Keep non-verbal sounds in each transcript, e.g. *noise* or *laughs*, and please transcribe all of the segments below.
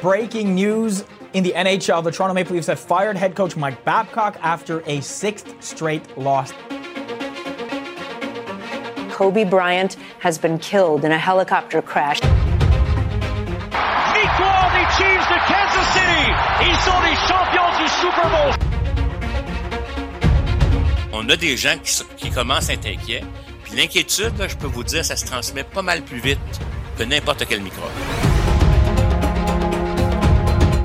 Breaking news in the NHL. The Toronto Maple Leafs have fired head coach Mike Babcock after a sixth straight loss. Kobe Bryant has been killed in a helicopter crash. Equality Chiefs de Kansas City. Ils sont les champions du Super Bowl. On a des gens qui, s- qui commencent à être inquiets. Puis l'inquiétude, là, je peux vous dire, ça se transmet pas mal plus vite que n'importe quel microbe.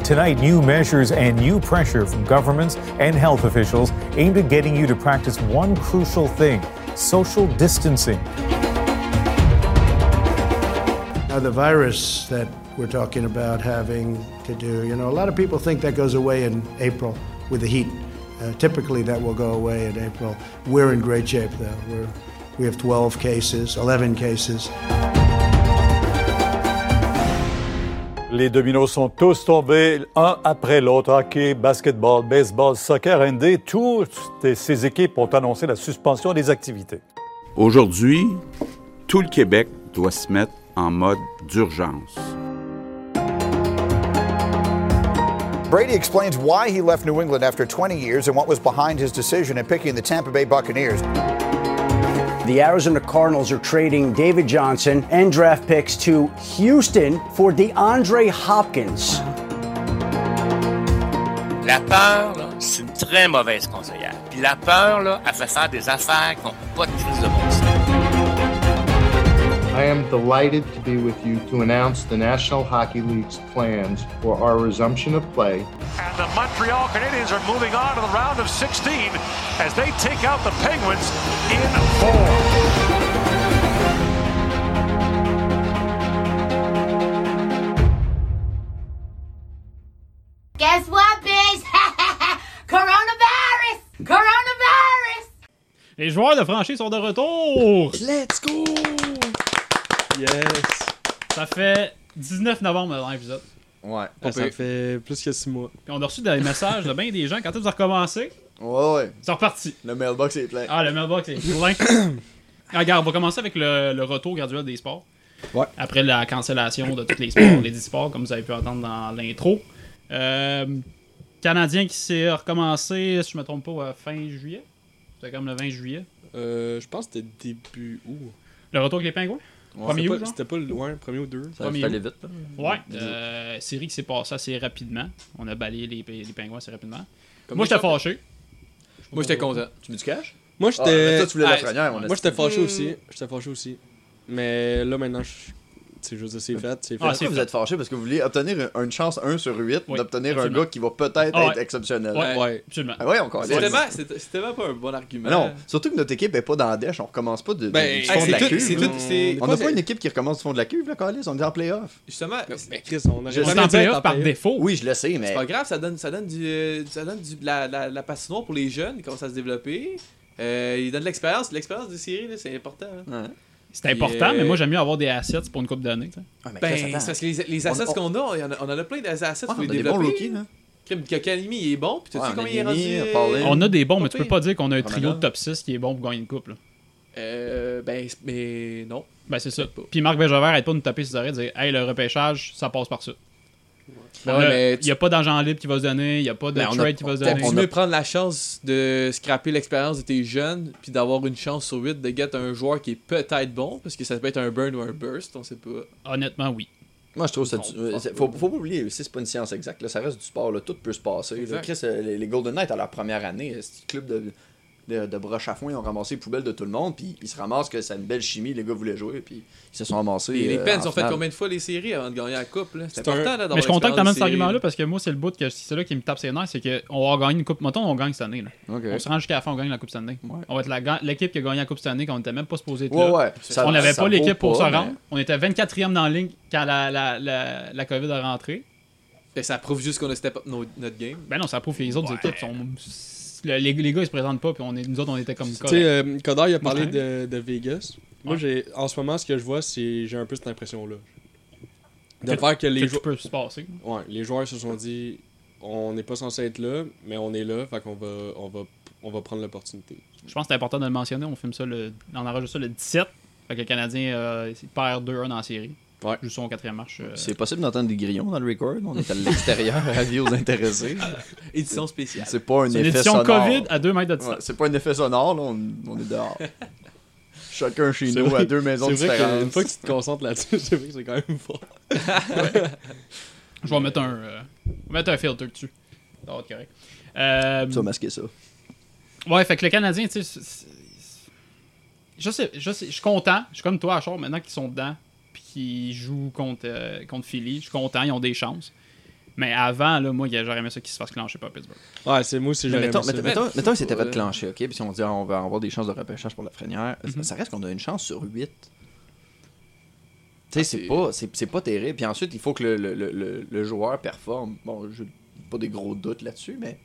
Tonight, new measures and new pressure from governments and health officials aimed at getting you to practice one crucial thing social distancing. Now, the virus that we're talking about having to do, you know, a lot of people think that goes away in April with the heat. Uh, typically, that will go away in April. We're in great shape, though. We're, we have 12 cases, 11 cases. Les dominos sont tous tombés, un après l'autre. Hockey, basketball, baseball, soccer, ND, toutes ces équipes ont annoncé la suspension des activités. Aujourd'hui, tout le Québec doit se mettre en mode d'urgence. Ah, Brady explains why he left New England after 20 years and what was behind his decision in picking the Tampa Bay Buccaneers. The Arizona Cardinals are trading David Johnson and draft picks to Houston for DeAndre Hopkins. La peur, là, c'est une très mauvaise conseillère. Puis la peur, là, elle fait faire des affaires qui n'ont pas de crise de bon sens. I am delighted to be with you to announce the National Hockey League's plans for our resumption of play And the Montreal Canadiens are moving on to the round of 16 as they take out the Penguins in four. Guess what, bitch? Coronavirus! Coronavirus! Les joueurs de franchise sont de retour! Let's go! Yes! Ça fait 19 novembre dans l'épisode. Ouais, Pas Ah, ça pire. fait plus que 6 mois. Puis on a reçu des messages de bien des gens. Quand est-ce que vous avez recommencé? Ouais, ouais. C'est reparti. Le mailbox est plein. Ah, le mailbox *coughs* est plein. Ah, Regarde, on va commencer avec le, le retour graduel des sports. Ouais. Après la cancellation de tous les sports, les 10 sports, comme vous avez pu entendre dans l'intro. Euh, Canadien qui s'est recommencé, si je me trompe pas, à fin juillet. C'était comme le 20 juillet. Euh, je pense que c'était début août. Le retour avec les pingouins? Ouais, Premier c'était août, pas- genre? C'était pas le ouais, premier ou deux. Premier Premier août. août. Ouais. Euh, série qui s'est passée assez rapidement. On a balayé les, pi- les pingouins assez rapidement. Comme Moi, les j'étais champions. fâché. Moi, j'étais content. Tu veux du cash? Moi, Ah, mais Euh, j'étais. toi, tu voulais la première, on a Moi, j'étais dit. fâché Hmm. aussi. J'étais fâché aussi. Mais là, maintenant, je. C'est juste c'est fait, c'est fait. Ah, Pourquoi vous êtes fâché parce que vous voulez obtenir une chance 1 sur 8 d'obtenir un absolument. gars qui va peut-être Ah ouais. être exceptionnel. Ouais, ouais. absolument. Ah ouais, on commence. C'est tellement- c'est- c'est tellement pas un bon argument. Non, surtout que notre équipe est pas dans la dèche, on recommence pas de, de- Ben, du hey, fond c'est de la tout- c'est cuve. là. tout- c'est- on n'a pas- pas une équipe qui recommence du fond de la cuve, là, Calis, on est en playoff. Justement, mais Chris, on Je aurait sais, jamais dû mais être en par playoff. défaut. Oui, je le sais, mais- C'est pas grave, ça donne, ça donne, du, euh, ça donne du, la, la, la patinoire pour les jeunes, ils commencent à se développer. Euh, ils donnent de l'expérience. L'expérience des séries, là, c'est important. hein. C'était Puis, important, euh, mais moi, j'aime mieux avoir des assets pour une coupe d'années. tu sais. Ben, c'est parce que les, les assets qu'on a, il y en a- on en a plein des assets Ouais, pour les on a des développer. bons rookies, là. Crime, Kakanimi, il est bon, puis tu Ouais, sais on combien a il est Nini, rendu. Paulin. On a des bons, mais tu Pas peux pire. pas dire qu'on a un trio Ramadan. de top 6 qui est bon pour gagner une coupe. là. Euh, ben, c'est- mais non. Ben, c'est ça. Puis Marc Bergevin arrête pas de nous taper sur les oreilles et dire Hey, le repêchage, ça passe par ça. Ben ouais, mais Il n'y a pas d'argent libre qui va se donner, il n'y a pas de Ben, on a- trade qui va se t'as- donner. Tu veux prendre la chance de scraper l'expérience de tes jeunes, puis d'avoir une chance sur 8 de get un joueur qui est peut-être bon, parce que ça peut être un burn ou un burst, on sait pas. Honnêtement, oui. Moi, je trouve ça. Non, du- pas euh, c'est- faut, faut pas oublier, aussi, c'est pas une science exacte. là, ça reste du sport. là, tout peut se passer. là. Exact. Chris, euh, les, les Golden Knights, à leur première année, euh, c'est un club de, de, de broche à foin. Ils ont ramassé les poubelles de tout le monde. Puis ils se ramassent que c'est une belle chimie. Les gars voulaient jouer. Puis ils se sont ramassés. Et les euh, Pens en ont fait finale. combien de fois les séries avant de gagner la coupe là? C'est C'est un- important là, d'avoir Mais je suis content que tu l'expérience amènes des cet séries, là. argument-là parce que moi, c'est le bout que c'est là qui me tape ses nerfs c'est qu'on va gagner une Coupe. Mettons, on gagne cette année. là. Ok. On se rend jusqu'à la fin, on gagne la Coupe cette année. On va être la ga- l'équipe qui a gagné la Coupe cette année quand on n'était même pas supposé être Ouais, là. ouais. Ça- on n'avait ça pas vaut l'équipe pour pas, se rendre. mais- On était 24e dans la ligne quand la, la, la, la COVID est rentrée. Ben, ça prouve juste qu'on a step up nos- notre game. Ben non, ça prouve que les autres équipes sont. le- les, les gars, ils se présentent pas, puis on est, nous autres, on était comme. Tu sais, euh, Coder, il a parlé de, Ouais. de Vegas. Moi, Ouais. j'ai en ce moment, ce que je vois, c'est j'ai un peu cette impression-là. De Que- faire que les que tout joueurs. peut se passer. Ouais, les joueurs se sont dit on n'est pas censé être là, mais on est là, fait qu'on va, on va, on va prendre l'opportunité. Je pense que c'est important de le mentionner. On filme ça, le, on enregistre ça le 17. Fait que le Canadien euh, il perd 2-1 dans la série. Joue son quatrième marche. euh, C'est possible d'entendre des grillons dans le record. On est à l'extérieur, avis aux intéressés. Édition spéciale. C'est pas un C'est une effet édition sonore. COVID à deux mètres de distance. Ouais, c'est pas un effet sonore, là, on, on est *laughs* dehors. Chacun chez C'est nous, vrai- à deux maisons c'est vrai que différentes. une fois que tu te concentres *laughs* là-dessus, c'est vrai que c'est quand même *laughs* fort. Je vais mettre un, euh, je vais mettre un filter dessus. Ça va être correct. Euh, Tu vas masquer ça. Ouais, fait que le Canadien, tu sais, c'est- c'est- je sais, je sais, je suis content. Je suis comme toi, Achor, maintenant qu'ils sont dedans, puis qu'ils jouent contre, euh, contre Philly, je suis content, ils ont des chances. Mais avant, là, moi, j'aurais aimé ça qu'ils se fassent clencher par Pittsburgh. Ouais, c'est moi aussi, Mais j'aurais mettons, aimé ça. mettons, mettons, mettons que c'était pas Ouais. de clencher, ok? Puis si on dit ah, on va avoir des chances de repêchage pour la frenière, ça- Mhm. ça reste qu'on a une chance sur 8. Ah, Tu sais, c'est pas, c'est- c'est pas terrible. Puis ensuite, il faut que le, le- le- le- le joueur performe. Bon, j'ai pas des gros doutes là-dessus, mais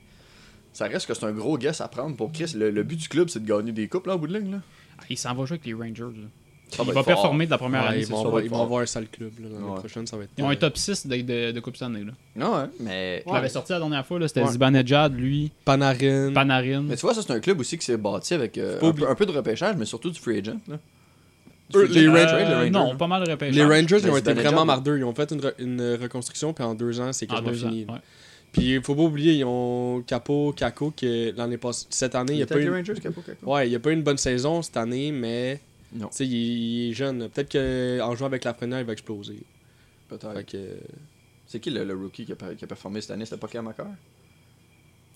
ça reste que c'est un gros guess à prendre pour Chris. Le, le but du club, c'est de gagner des coupes, là, au bout de ligne, là. Ah, Il s'en va jouer avec les Rangers. là. Ah, il ben, va fort. performer de la première Ouais, année. ils c'est vont sûr. avoir- Ils vont avoir un sale club là, l'année Ouais. prochaine, ça va être. Ils ont un top 6 de, de, de Coupe Stanley. Là. Non, ouais, mais. Je l'avais sorti la dernière fois, là, c'était Ouais. Zibanejad, lui. Panarin. Panarin. Mais tu vois, ça, c'est un club aussi qui s'est bâti avec euh, Faut un, oublier- peu, un peu de repêchage, mais surtout du free agent, là. Eux, les Free agent, Rangers- trade, les Rangers, Euh, non, là. pas mal de repêchage. Les Rangers, ils Ben, ont c'est été ben vraiment déjà- mardeux. Ils ont fait une, re- une reconstruction, puis en deux ans, c'est En quasiment deux ans, fini. là. ouais. Puis il faut pas oublier, ils ont Capo, Kako, que l'année passée, cette année, il Il n'y a était pas avec eu. les Rangers, Capo, Caco? Ouais, il y a pas eu une bonne saison cette année, mais. Tu Non. sais, il, il est jeune. là. Peut-être qu'en jouant avec la première, il va exploser. Peut-être. Fait que- C'est qui le, le rookie qui a, per- qui a performé cette année C'était pas Cam Makar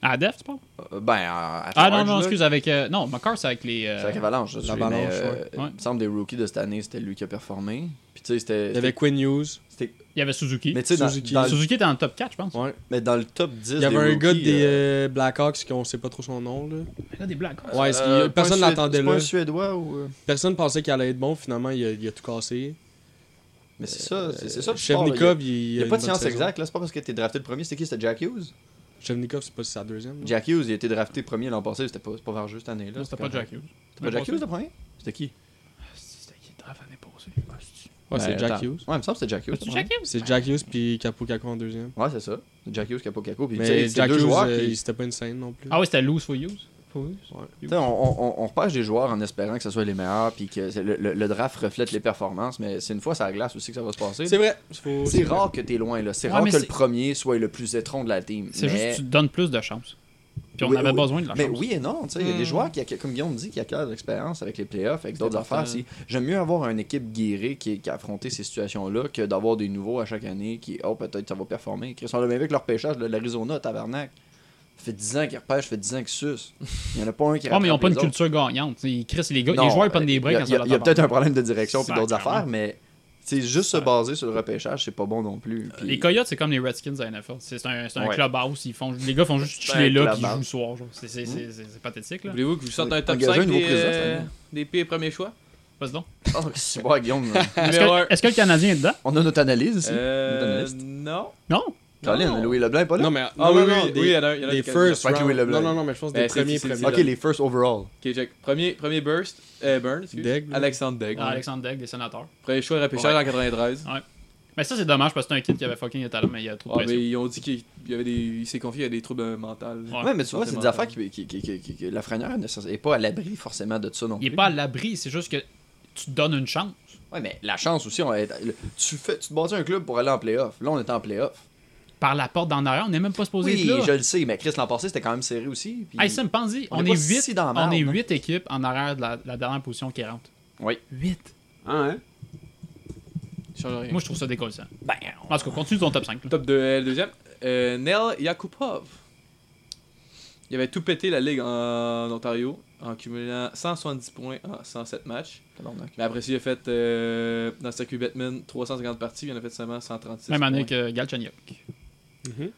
À Def, tu parles Euh, Ben, à, à Ah non, large, non, là. excuse, avec. euh, non, Makar, c'est avec les. euh, C'est avec Avalanche, je suis, mais, l'Avalanche, euh, ouais. il me semble des rookies de cette année, c'était lui qui a performé. Puis tu sais, c'était. Il y avait c'était- Quinn News. c'était- Il y avait Suzuki. Mais tu sais, dans- Suzuki. dans le- Suzuki était en top 4, je pense. Ouais. Mais dans le top 10. Il y avait un des gars rookies, des euh, euh, Blackhawks qu'on sait pas trop son nom. Là. Là, des Blackhawks. Ouais, est-ce qu'il- euh, pas personne un Sué- l'entendait c'est pas là. un Suédois ou. euh, Personne pensait qu'il allait être bon, finalement, il a, il a tout cassé. Mais c'est ça, c'est c'est ça. Euh, le sport, là. Chevnikov, Il y a- il- il il n'y a une a pas de bonne science saison. exacte, là. C'est pas parce que t'es drafté le premier, c'était qui C'était Jack Hughes Chevnikov, c'est pas sa deuxième. là? Jack Hughes, il a été drafté premier l'an passé, c'était pas, c'est pas Vargeux cette année-là. Non, c'était pas quand- Jack Hughes. C'était pas Jack Hughes le premier C'était qui C'était qui le draft l'année passée? Ouais, c'est Ben, Jack attends. Hughes. Ouais, il me semble que c'était Jack Hughes. C'est le Jack premier. Ah, Hughes? C'est Jack Hughes puis Capo Caco en deuxième. Ouais, c'est ça. Jack Hughes, Capo Caco. Puis tu sais, Mais c'est Jack deux Hughes, joueurs euh, qui- il- c'était pas une scène non plus. Ah oui, c'était Loose for Use. For Use. Tu sais, on, on, on repêche des joueurs en espérant que ce soit les meilleurs, puis que c'est- le, le- le draft reflète les performances, mais c'est une fois sur la glace aussi que ça va se passer. C'est vrai. Faut- C'est rare que t'es loin, là. C'est Ouais, rare mais que le c'est- premier soit le plus étron de la team. C'est mais- juste que tu te donnes plus de chance. Puis on Oui, avait oui. besoin de la Mais chance. oui et non, tu sais, il y a Hmm. Mm. des joueurs qui, acqui- comme Guillaume dit, qui acquièrent de l'expérience avec les playoffs, avec C'est d'autres important. affaires. Si- J'aime mieux avoir une équipe guérie qui, qui a affronté ces situations-là que d'avoir des nouveaux à chaque année qui, oh, peut-être ça va performer. Chris, on l'a bien vu avec leur pêchage de l'Arizona, tabarnak. Ça fait 10 ans qu'ils repêchent, ça fait 10 ans qu'ils sucent. Il n'y en a pas un qui Ouais, Ah, Oh, mais ils n'ont rattrape pas les une autres. culture gagnante. Ils- Chris, les, gars, Non, les joueurs ils prennent des breaks il y a- quand Il y ça a, leur il y a tente. peut-être un problème de direction puis d'autres Sacrément. affaires, mais c'est juste se baser sur le repêchage, c'est pas bon non plus. Puis- Les Coyotes, c'est comme les Redskins à NFL. C'est un, c'est un Ouais. clubhouse. Ils font, les gars font juste C'est chiller un là puis ils clubhouse. jouent le soir. genre. C'est- C'est c'est- c'est- c'est pathétique. là. Voulez-vous que je vous sorte un top Engagez un 5 nouveau des, président, euh, finalement. des pires premiers choix? Vas-y donc. *laughs* Oh, c'est pas Guillaume. Est-ce Numéro que, est-ce que le Canadien est dedans? On a notre analyse ici. notre Euh, analyste. non. Non? Colin, Louis Leblanc est pas là. Non, mais. Non, Ah oui, non, non, oui, des- oui, il y en a- il y en a des des- first. Frank Louis round. Leblanc. Non, non, non, mais je pense Ben, des c'est- premiers c'est- c'est- premiers. Ok, les first overall. Ok, check. Premier, premier burst, euh, burn, excuse. Degg, là. Alexandre Degg. Ah, Alexandre Degg, des sénateurs. Premier choix de repêchage Ouais. en 93. Ouais. Mais ça, c'est dommage parce que c'est un kid qui avait fucking talent, mais il y a trop Ah, de pression. mais ils ont dit qu'il il y avait des, il s'est confié à des troubles euh, mentaux. Ouais. Ouais, mais tu vois, c'est des Santé affaires qui, qui, qui, qui, qui- qui- la freineur n'est pas à l'abri forcément de ça non Il plus. est pas à l'abri, c'est juste que tu te donnes une chance. Ouais, mais la chance aussi, on est- le- tu, fais, tu te bâtis un club pour aller en playoff. Là, on est en playoff. Par la porte d'en arrière, on n'est même pas supposé Oui, être là. je le sais, mais Chris l'an passé, c'était quand même serré aussi. puis- Hey, Sam, pense-y, on on, est est pas si 8 dans la on merde, est hein. huit équipes en arrière de la, la dernière position qui rentre. Oui. 8. Ah, hein? Moi, je trouve ça décollissant. Ben, En tout cas, continue ton top 5. là. Top 2, deuxième. Euh, Nel Yakupov. Il avait tout pété la Ligue en Ontario en cumulant 170 points en 107 matchs. Tabarnak. Mais après, ça, il a fait euh, dans le circuit Batman 350 parties, il en a fait seulement 136. Même année points. que Galchenyuk.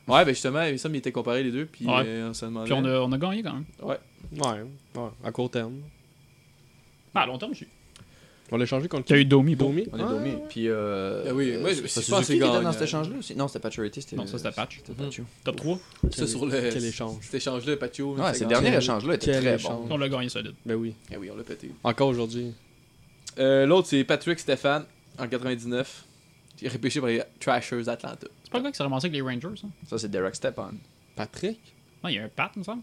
Ouais, ben justement, il me semble qu'ils étaient comparés les deux, puis Ouais. euh, on se demandait. Puis on a, on a gagné quand même. Ouais. Ouais, ouais, à court terme. Ben, à long terme, j'ai On l'a changé contre T'as eu Domi, bon. Domi. On est dormi. Puis. Euh, Ah oui, moi, euh, je- c'est si je pas pense Suzuki qui qu'il était dans gagne, cet euh, échange-là aussi. Non, c'était pas Charity. C'était, Non, ça, c'était Patch. C'était Patch. Top 3. Ça sur le. quel échange. Cet échange-là, Patio. Ouais, c'est ce quand- dernier échange-là était quel très échange. bon. On l'a gagné solide. Ben oui. Eh oui, on l'a pété. Encore aujourd'hui. Euh, L'autre, c'est Patrick Stéphane, en 99. Il est repêché par les Trashers d'Atlanta. C'est pas le gars qui s'est ramassé avec les Rangers, ça? Ça, c'est Derek Stepan. Patrick Non, il y a un pat, il me semble.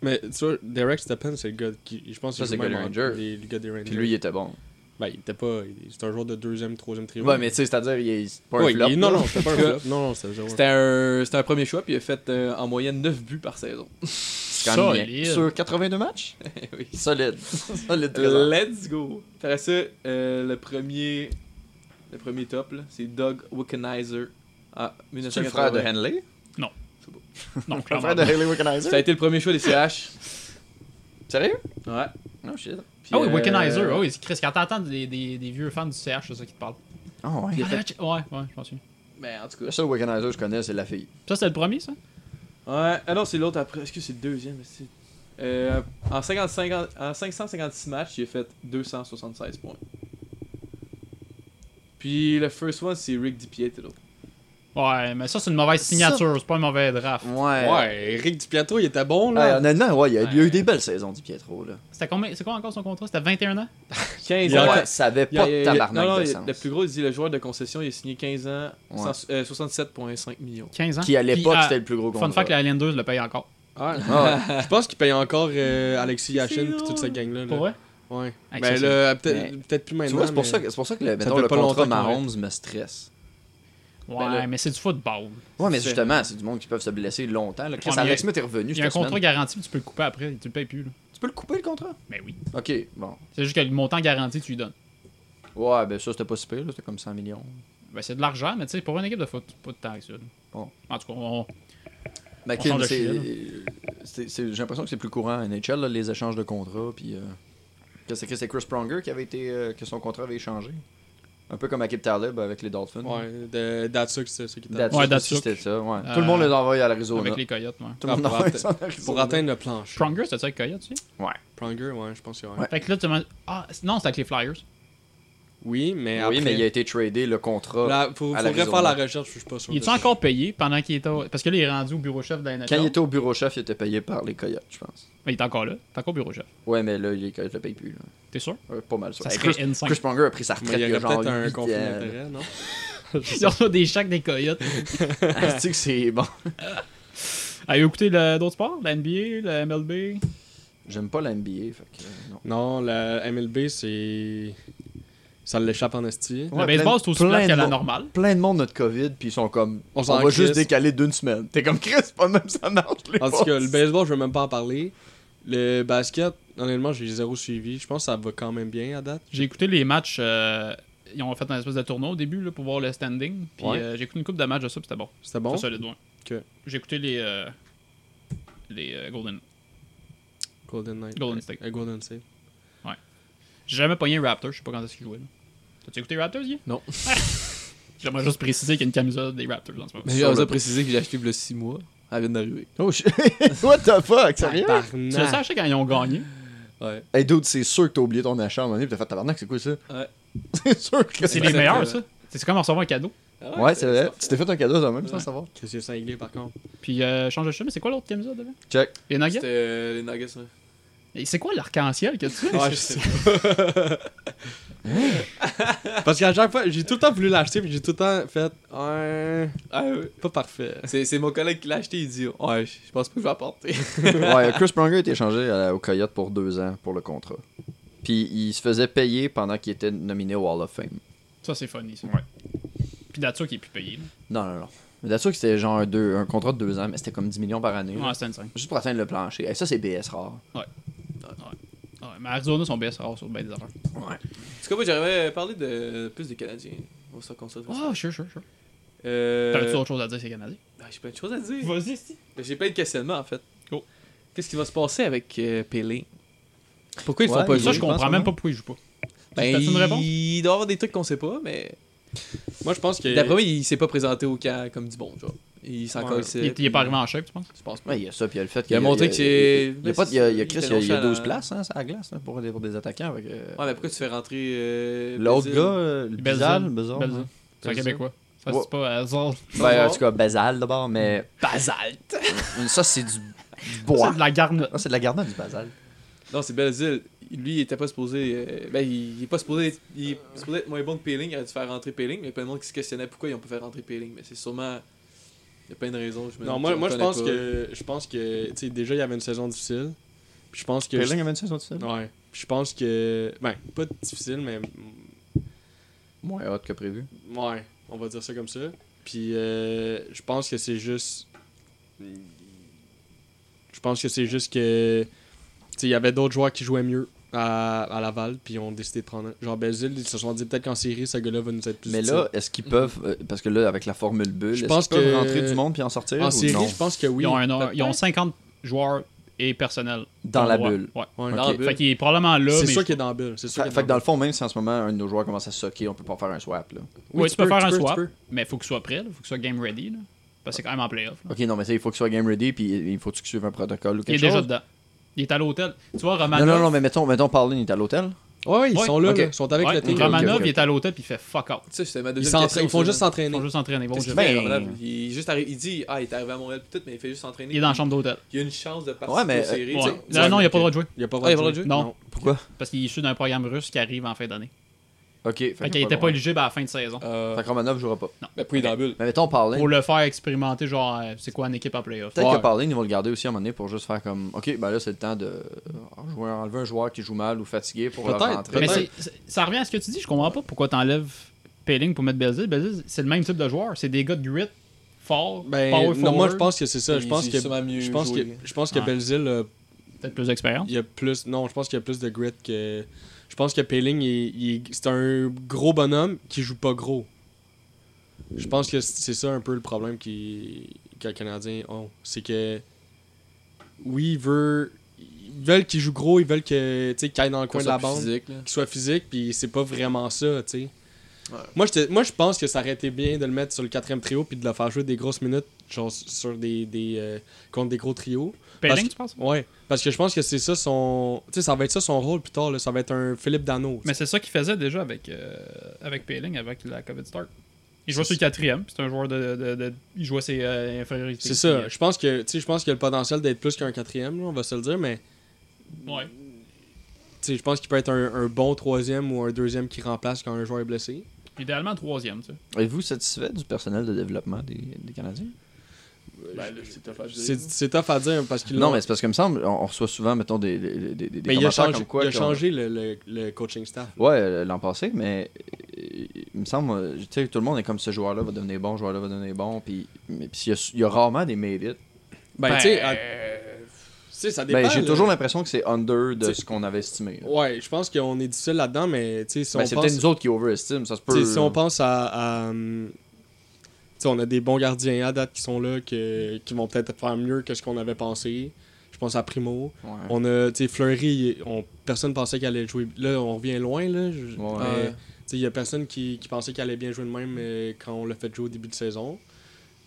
Mais tu vois, Derek Stepan, c'est le gars qui. Je pense Ça, que c'est le gars des Rangers. Les, le gars des Rangers. Puis lui, il était bon. Ben, il était pas. il- C'était un joueur de deuxième, troisième trio. Ouais, mais tu sais, c'est-à-dire, il est c'est pas un Ouais, flop. il- Non, là. non, *laughs* c'était pas un flop. Non, non, c'était zéro. C'était un, c'était un premier choix, puis il a fait euh, en moyenne 9 buts par *laughs* saison. C'est quand même Solide. bien. Sur 82 *laughs* matchs oui. Solide. Euh, Solide. présent. Let's go. Après ça, euh, le premier le premier top, là, c'est Doug Wickenizer. Ah, C'est le frère de 1980. Henley Non. *laughs* Non, Le clairement frère Ah de pas. Henley Wickenizer? Ça a été le premier choix des CH. Sérieux Ouais. Non, shit. Ah oui, Wickenizer. euh, Ah oui, c'est Chris, quand t'entends des, des, des vieux fans du CH, c'est ça qui te parle. Ah ouais. Ah, ch- Ouais, ouais, je m'en souviens. Mais en tout cas. Le seul Wickenheiser que je connais, c'est la fille. Ça, c'était le premier, ça Ouais, ah non, c'est l'autre après. Est-ce que c'est le deuxième c'est- Euh, en, 55 en 556 matchs, il a fait 276 points. Puis le first one, c'est Rick DiPietro. Ouais, mais ça, c'est une mauvaise signature, c'est pas un mauvais draft. Ouais. Ouais, Rick DiPietro, il était bon, Ouais, là. honnêtement, ouais, il y a, il y a eu des belles saisons, Di Pietro. Là. C'était combien C'est quoi encore son contrat C'était *laughs* 21 ans 15 Il ans. a- ouais. ça avait Il a- pas de il a- tabarnak non, non, de il a- sens. Le plus gros, il dit le joueur de concession, il a signé 15 ans, Ouais. cent- euh, 67,5 millions. 15 ans. Qui, à l'époque, Puis, ah, c'était le plus gros Fun contrat. fact, la LN2 le paye encore. Ah, Ah ouais. Je pense qu'il paye encore euh, Alexis Yachin et toute cette gang-là. là. Pour vrai? Ouais. Hey, ben ça, c'est- là, Mais- peut-être peut-être plus maintenant. Tu vois, c'est pour, mais ça que- c'est pour ça que le, ça mettons, fait le pas contrat longtemps qu'on est- Mahomes me stresse. Ouais, Ben là- mais c'est du football. Ouais, mais C'est- justement, c'est du monde qui peuvent se blesser longtemps. Là. Chris Ouais, mais Alex il y a- Smith est revenu Il y a un cette contrat semaine. garanti, puis tu peux le couper après, tu le payes plus. Là. Tu peux le couper le contrat Mais oui. Ok, bon. C'est juste que le montant garanti, tu lui donnes. Ouais, ben ça, c'était pas si pire, là. c'était comme 100 millions. Ben, c'est de l'argent, mais tu sais, pour une équipe de foot, pas de temps avec ça. là. Bon. En tout cas, on. Ben, on Kim, sort de c'est- chez, là. c'est- c'est- j'ai l'impression que c'est plus courant à NHL, là, les échanges de contrats. Puis, euh, que c'est que c'est Chris Pronger qui avait été, euh, que son contrat avait changé. Un peu comme Akib Taleb avec les Dolphins. Ouais, de- Datsuk, c'est ça qui t'a- Datsuk Ouais, aussi, Datsuk. c'était ça. Ouais. Euh, Tout le monde les envoie à l'Arizona. Avec les Coyotes, ouais. Tout le monde Ah, pour envoie atte- ça à l'Arizona. Pour atteindre le planche. Pronger, c'était ça avec Coyotes, tu sais Ouais. Pronger, ouais, je pense que ouais. Fait que là, tu m'as- Ah, c- non, c'était avec les Flyers. Oui, mais Oui, après... mais il a été tradé le contrat. Là, faut, à faudrait l'Arizona. faire la recherche, je suis pas sûr. Il de est ça. encore payé pendant qu'il était. au- Parce que là, il est rendu au bureau chef de la NHL. Quand il était au bureau chef, il était payé par les Coyotes, je pense. Mais il est encore là. T'es encore au bureau chef. Ouais, mais là, les Coyotes le payent plus. là. T'es *laughs* sûr Ouais, pas mal sûr. Ça Hey, serait Chris, insane. Chris Pronger a pris sa Mais retraite il y il y a aurait genre peut-être un huit conflit ans. d'intérêt, non Il reçoit des chèques des Coyotes. *laughs* Ah, c'est-tu que c'est bon. Avez-vous écouté le- d'autres sports La NBA, la MLB J'aime pas la NBA, fait que, euh, Non, non. la MLB, c'est. Ça l'échappe en esti. Le baseball, c'est aussi plein plate de que la monde- normale. Plein de monde notre COVID, puis ils sont comme. On, On s'en va juste crisse. décaler d'une semaine. T'es comme Chris, pas même ça marche. Les En tout cas, le boys. baseball, je veux même pas en parler. Le basket, honnêtement, j'ai zéro suivi. Je pense que ça va quand même bien à date. J'ai écouté les matchs. euh, ils ont fait un espèce de tournoi au début là, pour voir le standing. Puis Ouais. euh, j'ai écouté une coupe de matchs de ça, puis c'était bon. C'était bon? C'était solide, ouais. Ok. J'ai écouté les, euh, les euh, Golden. Golden Knight. Golden State. Euh, Golden State. J'ai jamais pogné un Raptor, je sais pas quand est-ce qu'ils jouaient. là. T'as-tu écouté Raptors, Guy Non. *laughs* J'aimerais juste préciser qu'il y a une camisole des Raptors en ce moment. Mais j'ai osé préciser que j'ai acheté le 6 mois. Elle vient d'arriver. Oh shit. *laughs* What the fuck, sérieux? Tu l'as saché quand ils ont gagné. Ouais. Hey dude, c'est sûr que t'as oublié ton achat à un moment donné, puis t'as fait tabarnak, c'est quoi ça? Ouais. *laughs* c'est sûr que C'est les meilleurs, ça. C'est comme recevoir un cadeau. Ouais, c'est vrai. Tu t'es fait un cadeau toi même sans Ouais. savoir. Qu'est-ce que c'est cinglé par contre? Puis, euh, change de chemin, mais c'est quoi l'autre camisole devant Check. Les C'était Nuggets euh, les Nuggets, ouais. Et C'est quoi l'arc-en-ciel que tu Ouais, je sais *laughs* Parce qu'à chaque fois, j'ai tout le temps voulu l'acheter, puis j'ai tout le temps fait. Ouais. Ah, ouais. Pas parfait. C'est c'est mon collègue qui l'a acheté, il dit oh, Ouais, je je pense pas que je vais apporter. ouais, euh, Chris Pronger a été échangé à la- aux Coyotes pour deux ans pour le contrat. Puis il se faisait payer pendant qu'il était nominé au Hall of Fame. Ça, c'est funny, ça. Ouais. Puis Datsu qui est plus payé. là. Non, non, non. Mais Datsuk, c'était genre un, deux- un contrat de deux ans, mais c'était comme 10 millions par année. là. Ouais, c'était une cinq. Juste pour atteindre le plancher. Hey, ça, c'est BS rare. Ouais, mais Arizona sont bien rares sur bien des affaires. Ouais. En tout cas, moi, j'aimerais parler de Euh, plus des Canadiens. On se concentre. Ah, sure, sure, sure. Euh, T'avais-tu autre chose à dire, c'est Canadien ben, J'ai plein de choses à dire. Vas-y, si. Mais J'ai plein de questionnements, en fait. Oh. Qu'est-ce qui va se passer avec euh, Pelé Pourquoi ils le Ouais, font pas mais jouer Ça, je pense, comprends même non? pas pourquoi il joue pas. Ben, T'as-tu une réponse il doit y avoir des trucs qu'on sait pas, mais. Moi, je pense que. D'après moi, il s'est pas présenté au camp comme du bon, genre. Il s'en Ouais. calissait, Il, il est puis- pas arrivé en chef, tu penses Je pense pas. Ouais, il y a ça, puis il y a le fait Il a montré que c'est- Il y a, pas- il y a- il y a Chris, Il il y a, il y a était 12 nonchalant. places hein, à la glace hein, pour, des, pour des attaquants. avec, euh, Ouais, mais pourquoi tu fais rentrer. euh, L'autre Belzile? gars, euh, le Bizarre, Belzile. bizarre. Belzile. ouais. C'est C'est un ça. Québécois. Ça, Ouais. c'est pas euh, Azor. Ben, en tout cas, Bazal d'abord, *laughs* mais Basalte ça, c'est du, du C'est bois. de la garnotte. Non, c'est de la garnotte du Bazal. Non, c'est Belzile. Lui, il était pas supposé. euh, ben, il, il est pas supposé. être- Il est supposé être moins bon que Peeling. Il aurait dû faire rentrer Peeling. Mais il y a plein de monde qui se questionnait pourquoi ils ont pas fait rentrer Peeling. Mais c'est sûrement. Il y a plein de raisons. me- Non, moi, moi je connais pense pas. que. Je pense que. Tu sais, déjà, il y avait une saison difficile. Puis je pense que. Pelling avait une saison de Ouais. Je pense que. Ben, pas difficile, mais. Moins hot que prévu. Ouais, on va dire ça comme ça. Puis euh, je pense que c'est juste. Je pense que c'est juste que. Tu sais, il y avait d'autres joueurs qui jouaient mieux à, à Laval, puis ils ont décidé de prendre. un. Genre, Belzile, ils se sont dit peut-être qu'en série, ce gars-là va nous être plus Mais utile. là, est-ce qu'ils peuvent, euh, parce que là, avec la formule bulle, Je est-ce pense qu'ils peuvent que- rentrer du monde puis en sortir En ou série, Oh, non? je pense que oui. Ils ont, un or- Peut-être. ils ont 50 joueurs et personnel. Dans la Ouais. bulle. Ouais. Ouais, dans la bulle. Fait qu'il est probablement là. C'est mais sûr je- qu'il est dans la bulle. C'est sûr Fait, qu'il est fait que dans dans le fond, même si en ce moment un de nos joueurs commence à soquer, on peut pas faire un swap. Là. Ouais, Oui, tu tu peux peux, faire tu un peux, tu swap, peux. mais il faut qu'il soit prêt. Il faut qu'il soit game ready. là. Parce que c'est quand même en playoff. là. Ok, non, mais ça, il faut qu'il soit game ready puis il faut que tu suives un protocole ou Il est quelque déjà chose. dedans. Il est à l'hôtel. Tu vois, non, Romanov. non, non, mais mettons, mettons Paulin, il est à l'hôtel. Ouais, ouais, ils Ouais. sont là, Ok. là. Ils sont avec Ouais, le team. Romanov, ok, ok. il est à l'hôtel puis il fait fuck out. Tu sais, c'était ma deuxième ils, s'entraînent- question, ils font ça, juste là. s'entraîner. Ils font juste s'entraîner, bon, Qu'est-ce je- qu'il fait, Ben- Romanov? il, est juste arrivé- il dit Ah, il est arrivé à Montréal, peut-être, mais il fait juste s'entraîner. Il est dans la chambre d'hôtel. Il y a une chance de partir Ouais, mais, euh, en série. Ouais. tu sais. Non, non, il a pas le droit de jouer. Il a pas Ah, le droit de jouer. Non. Pourquoi Parce qu'il est issu d'un programme russe qui arrive en fin d'année. Ok. Fait qu'il était pas éligible à la fin de saison. Euh, Fait que Romanov jouera pas. Non. Ben, puis il est dans la bulle. Mais mettons Paulin. Pour le faire expérimenter, genre, euh, c'est quoi une équipe en playoff. Peut-être Ouais. que Paulin, ils vont le garder aussi à un moment donné pour juste faire comme Ok, ben là, c'est le temps de euh, jouer- enlever un joueur qui joue mal ou fatigué pour le Peut-être, rentrer. Mais c'est- c'est- ça revient à ce que tu dis. Je comprends pas pourquoi t'enlèves Pelling pour mettre Belzil. Belzil, c'est le même type de joueur. C'est des gars de grit, fort, Ben, power non, forward. moi, je pense que c'est ça. Je Il- pense il que, est sûrement mieux je pense que, joué. je pense que Ah. Ouais. Belzile a Peut-être plus d'expérience. Il y a plus. Non, je pense qu'il y a plus de grit que. Je pense que Peeling, il- il- c'est un gros bonhomme qui joue pas gros. Je pense que c- c'est ça un peu le problème qui, que les Canadiens ont. C'est que. Oui, il veut. Ils veulent qu'il joue gros, ils veulent que tu sais, qu'il aille dans le Qu'on coin de la soit bande. physique, là. Qu'il soit physique, puis c'est pas vraiment ça, tu sais. Ouais. Moi, j'étais- moi, je pense que ça aurait été bien de le mettre sur le quatrième trio puis de le faire jouer des grosses minutes genre sur des, des euh, contre des gros trios. Pelling, Parce que- tu penses? Ouais, parce que je pense que c'est ça son, tu sais, ça va être ça son rôle plus tard. là. Ça va être un Philippe Dano. Mais c'est ça qu'il faisait déjà avec, euh, avec Pelling, avec la COVID Start. Il jouait sur le quatrième. C'est un joueur de, de- de- Il jouait ses euh, infériorités. C'est ça. Je pense que, tu sais, je pense qu'il a le potentiel d'être plus qu'un quatrième, là, on va se le dire, mais Ouais. tu sais, je pense qu'il peut être un, un bon troisième ou un deuxième qui remplace quand un joueur est blessé. Idéalement troisième, tu sais. Êtes-vous satisfait du personnel de développement des, des Canadiens Ben, là, c'est tough à dire. C'est c'est tough à dire parce qu'il Non, mais c'est parce que me semble, on, on reçoit souvent, mettons, des, des, des- des, des mais il a commentaires changé, comme quoi. il a qu'on- changé le, le- le coaching staff. Ouais, euh, l'an passé, mais euh, il me semble, euh, tu sais, tout le monde est comme ce joueur-là va devenir bon, ce joueur-là va devenir bon, puis mais- puis il y, a- il y a rarement des mérites. Ben, tu sais, ah, à- tu sais, ça dépend. Ben, j'ai là. toujours l'impression que c'est under de T'sais- ce qu'on avait estimé. là. Ouais, je pense qu'on est difficile là-dedans, mais tu sais, si Ben, on c'est pense- peut-être nous autres qui overestiment, ça se peut. T'sais, si on pense à. à, hum, t'sais, on a des bons gardiens à date qui sont là, que- qui vont peut-être faire mieux que ce qu'on avait pensé. Je pense à Primo. Ouais. On a t'sais, Fleury, on, personne pensait qu'il allait jouer. Là, on revient loin. Là, je- mais, Ouais. t'sais, Il y a personne qui, qui pensait qu'il allait bien jouer de même euh, quand on l'a fait jouer au début de saison.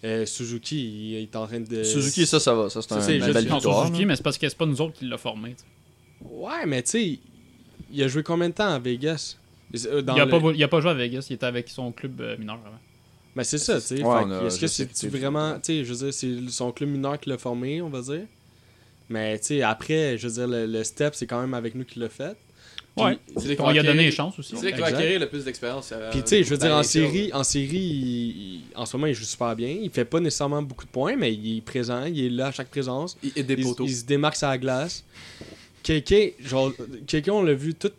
Euh, Suzuki, il, il est en train de. Suzuki, ça, ça va. Ça, c'est un- une euh, juste- belle Non, victoire, Suzuki, mais c'est parce que c'est pas nous autres qui l'a formé. tu sais. Ouais, mais tu sais, il a joué combien de temps à Vegas Euh, dans il, a le- pas, il a pas joué à Vegas. Il était avec son club euh, mineur avant. Mais Ben, c'est ça, tu sais. Ouais, Fait on que a- Est-ce que je sais c'est que c'est- vraiment. Tu sais, je veux dire, c'est son club mineur qui l'a formé, on va dire. Mais tu sais, après, je veux dire, le, le step, c'est quand même avec nous qu'il l'a fait. Puis- Ouais. c'est lui qui On lui a va donné les acquérir- chances aussi. c'est C'est lui là qui qu'il va va acquérir acquérir le plus d'expérience. euh, Puis tu sais, je veux dans dire, en ben, les séries. série, en série il- il- en ce moment, il joue super bien. Il fait pas nécessairement beaucoup de points, mais il est présent, il est là à chaque présence. Il est des il, poteaux. il se démarque sur la glace. Quelqu'un, genre, quelqu'un, on l'a vu tout.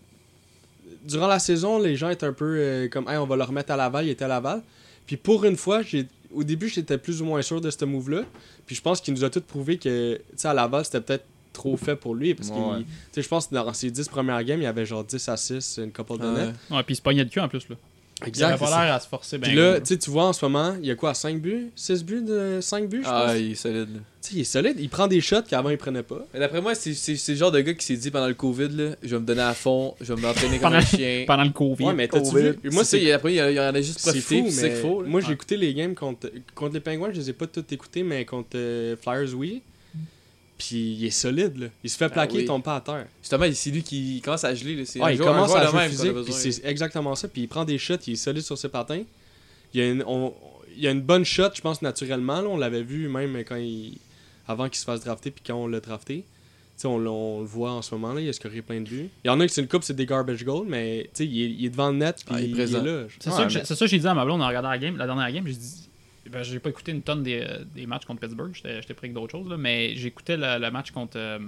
Durant la saison, les gens étaient un peu euh, comme, hey, on va le remettre à Laval, il était à Laval. Puis pour une fois, j'ai. Au début, j'étais plus ou moins sûr de ce move-là. Puis je pense qu'il nous a tout prouvé que, tu sais, à Laval, c'était peut-être trop fait pour lui. Parce Ouais. que, tu sais, je pense que dans ses 10 premières games, il y avait genre 10 à 6, une couple de Ouais. nets. Ouais, puis il se pognait le cul en plus. Là. Il avait c'est pas l'air ça. à se forcer. Ben Puis là, gros. tu sais, tu vois, en ce moment, il y a quoi, 5 buts 6 buts de 5 buts, je Ah, pense. il est solide. Tu sais, il est solide. Il prend des shots qu'avant, il prenait pas. Mais D'après moi, c'est c'est- c'est le genre de gars qui s'est dit pendant le COVID, là, je vais me donner à fond, je vais m'entraîner comme un Pendant- chien. *laughs* pendant le Covid. Ouais, mais t'as-tu Covid. vu? C'est Moi, c'est- ça, il- après, il y en a juste C'est profité, fou, puis mais c'est faux. là. moi, j'ai écouté les games contre, contre les Penguins. Je les ai pas toutes écoutées, mais contre euh, Flyers, oui. Puis il est solide, là. Il se fait Ah plaquer, oui. il tombe pas à terre. Justement, c'est lui qui commence à geler. là. C'est Ouais, un il joueur- un commence joueur à de jouer même qu'on a physique, puis besoin. c'est exactement ça. Puis il prend des shots, il est solide sur ses patins. Il y a une, on- il y a une bonne shot, je pense, naturellement. là. on l'avait vu même quand il, avant qu'il se fasse drafter, puis quand on l'a drafté. Tu sais, On, l'a- on le voit en ce moment, là, il a scoré plein de buts. Il y en a qui, c'est une coupe, c'est des garbage goals, mais tu sais, il, est, il est devant le net, puis Ah, il est il, présent. est là. C'est ça, que j'ai- c'est ça que j'ai dit à ma blonde en regardant la game, la dernière game, j'ai dit ben, j'ai pas écouté une tonne des, euh, des matchs contre Pittsburgh, j'étais j'étais pris avec d'autres choses là, mais j'écoutais le, le match contre, euh,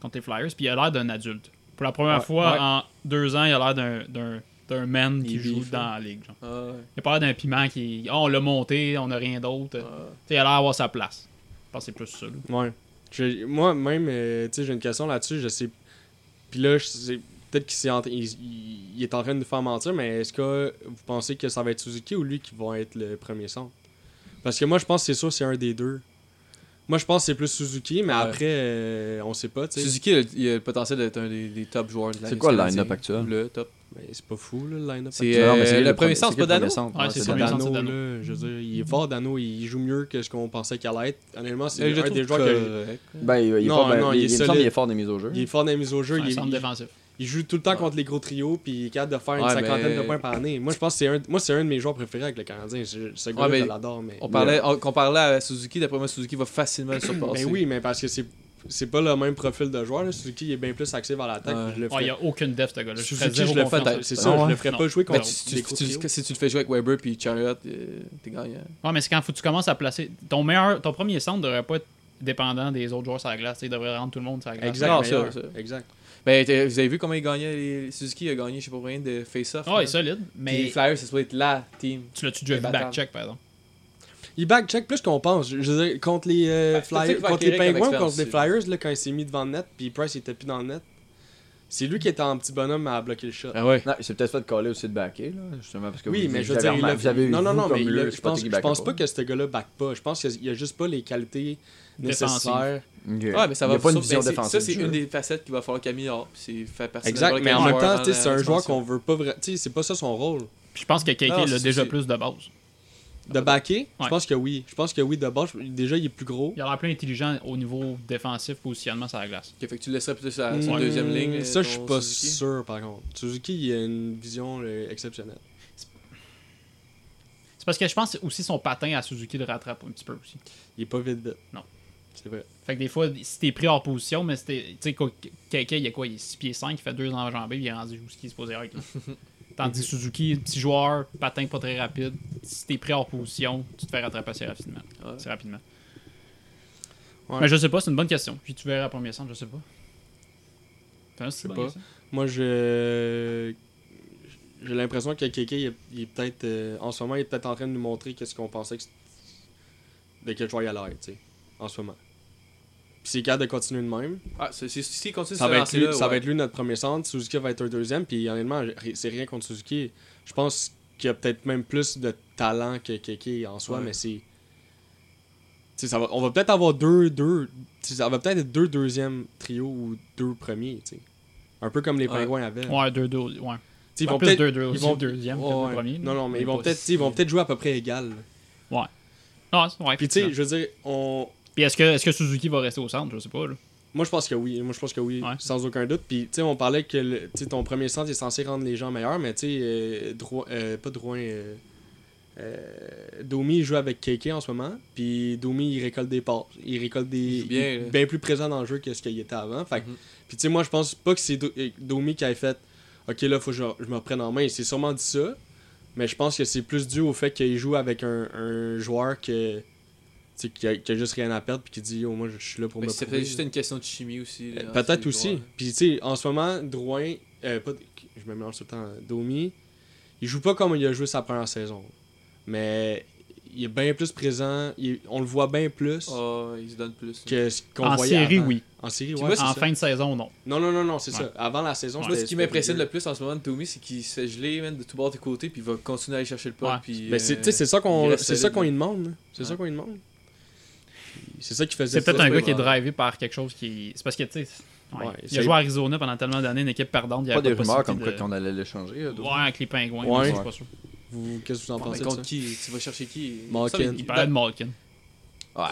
contre les Flyers puis il a l'air d'un adulte. Pour la première Ouais. fois Ouais. en deux ans, il a l'air d'un- d'un d'un man qui Il joue beef, dans là. la ligue. genre. Ah ouais. Il a pas l'air d'un piment qui. Ah, on l'a monté, on a rien d'autre. Tu sais, Il a l'air d'avoir sa place. Je pense que c'est plus ça. là. Ah. Ouais. Je- moi, même, euh, tu sais, j'ai une question là-dessus. Je sais. Puis là, je sais- peut-être qu'il s'est en- il, il- il est en train de nous faire mentir, mais est-ce que vous pensez que ça va être Suzuki ou lui qui va être le premier centre Parce que moi, je pense que c'est sûr, c'est un des deux. Moi, je pense que c'est plus Suzuki, mais après, euh, on sait pas. tu sais. Suzuki, il a- il a le potentiel d'être un des, des top joueurs de la C'est Ligue quoi le canadienne. line-up actuel? Le top. Mais Ben, c'est pas fou, là, le line-up C'est, actuel. euh, Non, mais c'est le, le premier premier- centre, c'est c'est pas qui le Dano? premier centre? Ouais, c'est c'est le premier centre, c'est Dano. là, Euh, je veux dire, il est fort, Dano. Il joue mieux que ce qu'on pensait qu'il allait être. Honnêtement, Euh, c'est je un trouve des joueurs correct. que... Ben, il- il est Non, fort, ben, non, il- il est il me semble solide. qu'il est fort dans les mises au jeu. Il est fort dans les mises au jeu. C'est un il, est- centre il- défensif. Il joue tout le temps contre les gros trios, puis il est capable de faire une Ouais, cinquantaine mais- de points par année. Moi, je pense que c'est un, moi, c'est un de mes joueurs préférés avec le Canadien. Je- Ce gars-là, Ouais, mais je l'adore, mais... on parlait, on, qu'on parlait à Suzuki, d'après moi, Suzuki va facilement le surpasser. Ben oui, mais parce que c'est c'est pas le même profil de joueur. là. Suzuki il est bien plus axé vers l'attaque. Ouais. puis je le Ouais, ferais- Ah, il y a aucune def, ce gars-là. Je ferais Suzuki, zéro je le confiance à fais. lui. C'est Ah ça, ouais? je le ferais Non. pas jouer Mais contre. tu- des tu- gros tu- trios. que- si tu le fais jouer avec Weber puis Chariot, euh, t'es gagnant. Ouais, mais c'est quand faut que tu commences à placer. Ton meilleur, ton premier centre devrait pas être dépendant des autres joueurs sur la glace. tu sais, Il devrait rendre tout le monde sur la glace. Exact, Non, meilleur. ça, ça. Exact. Ben, t'as- vous avez vu comment il gagnait les- Suzuki a gagné, je sais pas rien, de face-off. Ouais, là. solide, Puis mais- les Flyers, c'est supposé être la team. Tu l'as-tu déjà vu Imbattable. backcheck, par exemple? Il backcheck plus qu'on pense. Je veux dire, contre les euh, c'est ça Ben, Flyers, qu'il faut contre les acquérir comme Penguins, expérience contre les aussi. Flyers, là, quand il s'est mis devant le net, puis Price il était plus dans le net, c'est lui qui était en petit bonhomme à bloquer le shot. Non, il s'est peut-être fait coller aussi de backer, là, justement, parce que Ah oui, vous, mais vous je veux dire, avez il remar- a- vous avez non, non, vous non, comme mais il a- le je pense, spotting je backer pense pas que ce gars-là back pas. Je pense qu'il y a juste pas les qualités Défensive. nécessaires. Ok. Ouais, mais ça Il va y a pas une ça- vision ben, c'est- défensive Ça, du c'est jeu. une des facettes qu'il va falloir qu'il améliore. puis C'est faire partie Exact, mais en même temps, tu sais, c'est un joueur qu'on veut pas vraiment. Tu sais, c'est pas ça son rôle. Puis je pense que Keke Non, l'a c'est- déjà c'est- plus de base. De backer Ouais. Je pense que oui. Je pense que oui, de base. Déjà, il est plus gros. Il a l'air plus intelligent au niveau défensif, positionnement sur la glace. Fait que tu le laisserais plus à Mm, son deuxième ligne. Ça, euh, je suis ton pas Suzuki. sûr, par contre. Suzuki, il a une vision euh, exceptionnelle. C'est parce que je pense aussi son patin à Suzuki le rattrape un petit peu aussi. Il est pas vite vite. Non. C'est vrai. Fait que des fois, si t'es pris hors position, mais c'était. Tu sais, quoi, Keke, il y a quoi Il est 6 pieds 5, il fait 2 enjambées, puis il est rendu où ce qu'il se posait avec. là. Tandis que Suzuki, petit joueur, patin pas très rapide. Si t'es pris hors position, tu te fais rattraper assez rapidement. Assez rapidement. Ouais. Mais je sais pas, c'est une bonne question. Puis tu verras à premier centre, je sais pas. Putain, Je c'est sais une bonne pas. question. Moi, je. J'ai l'impression que Keke, il est, il est peut-être. euh, en ce moment, il est peut-être en train de nous montrer qu'est-ce qu'on pensait que. c'est- de quel joueur il allait être, tu sais. En ce moment. Puis s'il est capable de continuer de même, Ah, c'est- c'est- s'il continue ça, ce va être lui, lancer-là, ça va ouais. être lui notre premier centre. Suzuki va être un deuxième. Puis honnêtement, ri- c'est rien contre Suzuki. Je pense qu'il y a peut-être même plus de talent que Keke en soi, Ouais. mais c'est. tu sais, Ça va, on va peut-être avoir deux, deux. tu sais, Ça va peut-être être deux deuxièmes trios ou deux premiers. tu sais. Un peu comme les Ouais. pingouins avaient. Ouais, 2-2. Ouais. Tu sais, ils Ben, vont plus peut-être. deux, deux ils aussi, vont deuxième que Ouais, le ouais. premier, Non, là. non, mais Mais ils vont pas peut-être, si- tu sais, ils vont peut-être jouer à peu près égal. là. Non, c'est- ouais. Puis tu sais, effectivement. je veux dire, on. Puis est-ce que, est que Suzuki va rester au centre Je sais pas. Là. Moi, je pense que oui. Moi, je pense que oui, sans aucun doute. Puis, tu sais, on parlait que le- tu sais, ton premier centre est censé rendre les gens meilleurs, mais tu sais, euh, Drouin- euh, pas Drouin, euh, euh, Domi il joue avec Keke en ce moment. Puis Domi, il récolte des passes. Il récolte des. joue bien, il ben, est là. bien plus présent dans le jeu que ce qu'il était avant. Fait que- Puis, tu sais, moi, je pense pas que c'est Do- euh, Domi qui a fait Ok, là, faut que je, je me reprenne en main. Il s'est sûrement dit ça. Mais je pense que c'est plus dû au fait qu'il joue avec un, un joueur que. tu sais, Qui a, qui a juste rien à perdre, puis qui dit, oh, moi je suis là pour Mais me c'est prouver. peut-être juste une question de chimie aussi. là, Euh, entre Peut-être les aussi. joueurs. Puis, tu sais, en ce moment, Drouin, euh, pas, je me mélange tout le temps, euh, Domi, il joue pas comme il a joué sa première saison. Mais il est bien plus présent, il est- on le voit bien plus Ah, il se donne plus. que ce qu'on en voyait série, avant. oui. En série, Puis ouais, moi, c'est en ça. fin de saison, non. Non, non, non, non, c'est Ouais. ça. Avant la saison, Moi, ce c'était- qui c'était m'impressionne dégueu. le plus en ce moment de Tommy, c'est qu'il se fait geler man, de tout bord de côté, puis il va continuer à aller chercher le puck. Ouais. Puis, Mais c'est tu sais, euh, c'est ça qu'on c'est ça qu'on lui demande. là. C'est ça Ouais. qu'on lui demande. C'est ça qui faisait C'est peut-être ça. un gars qui est drivé par quelque chose qui. C'est parce que, tu sais. ouais, Ouais, il a c'est- joué à Arizona pendant tellement d'années, une équipe perdante. Il y Pas avait des de rumeurs comme quoi possibilité qu'on allait l'échanger. euh, de... d'autres. Ouais, avec les pingouins. Ouais. mais Je suis pas sûr. Vous- Qu'est-ce que vous en mais pensez de contre ça? qui Tu vas chercher qui Malkin. Ça, Il parlait de Malkin. Ouais.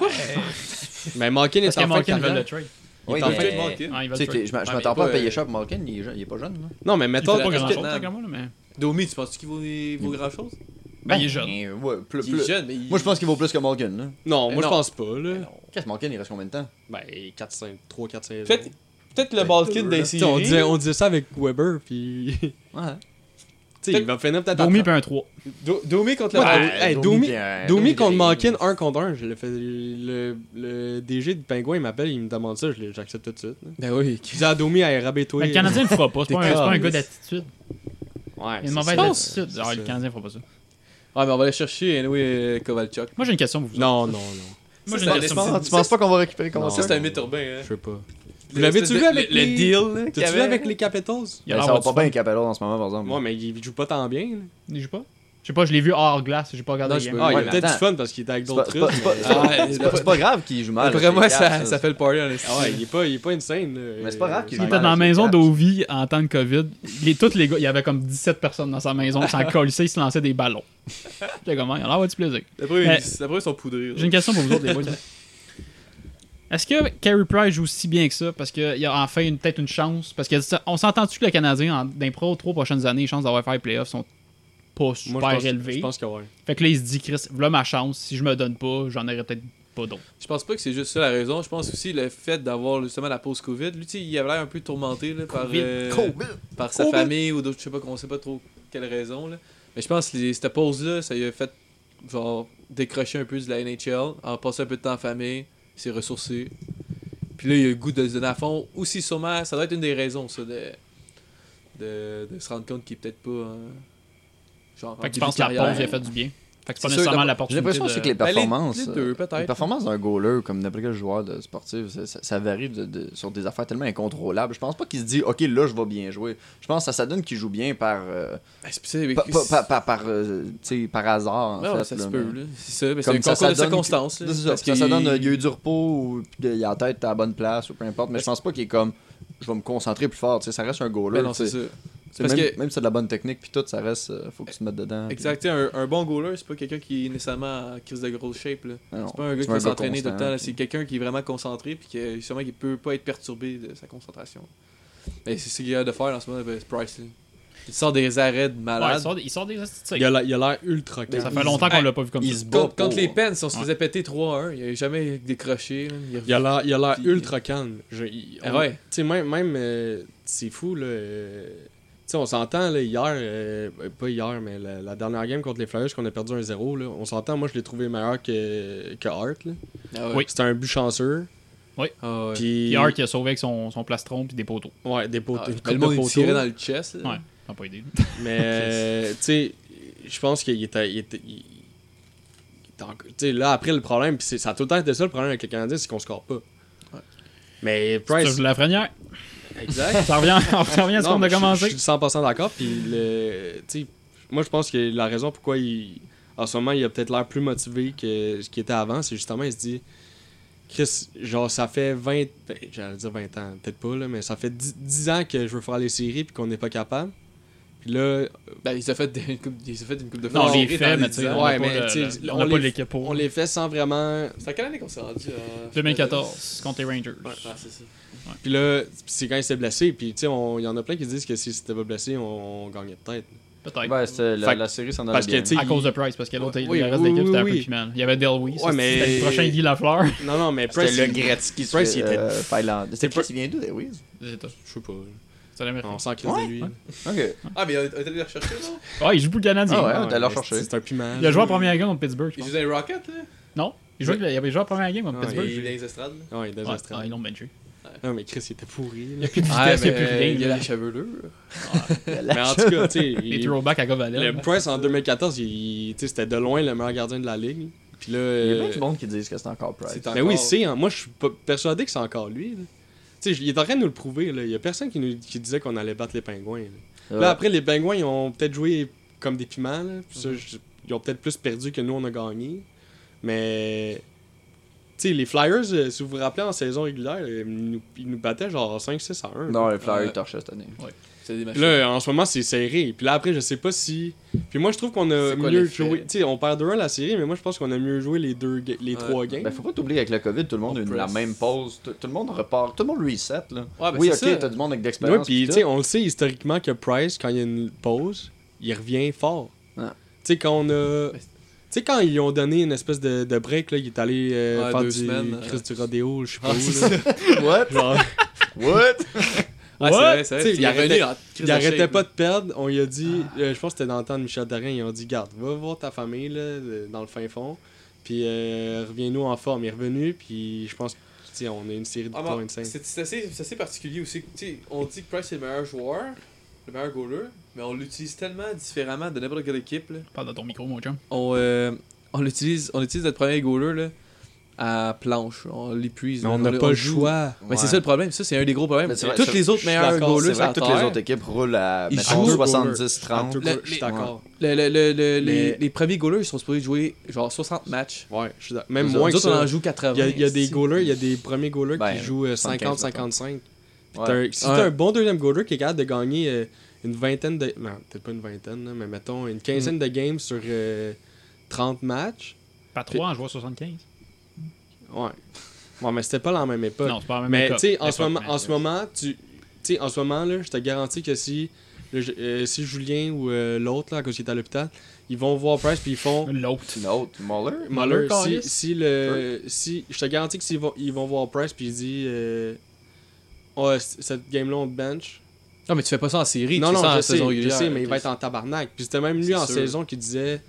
Mais Malkin est Parce que en fin de Malkin veut carrière. le trade. Il Oui, est en mais- fin de Malkin. Ouais, il va Tu sais, t'es- le trade. Je m'a- je Ouais, m'attends mais pas à pas, payer euh, cher pour Malkin, il est jeune- il est pas jeune. non? Non, mais Il mettons. fait euh, pas parce grand que- chose, non. comme moi, là, mais. Domi, tu penses qu'il vaut, il Mm. vaut grand chose Ben, il est jeune. Eh, ouais, plus- Il est plus- jeune, mais il- Moi, je pense qu'il vaut plus que Malkin. là. Non, Mais moi je non. pense pas. là. Qu'est-ce que Malkin, il reste combien de temps Ben, 4, 5, 3, 4, 5 Peut-être Ben, peut-être le Balkin des séries. on, disait, on disait ça avec Weber, puis. Ouais. Tu Tu sais, il va finir peut-être. à Domi 30. puis un 3. Do- Domi contre Ouais, la. euh, Hey, Domi Domi, puis un- Domi Domi contre puis- Malkin, un contre un. Je l'ai fait, le, le DG du Pingouin il m'appelle, il me demande ça, je l'ai- j'accepte tout de suite. Ben oui. Qui dit à Domi, hey, rabais-toi. Mais le Canadien le fera pas. C'est T'es pas, un- c'est pas un gars calme. d'attitude. Ouais, Il y a une c'est mauvaise ça. attitude. C'est Ah, ça. le Canadien fera pas ça. Ouais, mais on va aller chercher euh, Anyway Kovalchuk. Moi, j'ai une question pour vous. Non, non, non. Moi, j'ai Ça, une c'est- question. c'est- Tu penses pas qu'on va récupérer Non, comment ça, ça? c'est un mythe urbain. Hein. Je sais pas. Vous Le- l'avez-tu le- vu avec le- le les- deal, là, qu'il T'as-tu y vu avait? avec les Capitals Il a Ben, ça l'air va d'avoir pas du bien fun. les Capitals en ce moment, par exemple. Ouais, mais il joue pas tant bien. là. Il joue pas Je sais pas, je l'ai vu hors glace. J'ai pas regardé Non, le je game. peux- Ah, il Ouais, a mais peut-être du attends. fun parce qu'il était avec C'est d'autres pas- c'est pas- c'est pas- Ah, c'est pas- c'est pas grave qu'il joue mal, Après c'est moi, les Caps, ça, ça. ça fait le party. en esti. Ah ouais, il est pas, il est pas insane. Mais c'est pas grave qu'il Il joue était mal dans la avec les maison Caps. d'Ovi en temps de COVID. Les, tous les gars, il y avait comme 17 personnes dans sa maison. *laughs* Ils s'en colissaient, ils se lançaient des ballons. J'étais comme, il a l'air d'avoir du plaisir. D'après, Mais- ils- d'après, ils sont poudrés. J'ai une question pour vous autres, les boys. Est-ce que Carey Price joue si bien que ça parce qu'il a enfin une- peut-être une chance Parce que ça- on s'entend-tu que le Canadien, en, dans les pro- trois prochaines années, les chances d'avoir fait les playoffs sont pas super Moi, je pense- élevées. je pense que ouais. Fait que là, il se dit, Chris, voilà ma chance. Si je me donne pas, j'en aurais peut-être pas d'autres. Je pense pas que c'est juste ça la raison. Je pense aussi le fait d'avoir justement la pause COVID. Lui, tu sais, il avait l'air un peu tourmenté là, par, Covid. euh, Covid. par sa Covid. famille ou d'autres. Je sais pas, on sait pas trop quelle raison. Là. Mais je pense que les- cette pause-là, ça lui a fait genre décrocher un peu de la NHL, en passer un peu de temps en famille, il s'est ressourcé. Puis là, il a le goût de se donner à fond. Aussi, sûrement, ça doit être une des raisons, ça, de, de, de se rendre compte qu'il est peut-être pas. euh, genre, en Fait que tu début penses de que la carrière. pause, il a fait du bien. Fait que c'est C'est pas sûr, nécessairement comme- l'opportunité. j'ai l'impression de- aussi que les Ben, les- performances, les euh, deux, peut-être. les performances d'un goaler comme n'importe quel joueur de sportif, ça, ça- ça varie de- de- sur des affaires tellement incontrôlables. Je pense pas qu'il se dit OK, là, je vais bien jouer. Je pense que ça, ça donne qu'il joue bien par euh, c'est- pa- pa- pa- pa- par euh, tu sais, par hasard. en Ouais, ouais, fait, ça là, se mais- peut, là. C'est ça, mais c'est Comme un concours de donne- circonstances, là. C'est Parce ça, parce que ça qu'il- donne euh, il y a eu du repos ou puis de- il a la tête à la bonne place ou peu importe. Mais je pense pas qu'il est comme je vais me concentrer plus fort. tu sais, Ça reste un goaler. Ben non, tu sais. c'est ça. Tu sais, Parce Même que- même si c'est de la bonne technique, puis tout, ça reste. euh, Faut que tu te mettes dedans. puis- Exact, tu sais, un, un bon goaler, c'est pas quelqu'un qui est nécessairement en crise de grosse shape. là. Ah non, C'est pas un c'est gars qui pas un va gars s'entraîner tout le constant, temps. là. puis- C'est quelqu'un qui est vraiment concentré puis qui euh, sûrement qui peut pas être perturbé de sa concentration. Mais c'est ce qu'il a de faire en ce moment, ben, c'est Price. là. Il sort des arrêts de Ouais, il malade. sort des- il sort des statistiques. Il a la- il a l'air ultra calme. Ça fait longtemps qu'on l'a pas vu comme ça. Ben, Contre, contre les Pens, on se faisait péter 3-1. Il a jamais décroché. là. Il a l'air, il a l'air Puis- ultra calme. Je- il- Ah on- ouais. Tu sais, même, même euh, c'est fou, là. euh, tu sais, on s'entend, là, hier, euh, pas hier, mais la, la dernière game contre les Flyers, qu'on a perdu 1-0, là. On s'entend, moi, je l'ai trouvé meilleur que, que Hart, là. Ah ouais. Oui. C'était un but chanceux. Oui. Ah ouais. Puis, Puis Hart qui a sauvé avec son, son plastron puis des poteaux. Ouais, des poteaux. Ah, une mais coupe le monde, de il poteaux. tirait dans le chest, là. Ouais, ça n'a *laughs* pas aidé. Mais, euh, tu sais, je pense qu'il était. il était- il- il était encore- tu sais, là, après, le problème, puis c'est- ça a tout le temps été ça le problème avec les Canadiens, c'est qu'on score pas. *laughs* Mais Price. Sur la frenière. Exact. *laughs* Ça revient- on revient à ce Non, qu'on mais a je- commencé. Je suis 100% d'accord. Puis, le- tu sais, moi, je pense que la raison pourquoi il, en ce moment, il a peut-être l'air plus motivé que ce qu'il était avant, c'est justement, il se dit, Chris, genre, ça fait 20, ben, j'allais dire 20 ans, peut-être pas, là, mais ça fait 10, 10 ans que je veux faire les séries puis qu'on n'est pas capable. Puis là. Ben, il s'est fait des- une coupe, il s'est fait une coupe de Non, fois on en les série fait, dans mais les tu sais, dix ans. on a Ouais, pas mais le- tu le- sais, on a pas les- l'équipe pour. On les fait sans vraiment. C'est à quelle année qu'on s'est rendu euh, 2014 contre les Rangers. Ouais, ah, c'est ça. Puis là, c'est quand il s'est blessé. Puis, tu sais, on- il y en a plein qui disent que si c'était pas blessé, on, on gagnait peut-être. Peut-être. Ouais, c'était la- Fait- la série s'en allait parce que, bien. tu sais, À il- cause de Price, parce que l'autre, Oui, le reste oui, de l'équipe, c'était oui, un peu oui. piment. Il y avait Del Weiss, Ouais, mais- c'était le prochain Guy Lafleur. Non, non, mais Price. C'était le il- Gretzky sur- Price, il était. euh, Finlande. C'était pas- Price, il vient d'où, Davis? C'est toi. Je sais pas. C'est l'Américain. On s'en crisse Ouais. de lui. Ouais. Ok. Ah, mais on est on est allé les rechercher, non Ouais, il joue pour le Canadien. Ah ouais, on est allé mais le chercher. c'est- C'est un piment. Il a joué en première game contre Pittsburgh, je Il pense. joue dans les Rockets, hein? là Non, il, jouait, il avait joué en première game contre Ouais, Pittsburgh. Il est dans les estrades. là. Ouais, il est Ouais, désastreux. ah, ils *laughs* l'ont benché. Non, mais Chris, il était pourri. *laughs* Il n'y a plus de vitesse, il n'y a plus ben, rien. il y a là. la chevelure. Mais en tout cas, tu sais. Les il- throwbacks à Govalin. Le Price en 2014, il- tu sais, c'était de loin le meilleur gardien de la ligue. Puis là. Il y a euh, plein de monde qui disent que c'est encore Price. Mais oui, c'est. hein. Moi, je suis pas- persuadé que c'est encore lui. là. Tu sais, il est en train de nous le prouver. là. Il y a personne qui, nous, qui disait qu'on allait battre les pingouins. Là, Ouais. Là, après, les pingouins, ils ont peut-être joué comme des piments. là. Puis ça, je- ils ont peut-être plus perdu que nous, on a gagné. Mais. Tu sais, les Flyers, euh, si vous vous rappelez, en saison régulière, euh, ils nous, ils nous battaient genre 5-6 à 1. Non, les Flyers torchaient cette année. C'est des machines. Puis là, en ce moment, c'est serré. Puis là, après, je sais pas si. Puis moi, je trouve qu'on a C'est quoi mieux l'effet? joué. Tu sais, on perd 2-1 la série, mais moi, je pense qu'on a mieux joué les, deux, ga- les Ouais. Ah, trois games. Ben, faut pas t'oublier avec le COVID, tout le monde a eu la presse. même pause. Tout, tout le monde repart. Tout le monde reset, là. Ouais, ben, oui, c'est ça. ok, t'as du monde avec Ouais, d'expérience. puis pis tu sais, on le sait historiquement que Price, quand il y a une pause, il revient fort. Ah. Tu sais, quand on a. Tu sais, quand ils ont donné une espèce de, de break, là, il est allé euh, Ouais, faire deux du semaines, Ah, Chris du rodéo, je sais pas Ah, c'est où, là. *laughs* *laughs* What? Genre- What? Ouais, c'est vrai, ouais, c'est vrai. tu sais, Tu Il l'as revenu arrêtait, en crise il de arrêtait shape, pas de perdre. On lui a dit, euh, je pense que c'était dans le temps de Michel Darien, ils ont dit Garde, va voir ta famille là, de- dans le fin fond, puis euh, reviens-nous en forme. Il est revenu, puis je pense que, tu sais, on a une série de Ah, victoires mais insane. C'est c'est assez, c'est assez particulier aussi. Tu sais, on dit que Price est le meilleur joueur, le meilleur goaler, mais on l'utilise tellement différemment de n'importe quelle équipe. Là. Parle dans ton micro, mon chum. On, euh, on l'utilise on utilise notre premier goaler là, à planche. On l'épuise. Mais là. on n'a le- pas le joue. choix. Mais c'est Ouais. ça le problème. Ça, c'est un des gros problèmes. Mais c'est vrai, Toutes je- les je autres suis meilleures d'accord, goalers, c'est vrai à que toutes les terre, autres équipes roulent à, ils mettons, jouent- 70-30. Le- Je suis d'accord. le- le- le- le- les, Mais- les premiers goalers, ils sont supposés jouer genre 60 matchs. Ouais, je suis d'accord. Même Nous moins que autres, on ça. en joue 80. Il y a, il y a des si. goalers, il y a des premiers goalers Ben, qui jouent euh, 75, 50-55. Puis Ouais. t'as un- Si Ouais. t'as un bon deuxième goaler qui est capable de gagner euh, une vingtaine de. Non, peut-être pas une vingtaine, là, mais mettons une Mm. quinzaine de games sur euh, 30 matchs. Pas Puis- 3 en joueur 75. Ouais. Ouais, mais c'était pas la même époque. Non, c'est pas la même mais, époque. tu sais, en, ce Époque, moment- mais- en ce moment, tu tu sais, en ce moment, là, je te garantis que si, le- euh, si Julien ou euh, l'autre, là, à cause qu'il est à l'hôpital, ils vont voir Price puis ils font. L'autre. L'autre, Muller. Muller, Muller, si, Carlis. si le. Si, je te garantis que s'ils vont, ils vont voir Price puis ils disent. euh, oh, c- cette game-là, on te bench. Non, mais tu fais pas ça en série. Non, tu fais non, ça en je sais, saison je régulière. sais, mais il va Chris. être en tabarnak. Puis c'était même lui C'est en sûr. saison qui disait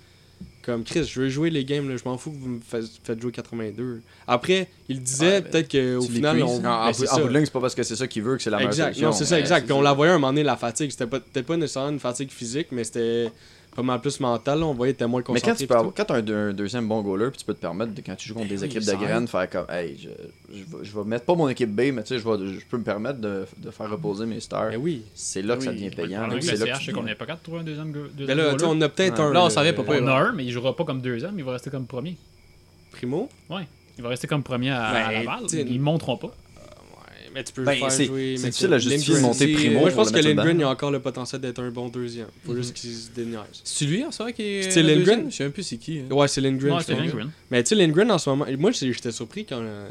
comme Chris, je veux jouer les games, là, je m'en fous que vous me fais- faites jouer 82. Après, il disait peut-être qu'au tu final, l'épuises. on. Non, en mais bout- c'est en ça. bout de ligne, c'est pas parce que c'est ça qu'il veut que c'est la meilleure Exact, solution. non, c'est ça, Mais exact. Puis on ça. la voyait à un moment donné, la fatigue. C'était pas- peut-être pas nécessairement une fatigue physique, mais c'était pas mal plus mental. là. On voyait que t'es moins Mais concentré. quand tu pis peux tout. avoir- quand t'as un, deux- un deuxième bon goaler, puis tu peux te permettre, de, quand tu joues contre des oui, équipes ça de aide. graines, faire comme, hey, je, je, vais- je vais mettre pas mon équipe B, mais tu sais, je, vais- je peux me permettre de, de faire reposer mes stars. oui. C'est là que ça Oui. devient Le payant. problème avec C'est le là que CH, tu c'est qu'on n'est pas capable de trouver un deuxième go- deuxième Ben là, tu sais, goaler. on a peut-être un. Là, on s'en vient euh, pas pire. On a un, mais il jouera pas comme deuxième, mais il va rester comme premier. Primo Ouais. Il va rester comme premier à, Ben, à Laval. t'sais, Euh, Ils ne monteront pas. Mais tu peux Ben, faire c'est- jouer. c'est mais difficile à justifier de Lindgren, monter si- primo Moi, je pour pense le que mettre Lindgren dedans. il a encore le potentiel d'être un bon deuxième. Faut juste qu'il se déniaise. C'est lui en ce moment qui est. C'est euh, Lindgren? deuxième? Je sais même plus c'est qui. hein. Ouais, c'est Lindgren. Ouais, je c'est pense. Lindgren. Mais tu sais, Lindgren en ce moment, moi c'est- j'étais surpris quand euh,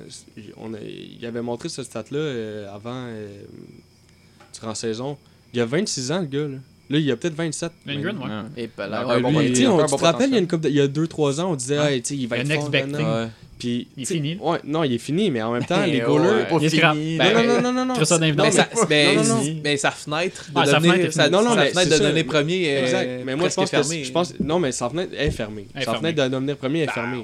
on a- il avait montré ce stat-là euh, avant, euh, durant la saison. Il a 26 ans, le gars. Là, Là, il a peut-être 27. Lindgren, mais- ouais. Et ben, pas Ah, là, lui, tu sais, on- tu te rappelles, il y a une couple de- il y a 2-3 ans, on disait, Ouais. hey, tu sais, il va Le être next fort, big nanana. thing. Ouais. Puis, Il tu est sais, fini. Ouais, non, il est fini, mais en même temps, les Eh goalers. ouais. Il est scrap. Non, Ben, non, non, non, non, non. Chris, ça Non, mais, sa, mais, non, non, non. mais sa fenêtre de Ah, sa donner, fenêtre est sa- finie. non, non, Sa mais fenêtre fenêtre c'est de ça. donner premier est Exact. Mais moi, je pense que fermée. je pense non, mais sa fenêtre est fermée. Elle est sa fermée. fenêtre de devenir premier Bah, est fermée.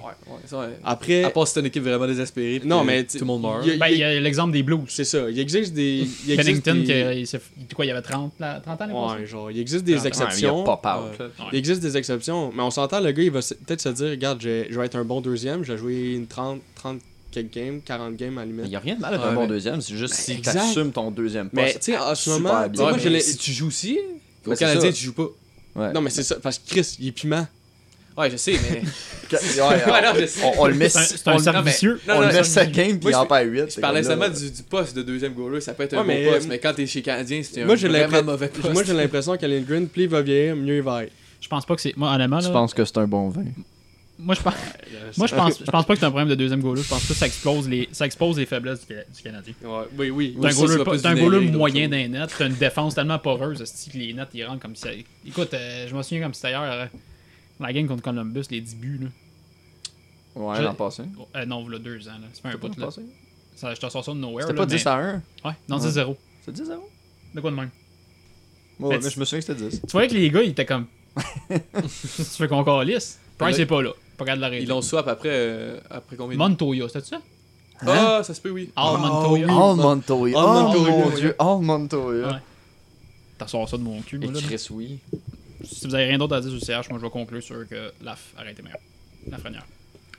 Après, À part si c'est une équipe vraiment désespérée. puis non, que mais tout le monde meurt. Ben, il y a l'exemple des Blues. C'est ça. Il existe des. il existe Pennington, des- qui a- il s'est- il- quoi, il avait 30, là, 30 ans, les Ouais, genre, il existe des Ah, exceptions. ouais, il y a pas out, Ouais. là. Il existe des exceptions. Mais on s'entend, le gars, il va se- peut-être se dire Regarde, je, je vais être un bon deuxième, je vais jouer une 30, 30 quelques games, 40 games à la limite. Il n'y a rien de mal à être un Ouais, bon mais- deuxième, c'est juste si exact. t'assumes ton deuxième poste. Mais tu sais, en ce super moment, bien. tu sais, moi, Ouais, je mais l'ai- Si tu joues aussi, Mais au c'est Canadien, ça. tu joues pas. Ouais. Non, mais c'est ça. Parce que Chris, il est piment. Ouais, je sais, *laughs* mais. Ouais, non, je sais. on- on le met- C'est un- c'est un on le- cercle non, mais- vicieux. on le met 7 games, Moi, puis il je- en perd 8. Je parlais seulement du, du poste de deuxième goaler, ça peut être un Ouais, mais- euh, bon poste, mais quand t'es chez Canadien, c'est un Moi, j'ai vraiment l'impre- mauvais poste. moi, j'ai l'impression qu'à Lindgren, plus il va vieillir, mieux il va être. Je pense pas que c'est. Moi, honnêtement, là, que c'est un bon vin. moi, je pense, moi, je pense, je pense pas que c'est un problème de deuxième goaler. Je pense que ça explose les, ça expose les faiblesses du, Ca- du Canadien. Ouais, oui, oui. T'as un ça, goaler, c'est pas- pas t'as un du goaler mêlée, d'autres moyen choses. d'un net, t'as une défense tellement poreuse, c'est que les nets ils rentrent comme si. Écoute, euh, je me souviens comme si c'était hier, euh, la game contre Columbus, les 10 buts. Là. Ouais, Je- l'an passé. Oh, euh, non, voilà deux ans. là. C'est pas un C'était pas bout. l'an là. passé? Ça, je te sors ça de nowhere. C'était là, pas 10 mais- à 1. Ouais, non, Ouais. c'est 0. C'est 10 à 1. De quoi de même Ouais, Mais mais tu- je me souviens que c'était 10. Tu voyais que les gars, ils *laughs* étaient comme. tu fais qu'on calisse. Price Ouais. est pas là. Pas capable de l'arrêter. Ils l'ont swap après, euh, après combien de Montoya, c'était ça Ah, ça se peut, oui. Al Montoya. Ah, All Montoya. All Oh Montoya. mon dieu, All hein. Ouais. Montoya. T'as sors ça de mon cul, Et moi, là. Chris, oui. Si vous avez rien d'autre à dire sur le CH, moi je vais conclure sur que Laf arrêtez meilleur. Lafrenière.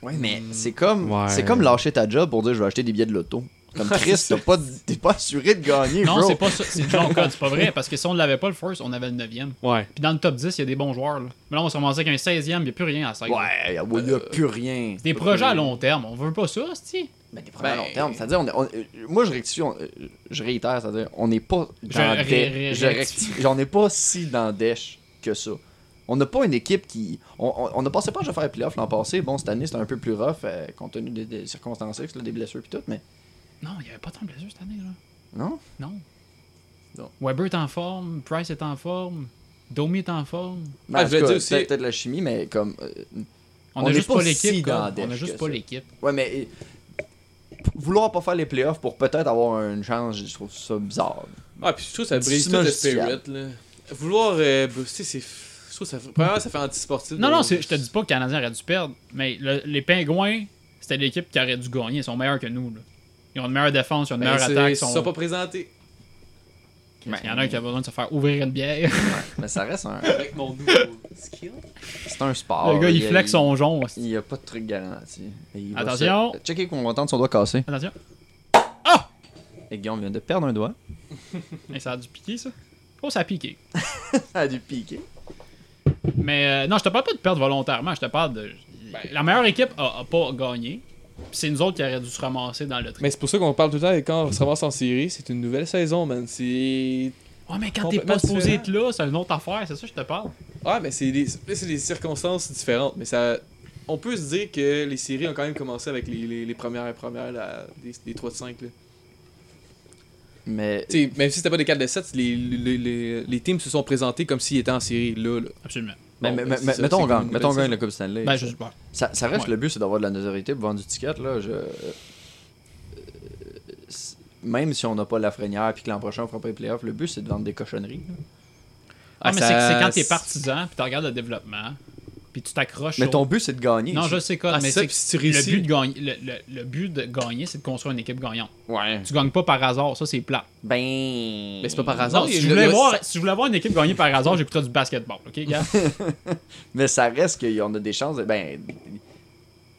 Ouais, mais c'est comme, Ouais. c'est comme lâcher ta job pour dire je vais acheter des billets de loto. *laughs* Comme Chris, t'as pas, t'es pas assuré de gagner, Non, bro. c'est pas ça. C'est John Code, c'est pas vrai. Parce que si on l'avait pas le first, on avait le 9e. Ouais. Puis dans le top 10, il y a des bons joueurs. Là. Mais là, on se ramassait avec un 16e, il n'y a plus rien à 16. Ouais, y a, ouais, y a plus rien. Euh, Des projets à long terme. On veut pas ça, cest Mais des problèmes à Ben- long terme. C'est-à-dire, on, est- on- euh, moi, je rectifie, on- euh, je réitère, c'est-à-dire, on n'est pas Je dans ré- dé- ré- je rectifie. rectifie. J'en ai pas si dans dèche que ça. On n'a pas une équipe qui. On, on, on ne pensait pas à faire les playoffs l'an passé. Bon, cette année, c'était un peu plus rough, euh, compte tenu des, des circonstances, X, là, des blessures et tout, mais. Non, il n'y avait pas tant de blessures cette année. là. Non? Non. Non. Weber est en forme, Price est en forme, Domi est en forme. Mais Ah, je en tout vais cas, dire aussi- peut-être peut-être la chimie, mais comme. euh, On Ben, est n'a juste pas, si l'équipe. dans quoi. la on n'a dèche juste que pas ça. l'équipe. Ouais, mais euh, p- vouloir pas faire les playoffs pour peut-être avoir une chance, je trouve ça bizarre. Ah, puis je trouve que ça brise tout le spirit. Là. Vouloir. Euh, bah, tu sais, c'est. Je trouve que ça, fait- premièrement, ça fait anti-sportif. Non, de- non, c'est- je te dis pas que le Canadien aurait dû perdre, mais le- les Pingouins, c'était l'équipe qui aurait dû gagner. Ils sont meilleurs que nous. là. Ils ont une meilleure défense, ils ont une Ben, meilleure c'est- attaque. Ils se sont pas présentés. Il y en a un qui a besoin de se faire ouvrir une bière. mais *laughs* ça reste un. Avec mon nouveau skill. C'est un sport. Le gars, il flex son jonc. Il n'y a pas de truc garanti. Et il va Attention. se- Checker qu'on va entendre son doigt cassé. Attention. Et Guillaume vient de perdre un doigt. Et ça a dû piquer, ça. Oh, ça a piqué. ça a dû piquer. Mais euh, non, je te parle pas de perdre volontairement. Je te parle de. Ben. La meilleure équipe a, a pas gagné. Puis c'est nous autres qui aurions dû se ramasser dans le truc. Mais c'est pour ça qu'on parle tout le temps et quand on se ramasse en série, c'est une nouvelle saison, man. C'est. Ouais, mais quand t'es pas supposé être là, c'est une autre affaire. C'est ça que je te parle. Ouais, mais c'est des, là, c'est des circonstances différentes. Mais ça. On peut se dire que les séries ont quand même commencé avec les, les, les premières et premières, là, les, les 3 de 5. Là. Mais. Tu sais, même si c'était pas des 4 de 7, les, les, les, les teams se sont présentés comme s'ils étaient en série là. là. Absolument. Mais, mais- mais- mettons, on gagne, mettons, on gagne la Coupe Stanley. Ben, Ça, ça reste Ouais. le but, c'est d'avoir de la notoriété pour vendre du ticket. Là, je... euh, c'est- Même si on n'a pas la freinière puis que l'an prochain on fera pas les playoffs, le but c'est de vendre des cochonneries. là. Ah, mais ça- c'est- c'est quand t'es partisan, puis tu regardes le développement, puis tu t'accroches. Mais sur- ton but, c'est de gagner, Non, c'est- je sais quoi, Ah, mais ça, c'est puis si tu que le réussis- but de gagner, le, le- le but de gagner, c'est de construire une équipe gagnante. Ouais. Ben. Tu gagnes pas par hasard, ça c'est plat. Ben. Mais c'est pas par hasard, si, il- je voulais le- voir, si je voulais voir une équipe gagner par hasard, j'écouterais du basketball, ok, gars? Mais ça reste qu'on a des chances. De, ben, tu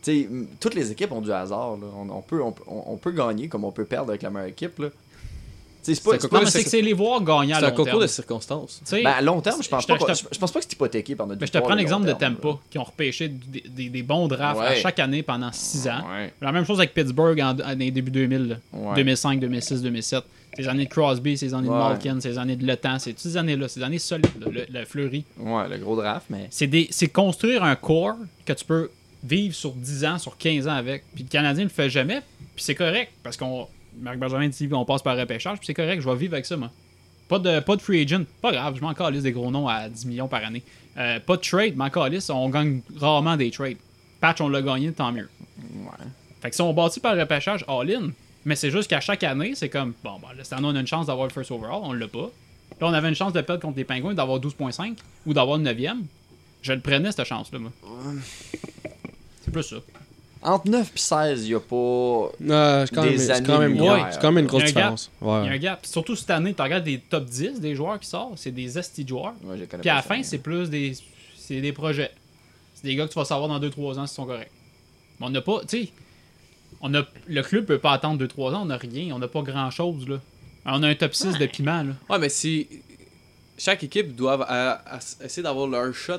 sais, m- toutes les équipes ont du hasard. là. On, on peut, on, peut- on- on peut gagner comme on peut perdre avec la meilleure équipe. Là. Tu sais, C'est pas, Non, mais c'est que c'est les voir gagner à c'est un long concours terme. de circonstances. Tu sais, Ben, à long terme, je pense, te- pas, qu'on- te- je, je pense pas que c'est hypothéqué par notre Mais je te victoire prends à long l'exemple de terme, là. Tampa, qui ont repêché des, des- des bons drafts à Ouais. chaque année pendant 6 ans. La même chose avec Pittsburgh en, en les début 2000, là. Ouais. 2005, 2006, 2007. Ces années de Crosby, ces années Ouais. de Malkin, ces années de Letan, c'est toutes ces années-là, ces années solides, là, le, le Fleury. Ouais, le gros draft, mais. C'est des- c'est construire un corps que tu peux vivre sur 10 ans, sur 15 ans avec. Puis le Canadien ne le fait jamais, puis c'est correct, parce qu'on. Marc Benjamin dit on passe par repêchage, puis c'est correct, je vais vivre avec ça, moi. Pas de, pas de free agent, pas grave, je m'en calisse des gros noms à 10 millions par année. Euh, pas de trade, m'en calisse, on gagne rarement des trades. Patch, on l'a gagné, tant mieux. Ouais. Fait que si on bâtit par repêchage all-in, mais c'est juste qu'à chaque année, c'est comme, bon, ben, là, cette année, on a une chance d'avoir le first overall, on l'a pas. Là, on avait une chance de perdre contre les Pingouins, d'avoir 12.5 ou d'avoir le 9e. Je le prenais, cette chance-là, moi. C'est plus ça. Entre 9 et 16, il n'y a pas. Non, c'est quand des même- c'est années quand même- lumière. ouais, c'est quand même une grosse Il y a un gap. différence. Ouais. Il y a un gap. Puis surtout cette année, tu regardes des top 10 des joueurs qui sortent, c'est des esti joueurs. Ouais, je les connais Puis à pas, la ça, fin, mais- c'est plus des c'est des projets. C'est des gars que tu vas savoir dans 2-3 ans s'ils sont corrects. Mais on n'a pas, tu sais, on a le club peut pas attendre 2-3 ans, on n'a rien, on n'a pas grand-chose là. On a un top 6 de piment là. Ouais, mais si. Chaque équipe doit à- à- essayer d'avoir leur shot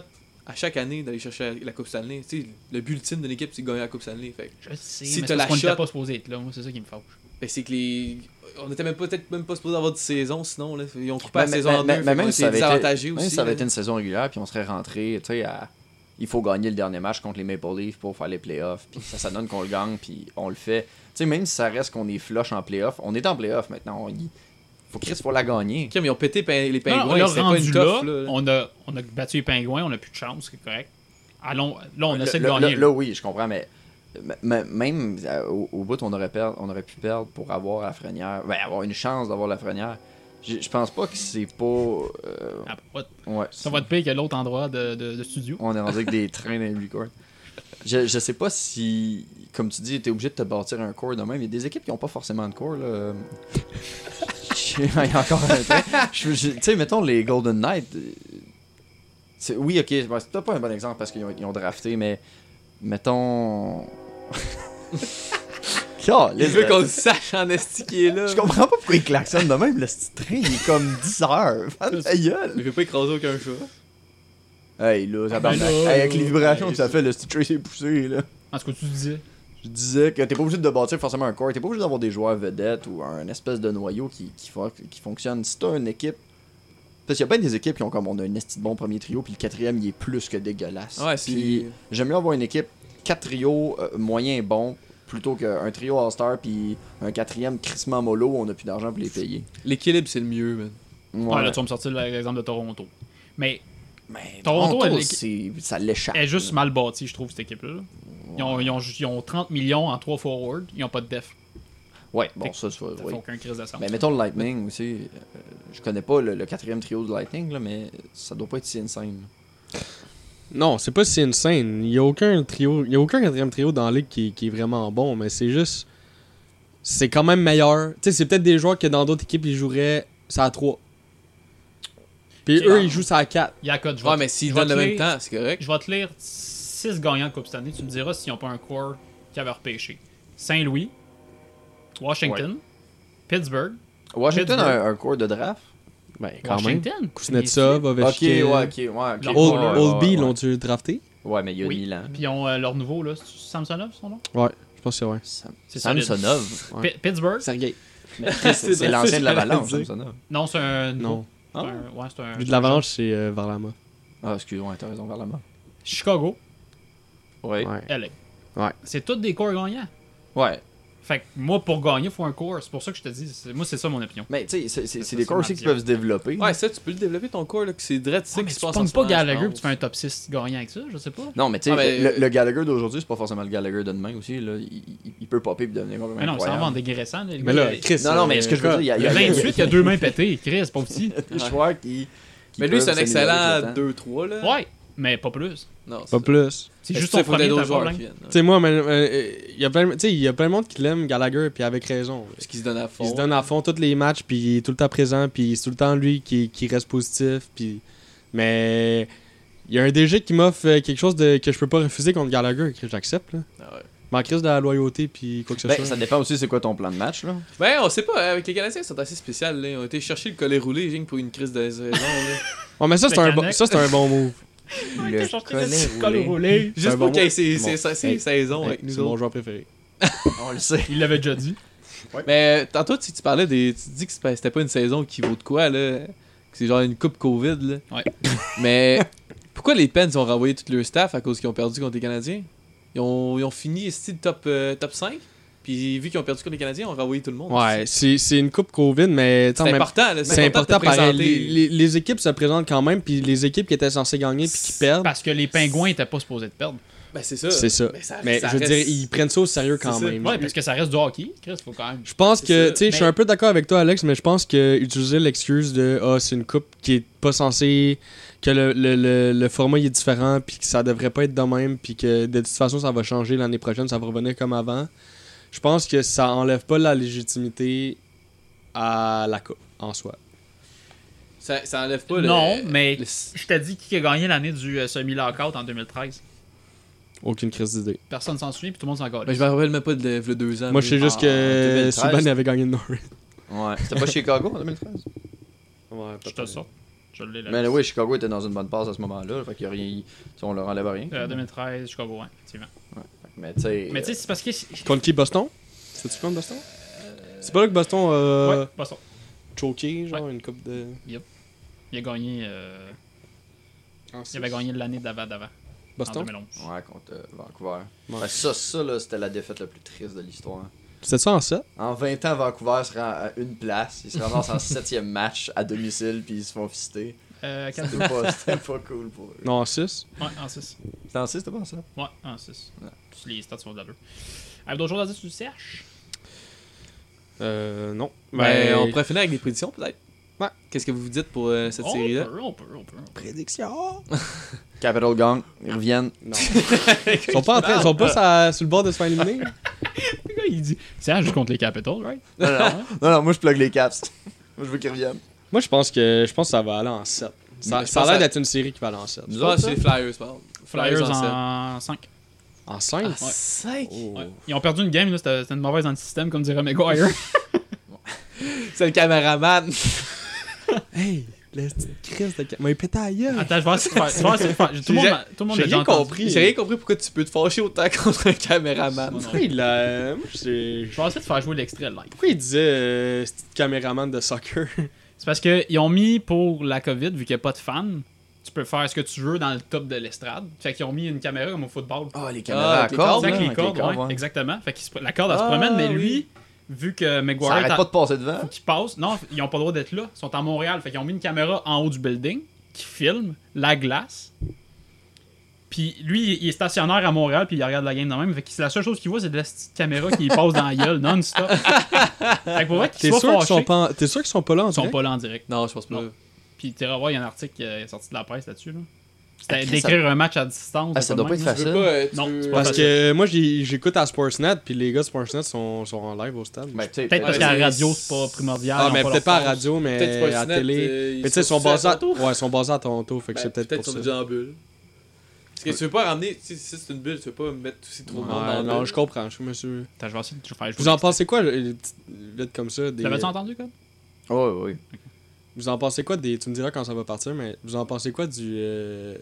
à chaque année d'aller chercher la Coupe Stanley. Tu sais, le but ultime de l'équipe, c'est de gagner la Coupe Stanley. Fait. que Je sais, si mais t'as c'est la parce qu'on shot, n'était pas supposé être là, moi c'est ça qui me fâche. ben, c'est que les. On était même pas- peut-être même pas supposé avoir de saison sinon. Là. Ils ont coupé Mais- la mais- saison en mais- deux. mais fait qu'on même était si ça avait désavantagés été- même aussi, si ça avait là. été une saison régulière, puis on serait rentré, tu sais, à- il faut gagner le dernier match contre les Maple Leafs pour faire les playoffs, puis ça, ça donne qu'on le gagne, puis on le fait. Tu sais, même si ça reste qu'on est flush en playoffs, on est en playoffs maintenant. On y- faut Chris, faut la gagner. Kim, ils ont pété pin- les Non, pingouins. on l'a c'était pas rendu une là, tough, là. on a on a battu les pingouins, on n'a plus de chance, c'est correct. Allons, là on Le- essaie de le- gagner. le- Là, oui, je comprends, mais m- m- même euh, au, au bout, on aurait, per- on aurait pu perdre pour avoir la frenière. Ben, avoir une chance d'avoir la frenière. Je je pense pas que c'est pas. euh, ouais. Ah, Ça va te payer que l'autre endroit de, de- de studio. On est rendu avec *laughs* des trains dans les records. Je, je sais pas si, comme tu dis, t'es obligé de te bâtir un corps de même. Il y a des équipes qui ont pas forcément de corps. *laughs* Là. *laughs* Je- Il y a encore un train. Je- je- Tu sais, mettons les Golden Knights. euh, c'est- Oui, ok, bon, c'est peut-être pas un bon exemple parce qu'ils ont, ils ont drafté, mais *laughs* mettons. Il veut qu'on le sache en esti qui est là. Je comprends pas pourquoi ils klaxonnent de même. Le petit train, il est comme 10 heures. Ferme ta gueule. Il veut pas écraser aucun chat. Hey, là, ça Ben là, Avec les là, vibrations hey, que ça fait, le petit train s'est poussé, là. En ce que tu disais. Je disais que t'es pas obligé de bâtir forcément un corps, t'es pas obligé d'avoir des joueurs vedettes ou un espèce de noyau qui, qui, fon- qui fonctionne. Si t'as une équipe. Parce qu'il y a bien des équipes qui ont comme on a un esti de bon premier trio, puis le quatrième il est plus que dégueulasse. Ouais, c'est- Puis j'aime mieux avoir une équipe quatre trios euh, moyens moyen bon plutôt qu'un trio All-Star puis un quatrième crissement mollo où on a plus d'argent pour les payer. L'équilibre, c'est le mieux, man. Ouais. Ouais, Ah, là, tu vas me sortir l'exemple de Toronto. Mais, Toronto, Toronto, elle, c'est- ça l'échappe. elle est juste mal bâtie, je trouve, cette équipe-là. Ils ont, ils ont ju- ils ont 30 millions en 3 forwards, ils n'ont pas de def. Ouais, bon, ça, ça, fait oui. aucun crise de sens. Mais Ben, mettons le Lightning aussi. euh, je connais pas le, le quatrième trio de Lightning, là, mais ça doit pas être si insane. Non, c'est pas si insane. Il y a aucun trio, il y a aucun quatrième trio dans la ligue qui, qui est vraiment bon, mais c'est juste, c'est quand même meilleur. Tu sais, c'est peut-être des joueurs que dans d'autres équipes ils joueraient ça à 3. Puis Ok. eux ils jouent ça à 4. Yakut, je Ouais, vais te- mais s'ils je vais donnent te le même lire- temps, c'est correct. Je vais te lire 6 gagnants de Coupe cette année. Tu me diras s'ils n'ont pas un core qui avait repêché. Saint-Louis, Washington, Pittsburgh. Washington a Pittsburgh. un, un corps de draft. Ben, Washington. Kuznetsov, Ovechkin. Ok, ouais, ok, ouais, ok. Old, Ouais, ouais, Old ouais, B, ouais. l'ont-tu drafté? Ouais, mais il y a Oui. Milan. Puis ils ont euh, leur nouveau, là. c'est-tu Samsonov, son nom Ouais, je pense que c'est ouais. C'est solide. Samsonov. Pi- Pittsburgh. Sergei. *laughs* Mais Chris, c'est- c'est l'ancien de l'Avalanche, Samsonov. Non, c'est un. Non. C'est un- ouais, c'est un- Lui de l'avalanche, c'est euh, Varlamov. Ah, excuse-moi, t'as raison, vers la main. Chicago, Ouais. LA. Ouais. C'est tous des corps gagnants. Ouais. Fait que moi, pour gagner, faut un corps. C'est pour ça que je te dis, c'est- moi, c'est ça mon opinion. Mais Ben, tu sais, c'est- c'est ça, c'est des corps ma aussi qui vision. peuvent se développer. Ouais, ça, tu peux le développer ton corps, là, que c'est direct, tu sais, Ouais, qui mais se tu passe en pognes ce pas moment, je Gallagher pense. puis tu fais un top 6 gagnant avec ça, je sais pas. Non, mais tu sais, Ah, mais- le, le Gallagher d'aujourd'hui, c'est pas forcément le Gallagher de demain aussi. Là. Il, il- il peut popper et devenir complètement Mais non, ça incroyable. va en dégraissant. le Mais gars. là, Chris, Non, non, mais ce que je veux euh, dire, il y a- il y a- Le *laughs* 28, il y a deux mains pétées. Chris, pas petit. *laughs* Le joueur qui- qui Mais lui, peut c'est un s'améliorer avec le excellent temps. 2-3, là. Ouais, mais pas plus. Non, Pas plus. C'est Est-ce juste que ça, son faut des premier autres t'as un joueurs problème. qui viennent, ouais. Tu sais, moi, mais, euh, il y a plein tu sais, il y a plein de monde qui l'aime, Gallagher, puis avec raison. Parce qu'il se donne à fond. Il se donne à fond tous les matchs, puis il est tout le temps présent, puis c'est tout le temps lui qui, qui reste positif. Puis... Mais il y a un DG qui m'offre euh, quelque chose de, que je peux pas refuser contre Gallagher, que j'accepte. là. Ah Ma crise de la loyauté, puis quoi que ce Ben, soit. ça dépend aussi c'est quoi ton plan de match. Là. Ben, on sait pas, hein, avec les Canadiens, ils sont assez spéciaux, là. Ils ont été chercher le collet roulé, Jing, pour une crise de raison, là. Ouais, mais ça, c'est Le un, bon- Canuck. ça, c'est un *laughs* bon move. Le collet roulé. C'est un Juste pour bon qu'il y ait move. ses- Bon. ses- ses- Hey, ses saisons hey, avec nous C'est mon autres. joueur préféré. On le sait. Il l'avait déjà dit. Mais euh, tantôt, tu, tu parlais des. Tu dis que c'est pas- c'était pas une saison qui vaut de quoi, là. Que c'est genre une coupe COVID, là. Ouais. *laughs* Mais pourquoi les Pens ont renvoyé tout leur staff à cause qu'ils ont perdu contre les Canadiens Ils ont, ils ont fini ici top, euh, top 5. Puis vu qu'ils ont perdu contre les Canadiens, ils ont renvoyé tout le monde. Ouais, c'est c'est une coupe COVID, mais t'sais, C'est en même- important, là, c'est C'est important de important, pareil. présenter. Les, les- les équipes se présentent quand même, puis les équipes qui étaient censées gagner puis qui perdent. Parce que les pingouins étaient pas supposés de perdre. Ben, c'est ça. C'est ça. Mais ça- Mais ça je veux reste- dire, ils prennent ça au sérieux quand C'est ça. même. Ouais, parce que ça reste du hockey. Chris, faut quand même. Je pense que, C'est ça. tu sais, je suis Mais- un peu d'accord avec toi, Alex, mais je pense que utiliser l'excuse de Ah, c'est une coupe qui est pas censée. que le, le- le- le format il est différent, puis que ça devrait pas être de même, puis que de toute façon, ça va changer l'année prochaine, ça va revenir comme avant. Je pense que ça enlève pas la légitimité à la coupe en soi. Ça, ça enlève pas le. Non, mais je t'ai dit qui a gagné l'année du euh, semi-lockout en 2013. Aucune crise d'idée. Personne s'en souvient, puis tout le monde s'en Mais calisse. je Ben, me rappelle même pas de le deux ans. Moi, je sais juste que 2013. Subban avait gagné le Norris. Ouais. C'était pas Chicago en *laughs* 2013 Ouais, Je te le sors. Je l'ai là. Ben, Mais Ben oui, Chicago était dans une bonne passe à ce moment-là. Fait qu'il y a rien. tu sais, On leur enlève rien. Euh, 2013, Chicago, ouais, effectivement. Mais tu sais. Mais tu sais, c'est parce que. Contre qui Boston C'est-tu contre Boston C'est pas là que Boston a Ouais, Boston. choqué, genre, une coupe de. Yep. Il a gagné. euh, Il avait gagné l'année d'avant d'avant. Boston? En 2011. Ouais, contre euh, Vancouver. Fait que ça, ça, là, c'était la défaite la plus triste de l'histoire. C'était ça en ça En 20 ans, Vancouver se rend à une place. Ils se ramassent en *laughs* septième match à domicile, puis ils se font fister. Euh, quatre- C'était pas, c'était pas cool pour eux. Non, en 6 Ouais, en 6. C'était en 6, c'était pas en ça? Ouais, en 6. Les stats sont de la bleue. Avez d'autres choses à dire sur le Serge Euh, non. Mais Ben, on pourrait finir avec des prédictions, peut-être. Ouais. Qu'est-ce que vous dites pour euh, cette On série-là peut, on peut, on peut. Prédiction Capital Gang, ils reviennent. Non. Ils sont pas, en train, ils sont pas sa- sur le bord de se *laughs* faire éliminer Le gars, il dit Serge contre les Capitals, right Non, non, non, non, moi je plug les caps. Moi je veux qu'ils reviennent. Moi, je pense que je pense que ça va aller en 7. Ça, Mais je ça a pense l'air à- d'être une série qui va aller en 7. Je pense que c'est les Flyers, pardon. Flyers sept. en 5. En Oh. 5 Ouais. 5 Ils ont perdu une game, là, c'était c'était une mauvaise anti-système, comme dirait Maguire. C'est le caméraman. Hey la petite crise de. Mais pété ailleurs Attends, je vais essayer de faire- je vais essayer de faire. Tout le monde J'ai- m'a- tout le monde j'ai l'a déjà rien entendu. compris. J'ai rien compris pourquoi tu peux te *laughs* fâcher autant contre un caméraman. Pourquoi il a. euh, Moi, je sais- Je vais essayer de faire jouer l'extrait live. Pourquoi il disait euh, c'est le caméraman de soccer *laughs* C'est parce qu'ils ont mis pour la COVID, vu qu'il n'y a pas de fans, tu peux faire ce que tu veux dans le top de l'estrade. Fait qu'ils ont mis une caméra comme au football. Ah, les caméras Ah, à avec les cordes, cordes, là, Avec les avec les cordes, cordes, ouais, ouais. exactement. Fait que la corde, elle Ah, se promène, mais oui. lui, vu que Ça McGuire arrête pas de passer devant. qui passe, non, ils n'ont pas le droit d'être là. Ils sont à Montréal. Fait qu'ils ont mis une caméra en haut du building qui filme la glace. Puis lui, il est stationnaire à Montréal, puis il regarde la game de même. Fait que c'est la seule chose qu'il voit, c'est de la petite caméra qui passe dans la gueule non-stop. fait que pour vrai T'es qu'il sûr soit qu'ils fâché, sont pas en- t'es sûr qu'ils sont pas là en ils sont direct? pas là en direct. Non, je pense pas. Non. Puis tu voir, il y a un article qui est sorti de la presse là-dessus. Là. Ah, C'était Chris, d'écrire ça- un match à distance. Ah, de ça quoi doit de pas même, être là. facile. Non, c'est pas Parce facile. que moi, j'ai- j'écoute à Sportsnet, puis les gars de Sportsnet sont, sont en live au stade. Ben, Peut-être euh, parce qu'à la radio, c'est pas primordial. Ah, ils ont mais pas peut-être leur pas à la force. radio, mais Peut-être à la Sportsnet, euh, télé. ils Mais tu sais, ils sont sont basés à à Toronto. Ouais, ils sont basés à Toronto, fait que Ben, c'est peut-être peut-être pour sont ça. déjà en bulle. Parce que tu veux pas ramener. tu sais, Si c'est une bulle, tu veux pas mettre aussi trop de monde Ouais, dans la non, bulle. je comprends, je me suis. Attends, je vais essayer de faire jouer Vous en l'extrait. pensez quoi, les petites lettres comme ça des... L'avais-tu entendu, Code? Ouais, oui. Vous en pensez quoi des. Tu me diras quand ça va partir, mais vous en pensez quoi du. euh,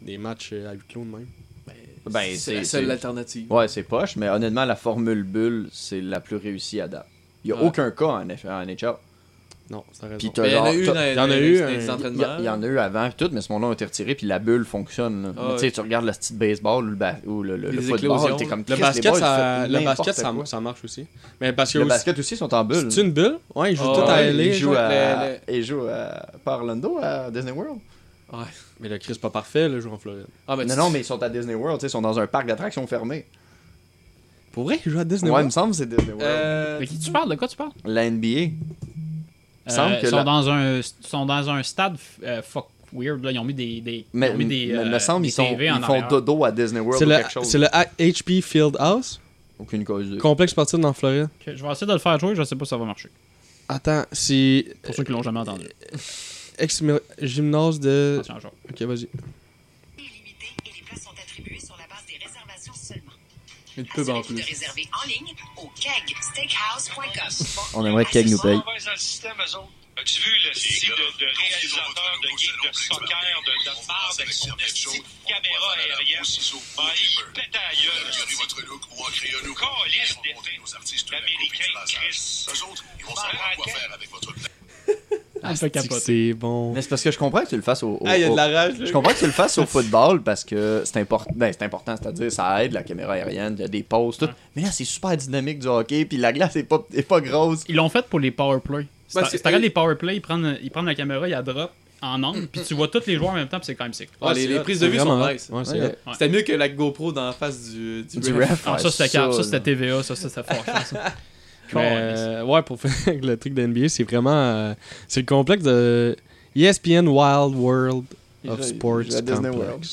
des matchs euh, à huis clos de même Ben, C'est c'est la seule alternative. Ouais, c'est poche, mais honnêtement, la formule bulle, c'est la plus réussie à date. Il n'y a Ah. aucun cas en, F- en NHL. Non, ça reste. Puis t'as Mais il y en a genre- eu t'as- dans- il dans les- dans les un- entraînements. il y- Il y en a eu avant, puis tout, mais ce moment-là a été retiré, puis la bulle fonctionne. là. Ah Mais tu ouais. sais, tu regardes le style baseball ou le, ba- ou le, le- le Les football, éclosions, t'es comme le Christ, les basket, boys, ça, vous faites le basket n'importe ça, quoi. ça marche aussi. Mais parce que Le aussi- basket aussi, ils sont en bulle. C'est une bulle Ouais, ils jouent Ah tout à ouais, LA. Ils jouent genre, à, le- le- ils jouent à- pas à Orlando, à Disney World. Ouais, mais le Chris pas parfait, le joue en Floride. Ah, non, non, mais ils sont à Disney World, tu sais, ils sont dans un parc d'attractions fermé. Pour vrai, ils jouent à Disney Ouais, World? il me semble que c'est Disney World. Euh, De qui tu parles? De quoi tu parles? La NBA. Il me semble hmm. Euh, que ils sont, la- dans un, sont dans un stade euh, fuck weird. Là. Ils ont mis des. des Mais, ils ont mis des, mais euh, me semble des ils, sont, TV en ils font arrière. dodo à Disney World C'est ou le, quelque chose. c'est le A- HP Field House. Aucune cause de. Complexe sportif dans Floride. Ok, je vais essayer de le faire jouer, je sais pas si ça va marcher. Attends, c'est. Pour ceux qui l'ont jamais entendu. Ex-gymnase de. Ok, vas-y. Une pub en plus. Réservé en ligne au kegsteakhouse.com. On aimerait que Keg nous Ah, paye. As-tu vu le style de, de réalisateur de geek de soccer, de, de barre, de son esti de caméra aérienne? Ben, il pète à la gueule. votre look ou nous. Calice d'effet. L'Américain, Chris. Eux autres, ils vont savoir quoi faire avec votre Ah, c'est bon. Mais c'est parce que je comprends que tu le fasses au. au- Ah, il y a de la au- rage, là. Je comprends que tu le fasses au football parce que c'est important. Ben, c'est important, c'est-à-dire ça aide la caméra aérienne, il y a des pauses, tout. Mais là, c'est super dynamique du hockey, puis la glace est pas, est pas grosse. Ils l'ont fait pour les powerplay. Si Ben, t'a- c'est- si tu euh, regardes les powerplay, ils prennent, ils prennent la caméra, ils la drop en angle, puis tu vois tous les joueurs en même temps, puis c'est quand même sick. Mm. Ouais, Ah, les, les prises de vue sont nice. Ouais, c'est hot. Ouais. C'était mieux que la GoPro dans la face du, du, Du ref, Ah, ouais, ça, c'était ça, cave. Ça, là. c'était TVA. Ça, ça, c'était *laughs* fort. ça. Mais, euh, ouais, pour *laughs* faire avec le truc de NBA, c'est vraiment. euh, c'est le complexe de E ESPN Wild World Ils of jouent- ils Sports. jouent à Disney Complex. World.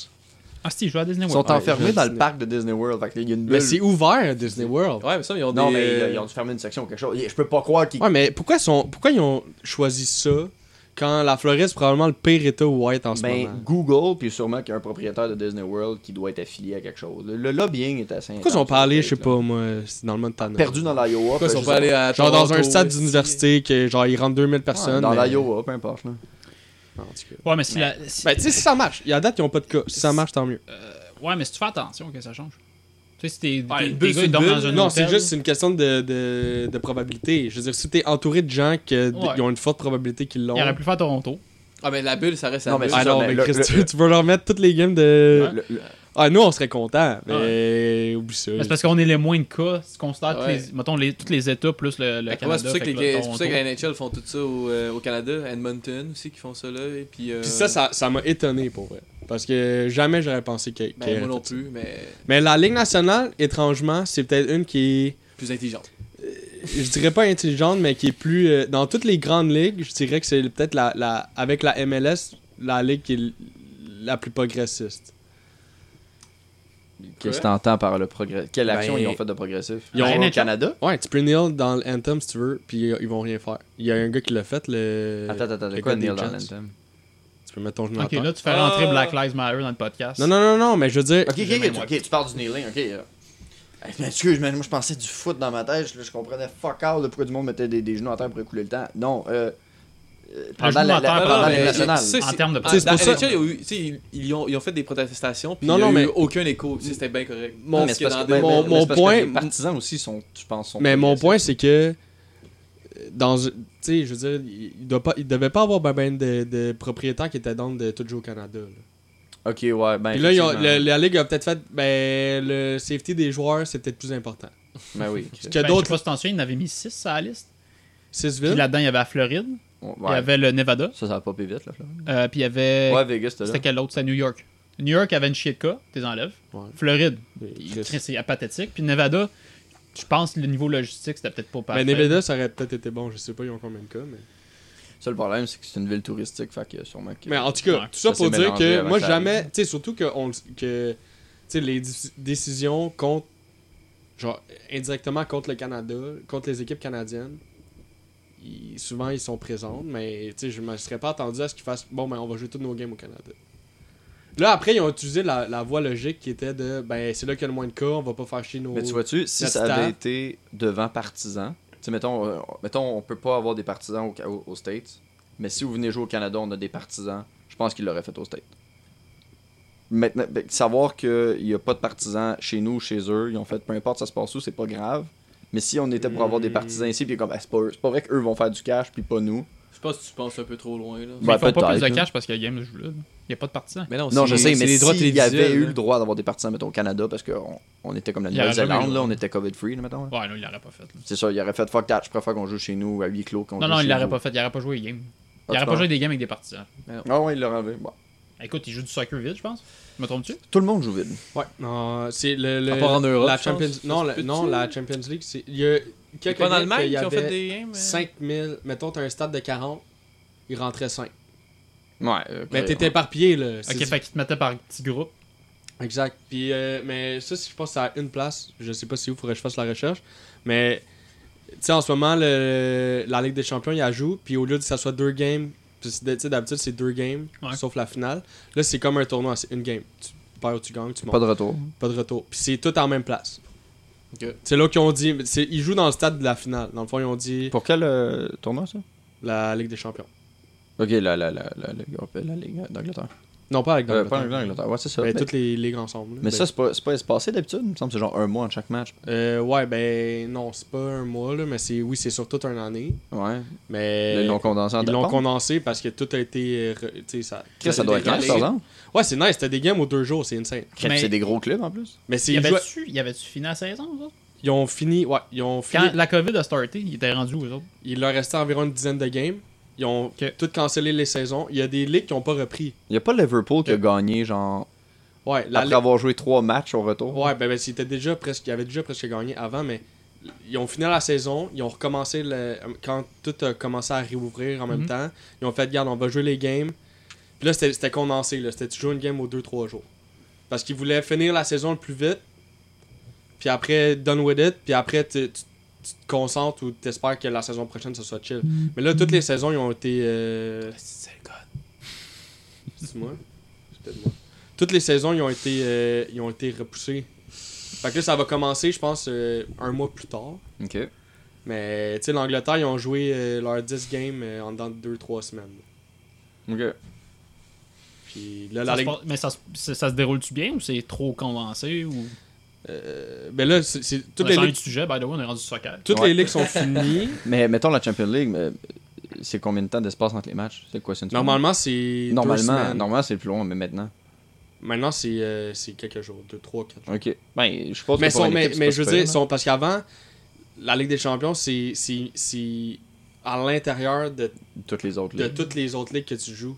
Ah, si, ils jouent à Disney Ils World. sont Ouais, enfermés ils jouent à dans le Disney. parc de Disney World. Fait que là, il y a une Mais bulle. c'est ouvert à Disney World. euh, Ouais, mais ça, ils ont non, des- mais ils- ils ont dû fermer une section ou quelque chose. Je peux pas croire qu'ils. Ouais, mais pourquoi, ils sont, pourquoi ils ont choisi ça quand la Floride, c'est probablement le pire état où être en ce Ben, moment? Google, puis sûrement qu'il y a un propriétaire de Disney World qui doit être affilié à quelque chose. Le, le lobbying est assez. Pourquoi ils sont intense. pas allés, je sais pas, moi, c'est dans le Montana? Perdu dans l'Iowa, Pourquoi ils ben, sont je pas sais allés pas. à Genre dans un Toronto, stade aussi. d'université que genre ils rentrent 2000 personnes. Ouais, dans mais- l'Iowa, peu importe. là. Non, en tout cas. Ouais, mais si la- si- Ben, tu sais, si ça marche, il y a date, ils ont pas de cas. Si ça marche, tant mieux. Ouais, mais si tu fais attention que ça change. Tu sais, si t'es. t'es- Une tes bulle, gars, c'est ils une dorment bulle. dans un Non, hôtel. c'est juste c'est une question de, de, de probabilité. Je veux dire, si t'es entouré de gens qui Ouais. ont une forte probabilité qu'ils l'ont. Il aurait pu le faire à Toronto. Ah, mais la bulle, ça reste la bulle. ah non, mais Chris, *laughs* tu, tu veux leur mettre toutes les games de. Ouais. Le- le- Ah, nous, on serait contents, mais oublie ça. Mais C'est parce qu'on est les moins de cas. Si tu considères que Ouais. les, mettons, les, tous les États plus le, le Fait que ouais, Canada. C'est pour ça que fait les- que c'est là, pour ça que Toronto- la NHL font tout ça au, euh, au Canada, Edmonton aussi qui font ça là. Et puis, euh, Puis ça, ça ça m'a étonné pour vrai. Parce que jamais j'aurais pensé que. Ben, qu'elle moi aurait non fait ça. plus, mais- Mais la Ligue nationale, étrangement, c'est peut-être une qui est. euh, Plus intelligente. Je dirais pas intelligente, mais qui est plus. euh, dans toutes les grandes ligues, je dirais que c'est peut-être la, la- avec la MLS, la ligue qui est l- la plus progressiste. Qu'est-ce que t'entends par le progrès Quelle Ben, action ils ont fait de progressif Ils ont au Canada Ouais, tu peux kneel dans l'Anthem si tu veux, puis euh, ils vont rien faire. Il y a un gars qui l'a fait, le. Attends, attends, attends, le de quoi gars des kneel dans Jets. l'Anthem? Tu peux mettre ton genou à Ok, terre. là, tu fais rentrer Black Lives Matter dans le podcast. Non, non, non, non, mais je veux dire. Ok, ok, ok, ok, tu parles du kneeling, ok. euh. Hey, mais Excuse, mais moi je pensais du foot dans ma tête, je, je comprenais fuck out de pourquoi du monde mettait des, des genoux à terre pour écouler le temps. Non, euh. euh, pendant la, la- pendant Ah, la Ligue nationale. Ah, C'est pour ça. NHL, ils ont eu- tu sais, ils, ils ont, ils ont fait des protestations, puis Non, non, non, non, mais- mais aucun écho. puis C'était bien correct. Non, mais Parce c'est que parce dans que- des- mais- mais- mon- mais mon c'est parce que point- Les partisans aussi sont, je pense, sont. Mais mon point, c'est que. euh, Dans. Tu sais, je veux dire, il- il, doit pas, il devait pas avoir ben, ben de, de propriétaires qui étaient dans de tout jouer au Canada. Là. Ok, ouais, ben. Puis là, ils ont- effectivement. le- la Ligue a peut-être fait. Ben, le safety des joueurs, c'est peut-être plus important. Ben oui. Parce Ben, que je sais d'autres. pas si t'en souviens, il en avait mis 6 à la liste. 6 Puis là-dedans, il y avait la Floride. Ouais. Il y avait le Nevada. Ça, ça va pas plus vite, là. Florent. Euh, puis il y avait. Ben, Ouais, Vegas, c'était là. C'était quel autre C'était New York. New York avait une chier de cas, t'es enlèves. Floride, il- c'est pathétique. Puis Nevada, je pense que le niveau logistique, c'était peut-être pas Mais parfait. Nevada, ça aurait peut-être été bon. Je sais pas, ils ont combien de cas, mais. Ça, le problème, c'est que c'est une ville touristique, fait que sûrement que. Mais en tout cas, Ouais. tout ça, pour s'est dire mélangé que avec moi, la- jamais. Tu sais, surtout que, on, le- que tu sais, les dis- décisions contre. Genre, indirectement contre le Canada, contre les équipes canadiennes. ils- souvent, ils sont présentes, mais tu sais, je me serais pas attendu à ce qu'ils fassent. Bon, ben, on va jouer toutes nos games au Canada. Là, après, ils ont utilisé la, la voie logique qui était de. Ben, c'est là qu'il y a le moins de cas, on va pas faire chier nos. Mais tu vois-tu, si notre ça avait staff. été devant partisans, tu sais, mettons, euh, mettons, on peut pas avoir des partisans au, Ca- au- aux States, mais si vous venez jouer au Canada, on a des partisans, je pense qu'ils l'auraient fait aux States. Maintenant, ben, savoir qu'il n'y a pas de partisans chez nous, chez eux, ils ont fait peu importe ça se passe où, c'est pas grave. Mais si on était pour avoir des partisans ici, puis comme, Ah, c'est pas, eux- c'est pas vrai qu'eux vont faire du cash, puis pas nous. Je pense que tu penses un peu trop loin. Là. Ben, Mais ils font pas peut-être, plus de là. cash parce que la game joue là. Il n'y a pas de partisans. Mais non, Non, je sais, mais les droits s'il y télévisuels, avait eu là. le droit d'avoir des partisans, mettons, au Canada, parce qu'on on était comme la Il y aurait jamais eu Nouvelle-Zélande, le là, droit. on était COVID-free, là, mettons. là. Ouais, non, il l'aurait pas fait. là. C'est ça, il aurait fait fuck that, je préfère qu'on joue chez nous à huis clos qu'on Non, joue non, chez il l'aurait vous. pas fait. Il n'aurait pas joué les games. Ah, Il tu n'aurait pas penses? joué des games avec des partisans. Eh, Ah ouais, il l'aurait enlevé. Bon. Écoute, il joue du soccer vide, je pense. Me trompes-tu? Tout le monde joue vide. Ouais, non, c'est le. le À part en Europe, La je Champions... pense. non, Ça la, se non, peut-tu? la Champions League, c'est. Il y a quelques pas en années Allemagne qu'il y qui ont fait avait des games, euh? 5000. Mettons, t'as un stade de 40, il rentrait 5. Ouais. euh, Mais t'étais éparpillé, là. Ok, fait qu'ils te mettaient par petits groupes. Exact. Puis, euh, mais ça, si je pense que c'est à une place. Je sais pas si où, faudrait que je fasse la recherche. Mais, tu sais, en ce moment, le- la Ligue des Champions, il la joue. Puis au lieu de que ça soit deux games, puis c'est- tu sais, d'habitude, c'est deux games, sauf la finale. Là, c'est comme un tournoi, c'est une game. Tu perds ou tu gagnes, tu montes. Pas de retour. Pas de retour. Puis c'est tout en même place. C'est là qu'ils ont dit. c'est- Ils jouent dans le stade de la finale. Dans le fond, ils ont dit Pour quel euh, tournoi, ça la Ligue des Champions. Ok, la, la, la, la, Ligue européenne, la Ligue d'Angleterre. Non, pas avec Euh, l'Angleterre. pas avec l'Angleterre, ouais, c'est ça. Mais, Mais- toutes les ligues ensemble. là. Mais Ben, ça, c'est pas, c'est pas espacé d'habitude, il me semble que c'est genre un mois en chaque match. Euh, ouais, ben non, c'est pas un mois, là, mais c'est oui, c'est sur toute une année. Ouais. Mais Ils l'ont condensé en Ils l'ont dépense. condensé parce que tout a été. euh, re- tu sais, ça, Chris, ça doit être nice, par exemple. Ouais, c'est nice. T'as des games aux deux jours, c'est insane. Chris, c'est des gros clubs en plus. Mais c'est. Il y Ils, jouaient- avait-tu il y avait-tu fini la saison, ça? ils ont fini. Ouais, ils ont fini. Quand la COVID a starté, il était rendu où, eux autres? Il leur restait environ une dizaine de games. Ils ont toutes cancellé les saisons. Il y a des ligues qui n'ont pas repris. Il y a pas Liverpool qui a gagné, genre. Ouais, la après Ligue- avoir joué trois matchs au retour. Ouais, ben, ben c'était déjà presque, ils avaient déjà presque gagné avant, mais ils ont fini la saison, ils ont recommencé le, quand tout a commencé à réouvrir en même Mhm. temps. Ils ont fait, garde, on va jouer les games. Puis là, c'était c'était condensé, là. C'était tu joues une game aux 2-3 jours. Parce qu'ils voulaient finir la saison le plus vite. Puis après, done with it. Puis après, tu, tu- tu te concentres ou t'espères que la saison prochaine, ça soit chill. Mhm. Mais là, toutes les saisons, ils ont été. euh, c'est moi. C'est peut-être moi. Toutes les saisons, ils ont été, euh, ils ont été repoussées. Fait que là, ça va commencer, je pense, euh, un mois plus tard. Ok. Mais, tu sais, l'Angleterre, ils ont joué euh, leurs 10 games euh, en dedans de 2-3 semaines. Ok. Puis là, Ça la se Ligue- passe- Mais ça, se- ça se déroule-tu bien ou c'est trop condensé? Ou... ben là, c'est- c'est- toutes on a les changé ligues- de sujet, by the way, on est rendu soccer. Ouais. *laughs* finies. Mais mettons la Champions League, mais, euh, c'est combien de temps d'espace entre les matchs C'est quoi, c'est une semaine? Normalement, c'est deux Normalement, semaines. normalement c'est plus long, mais maintenant. Maintenant, c'est euh, c'est quelques jours, 2-3, 4 jours. Ok. Ben, je pense mais que sont- pour une mais, équipe, c'est mais pas je veux super, dire, là. sont- parce qu'avant, la Ligue des Champions, c'est c'est- c'est à l'intérieur de Toutes les autres de ligues. toutes les autres ligues que tu joues.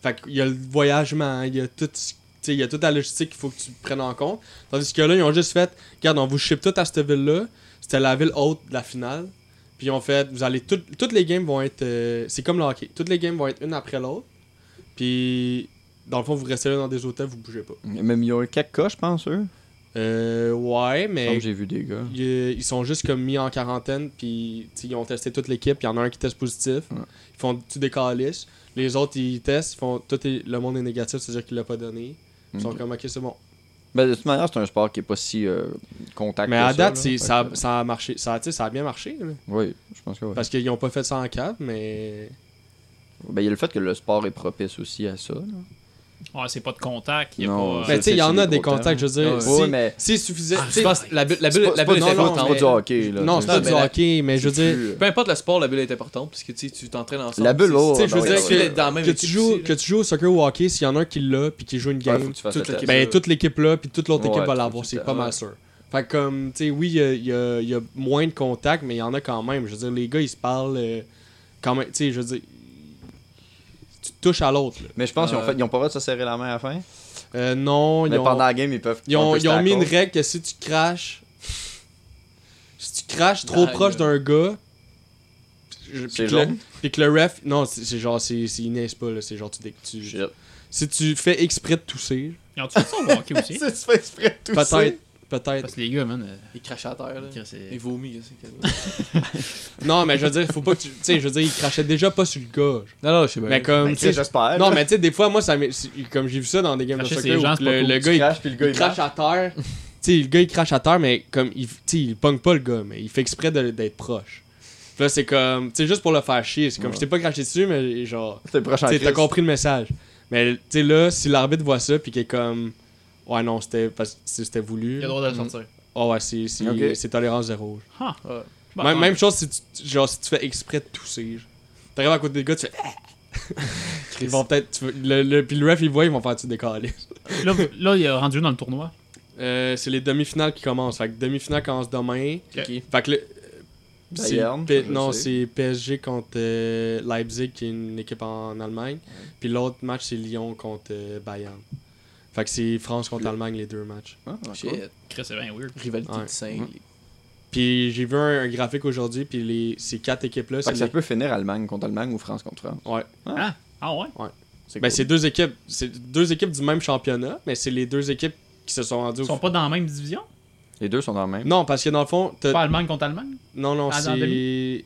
Fait qu'il y a le voyagement, il y a tout ce- tu sais, il y a toute la logistique qu'il faut que tu prennes en compte. Tandis que là, ils ont juste fait, regarde, on vous ship tout à cette ville-là. C'était la ville haute de la finale. Puis ils ont fait, vous allez, tout- toutes les games vont être, euh, c'est comme le hockey. Toutes les games vont être une après l'autre. Puis, dans le fond, vous restez là dans des hôtels, vous bougez pas. Même il y a eu quelques cas, je pense, eux. Euh, ouais, mais. semble que j'ai vu des gars. Ils, ils sont juste comme mis en quarantaine, puis tu sais, ils ont testé toute l'équipe, il y en a un qui teste positif. Ils font tout des calices. Les autres, ils testent, ils font tout est- le monde est négatif, c'est-à-dire qu'il l'a pas donné. Ils sont Ok. comme, ok, c'est bon. Ben, de toute manière, c'est un sport qui est pas si euh, contact Mais que à ça, date, là. c'est- Fait ça, que- ça a marché. Ça, tu sais, ça a bien marché. là. Oui, je pense que oui. Parce qu'ils ont pas fait ça en cap, mais. Ben, il y a le fait que le sport est propice aussi à ça. là. Ouais, c'est pas de contact. Il y a Non, pas... euh, c'est- Mais tu sais, il y c'est en a des des gros contacts, je veux talents. dire. Ouais, si- mais- S'il suffisait. Ah, tu c'est sais, pas- la bulle- la c'est bulle- pas- la c'est pas bulle du était foot, haute, c'est mais- pas du hockey. là. Non, c'est pas Ben, du la- hockey, mais je veux c'est dire. plus, euh, Peu importe le sport, la bulle est importante, parce que tu sais, tu t'entraînes ensemble. La bulle, oh, Tu sais, ben oui, tu oui, es oui. dans la même que équipe tu joues aussi, que tu joues au soccer ou au hockey s'il y en a un qui l'a puis qui joue une faut game que tu fasses toute le l'équipe- test. ben, toute l'équipe là puis toute l'autre Ouais, équipe va faut l'avoir que c'est tu fasses- pas mal ouais. sûr fait que comme tu sais oui il y a, il y a- il y a moins de contacts mais il y en a quand même je veux dire les gars ils se parlent euh, quand même tu sais je veux dire tu touches à l'autre. là. Mais je pense qu'ils ont Euh, fait- ils ont pas le droit de se serrer la main à la fin. Euh, non, Mais ils ont- pendant la game, ils peuvent. Ils ont, on peut ils ont se mis une raconter. règle que si tu craches, si tu craches trop Aïe. proche euh, d'un gars, je- C'est puis que, le, jaune? puis que le ref, non, c'est c'est genre, c'est c'est- il niaise pas là, c'est genre tu dès que tu, si tu fais exprès de tousser. Ils ont-tu fait ça au hockey *laughs* aussi? Si tu fais exprès de tousser. Peut-être, peut-être. Parce que les gars, man. euh, Il crache à terre, là. Il vomit, c'est Non, mais je veux dire, faut pas que tu. Tu sais, je veux dire, il crachait déjà pas sur le gars. Non, non, je sais bien. Mais comme. Ben, tu sais, j'espère. Non, mais tu sais, des fois, moi, ça m'est- c'est- Comme j'ai vu ça dans des games de Cracher sur soccer, les gens, où c'est le, pas cool. le Tu gars, il- craches, puis le gars, il il crache à marche. terre. *laughs* tu sais, le gars, il crache à terre, mais comme. Il, tu sais, il pogne pas le gars, mais il fait exprès de- d'être proche. Puis Là, c'est comme. Tu sais, juste pour le faire chier. C'est comme, Ouais. je t'ai pas craché dessus, mais genre. T'es proche en tu sais, T'as crise. compris le message. Mais tu sais, là, si l'arbitre voit ça, puis qu'il est comme. Ouais, non, c'était parce que c'était voulu. Il a le droit de le sortir. Ah ouais, c'est c'est- Ok. c'est tolérance zéro. genre. Ah. Ouais. Bah, même, ouais. même chose si tu, tu- genre, si tu fais exprès de tousser. genre. T'arrives à côté des gars, tu *laughs* fais. ils vont peut-être. tu veux- Le, le, puis le ref, ils voient, ils vont faire tu décaler. Là, vous- là, il est rendu dans le tournoi. Euh, c'est les demi-finales qui commencent. Fait que demi-finale commence demain. C'est qui? Fait que le- euh, c'est Bayern, P- je non, sais. c'est PSG contre euh, Leipzig, qui est une équipe en Allemagne. Puis l'autre match, c'est Lyon contre euh, Bayern. Fait que c'est France contre Allemagne, les deux matchs. Shit. Chris, c'est bien weird. Rivalité Ouais. de saint Ouais. Puis j'ai vu un, un graphique aujourd'hui, puis les, ces quatre équipes-là, Fait c'est que ça les- peut finir Allemagne contre Allemagne ou France contre France. Ouais. Ah, ah ouais? Ouais. C'est Ben, cool. c'est deux équipes, c'est deux équipes du même championnat, mais c'est les deux équipes qui se sont rendues. Ils au- sont pas dans la même division? Les deux sont dans le même. Non, parce que dans le fond, t'as- Pas Allemagne contre Allemagne? non non Ah, dans le c'est.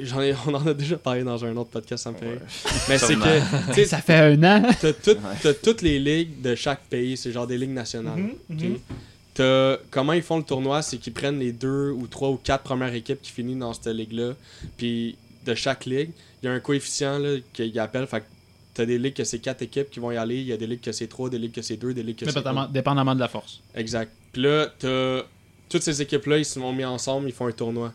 J'en ai, on en a déjà parlé dans un autre podcast, ça me fait. rire. Mais c'est Sûrement. que tu sais, *laughs* Ça fait un *laughs* an. T'as tout- t'as toutes les ligues de chaque pays, c'est genre des ligues nationales. Mhm, ok? mhm. T'as- Euh, comment ils font le tournoi, c'est qu'ils prennent les deux ou trois ou quatre premières équipes qui finissent dans cette ligue-là. Puis de chaque ligue, il y a un coefficient là, qu'ils appellent. Fait que t'as des ligues que c'est quatre équipes qui vont y aller, il y a des ligues que c'est trois, des ligues que c'est deux, des ligues que Mais c'est dépendamment, un. dépendamment de la force. Exact. Puis là, t'as toutes ces équipes-là, ils se sont mis ensemble, ils font un tournoi.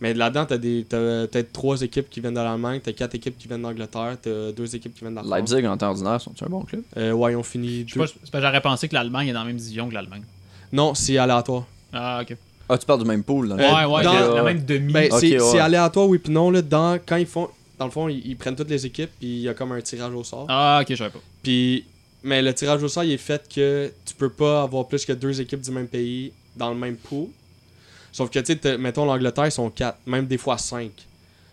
Mais là-dedans, t'as des- t'as peut-être trois équipes qui viennent de l'Allemagne, t'as quatre équipes qui viennent d'Angleterre, t'as deux équipes qui viennent de la France. Leipzig en temps ordinaire sont un bon club. Euh, ouais, on finit Je sais pas, c'est parce que j'aurais pensé que l'Allemagne est dans la même division que l'Allemagne. Non, c'est aléatoire. Euh, Ah, ok. Ah, tu parles du même pool. Là, Ouais, ouais, dans- la même demi. Ben, Ok, c'est ouais. c'est aléatoire, oui, puis non. Là, dans, quand ils font, dans le fond, ils, ils prennent toutes les équipes, puis il y a comme un tirage au sort. Ah, ok, je savais pas. Puis, mais le tirage au sort, il est fait que tu peux pas avoir plus que deux équipes du même pays dans le même pool. Sauf que, tu sais, t'as- mettons, l'Angleterre, ils sont quatre, même des fois cinq.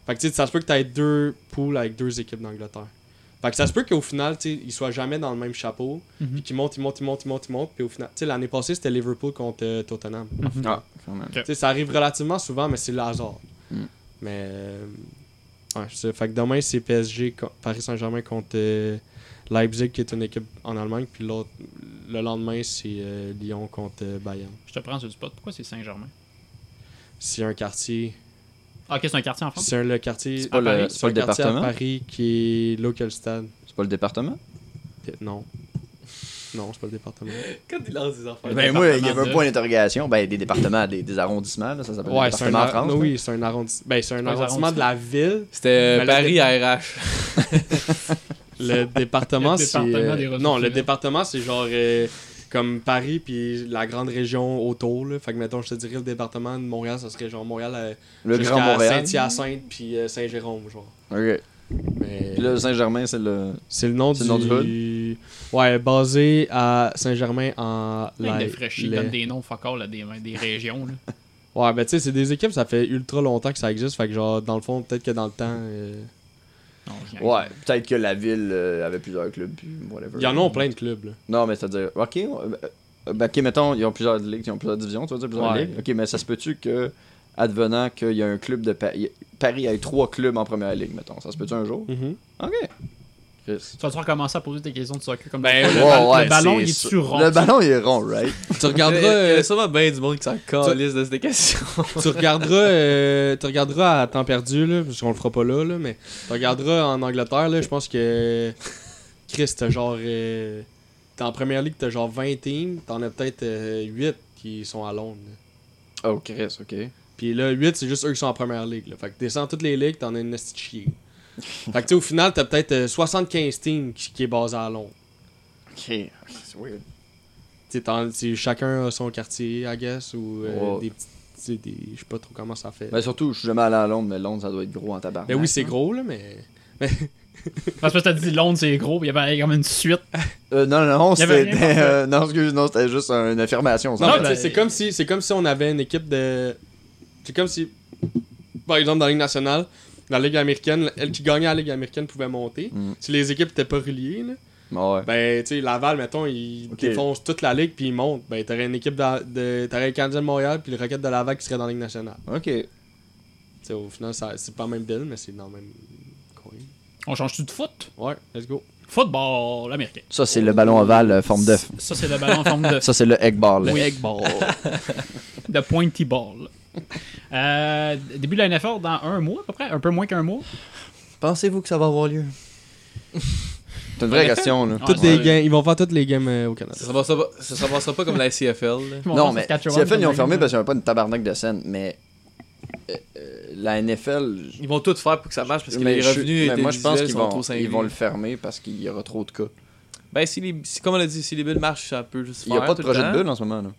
Fait que, tu sais, ça se peut que tu aies deux pools avec deux équipes d'Angleterre. Fait que ça se peut qu'au final, tu sais, ils soient jamais dans le même chapeau, Mhm. puis qu'ils montent, ils montent, ils montent, ils montent, ils montent, puis au final, tu sais, l'année passée, c'était Liverpool contre euh, Tottenham. Mhm. Ah, quand même. Tu sais, ça arrive relativement souvent, mais c'est le hasard. Mm. Mais. euh, ouais, c'est ça. Fait que demain, c'est PSG, co- Paris Saint-Germain contre euh, Leipzig, qui est une équipe en Allemagne. Puis l'autre, le lendemain, c'est euh, Lyon contre euh, Bayern. Je te prends sur le spot. Pourquoi c'est Saint-Germain? C'est un quartier. Ah, ok, c'est un quartier en France? C'est un, le quartier. C'est pas à le- Paris. c'est pas un le quartier à département? Paris qui est local stade. C'est pas le département Non. Non, c'est pas le département. Quand il lance des affaires. Ben, moi, il y avait un point d'interrogation. Ben, des départements, des, des arrondissements, là, ça s'appelle des Ouais, c'est un, départements en ar- France. là. oui, c'est un, arrondi- ben, c'est un Pas les arrondissement de la ville. C'était, euh, Mais le- Paris ARH. *laughs* le département, Le c'est. département euh, des ressources non, le humaines. département, c'est genre euh, comme Paris puis la grande région autour. Là. Fait que, mettons, je te dirais le département de Montréal, ça serait genre Montréal. euh, Le jusqu'à Grand Montréal. Saint-Hyacinthe puis euh, Saint-Jérôme, genre. Ok. Mais- Puis là, Saint-Germain, c'est le. C'est le nom C'est le nom du hood. Ouais, basé à Saint-Germain en. Plein de la- fraîchis, la- comme des noms fuck all, là, des, des *laughs* régions. Là. Ouais, ben tu sais, c'est des équipes, ça fait ultra longtemps que ça existe. Fait que, genre, dans le fond, peut-être que dans le temps. euh, Ouais, peut-être que la ville euh, avait plusieurs clubs, puis whatever. Il y en a plein de clubs, là. Non, mais c'est-à-dire, ok, euh, ben, ok, mettons, ils ont plusieurs ligues, ils ont plusieurs divisions, tu vas dire plusieurs Ouais. ligues. Ok, mais ça se peut-tu que, advenant qu'il y a un club de Paris, Paris ait trois clubs en première ligue, mettons, ça se peut-tu un jour Mhm. Ok. Chris. Tu vas devoir commencer à poser tes questions de soccer comme Eh, Ben, le, ouais, Oh, ballon- le ouais, ballon, c'est il sûr. est-tu rond? Le ballon, il est rond, right? Tu regarderas. Euh, Il y a sûrement bien du monde qui s'en calisse de ces questions. *laughs* tu regarderas euh, tu regarderas à temps perdu là, parce qu'on le fera pas là, là, mais tu regarderas en Angleterre là, je pense que Chris t'as genre euh, t'es en première ligue t'as genre 20 teams, t'en as peut-être 8 qui sont à Londres. là. Oh, Chris, ok. Puis là 8 c'est juste eux qui sont en première ligue. là. Fait que descends toutes les ligues, t'en as une esti de chier. Fait que tu sais, au final t'as peut-être euh, 75 teams qui, qui est basé à Londres. Ok, Ok, c'est weird. Tu sais, t'en- c'est- chacun a son quartier, I guess ou euh, Ouais. des petites- tu sais, des- je sais pas trop comment ça fait. Ben surtout, je suis jamais allé à Londres, mais Londres, ça doit être gros en tabarnak. Ben oui, c'est gros, là, mais. mais- Parce que t'as dit Londres, c'est gros, il y avait comme une suite. Euh, non, non, Il y avait rien c'était. parfait. euh, *laughs* non, excuse, non, c'était juste une affirmation. ça. Non, mais Ah, Ben, tu sais, c'est comme si c'est comme si on avait une équipe de. C'est comme si, par exemple, dans la Ligue nationale, dans la Ligue américaine, elle qui gagnait la Ligue américaine pouvait monter. Mm. Si les équipes n'étaient pas reliées, là, Ah Ouais. ben, tu sais, Laval, mettons, ils Ok. défoncent toute la Ligue puis ils montent. Ben, t'aurais une équipe de. de- t'aurais le Canadien de Montréal puis le Rocket de Laval qui serait dans la Ligue nationale. Ok. Tu sais, au final, ça- c'est pas le même deal, mais c'est dans le même coin. On change-tu de foot? Ouais, let's go. Football américain. Ça, c'est le ballon ovale euh, forme d'œuf. Ça, c'est le ballon en forme d'œuf. Ça, c'est le egg ball. Oui. *laughs* The pointy ball. Euh, début de la NFL dans un mois à peu près, un peu moins qu'un mois. Pensez-vous que ça va avoir lieu? C'est une vraie question, Ah, là. Toutes les games, ils vont faire toutes les games euh, au Canada. Ça ne se passera pas comme la CFL. là. Non, mais CFL, ils ont fermé ben- parce qu'il n'y avait pas une tabarnak de scène, mais euh, euh, la NFL... Ils vont tout faire pour que ça marche parce que mais les je- revenus mais moi, je pense télévisuels qu'ils sont vont, trop cinglés. ils vont le fermer parce qu'il y aura trop de cas. Ben, si les, si- comme on l'a dit, si les bulles marchent, ça peut juste Il faire. n'y a pas de tout le projet de temps. bulle en ce moment, là.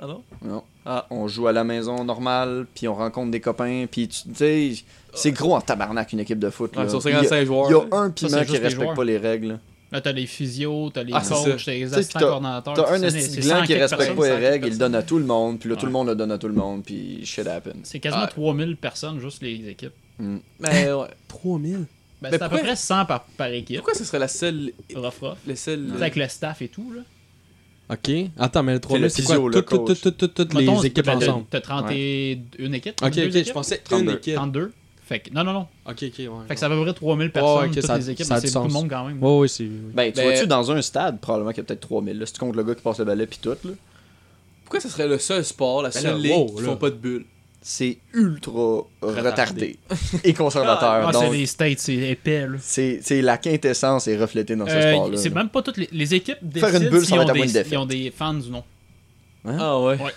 Ah non? Non. On joue à la maison normale, puis on rencontre des copains, puis tu tu sais, c'est gros en tabarnak une équipe de foot. Ouais, là. sur Il y a- 55 joueurs, Il y là. a un Ça, piment c'est qui juste les respecte joueurs. pas les règles. Là, t'as les physios, t'as les Ah, c'est coachs, ça. t'as Tu les sais, assistants puis t'as- coordonnateurs. T'as tout un ça, esti c'est de gland 100 qui quelques respecte pas personnes. les règles, il le donne à tout le monde, puis là tout le monde le donne à tout le monde, puis shit happens. C'est quasiment Ouais. 3000 personnes, juste les équipes. Mm. Mais Ah. Hmm. Ben, ouais. 3000? Ben, c'est à peu près 100 par, par équipe. Pourquoi ce serait la seule. Rough, rough. La seule. C'est Avec le staff et tout, là. Ok. Attends, mais le 3 le c'est quoi physio, le Tout- tout- coach. tout- tout- Toutes Mettons, les équipes ben, t'as- ensemble. T'as 31 équipe? Ok, 32 ok, je équipes? pensais une équipe. 32. Fait que, non, non, non. Ok, ok, ouais. Fait que ça va à peu près 3000 Ouais, personnes, ouais, ok, toutes ça- les équipes, ça a mais du c'est beaucoup de sens. monde quand même. Ouais, ouais, c'est. oui. Ben, tu Ben- vois-tu dans un stade, probablement qu'il y a peut-être 3000, là, si tu comptes le gars qui passe le balai, puis tout, là. Pourquoi ce serait le seul sport, la Ben seule là, ligue wow, qui là. font pas de bulles? C'est ultra retardé Retardé. et conservateur. *laughs* Ah, c'est donc, les States, c'est épais, là. c'est c'est la quintessence est reflétée dans ce Euh, sport-là. c'est là. même pas toutes les, les équipes Faire une décident bulle, ça s'ils va ont, être à moins de des, défaite. s'ils ont des fans ou non. Ah ouais. Ouais.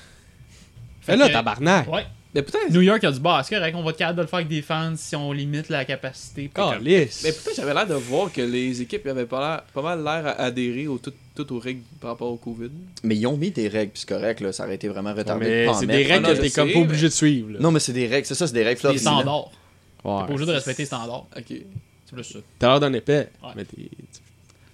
Fais-le, tabarnak. Ouais. Mais peut-être. New York a du bar. C'est correct, on va être capable de le faire avec des fans si on limite la capacité. Puis comme- Mais peut-être j'avais l'air de voir que les équipes ils avaient pas, l'air- pas mal l'air à adhérer au tout, tout aux règles par rapport au COVID. Mais ils ont mis des règles, puis c'est correct, là, ça aurait été vraiment retardé. de Mais pas en c'est des mettre. règles Ah, non, que je t'es comme sais, pas mais- obligé de suivre. là. Non, mais c'est des règles, c'est ça, c'est des règles Les florales. standards. T'es pas Ouais. obligé de respecter les standards. Ok. C'est plus ça. T'as l'air d'un épais. Ouais. Mais t'es.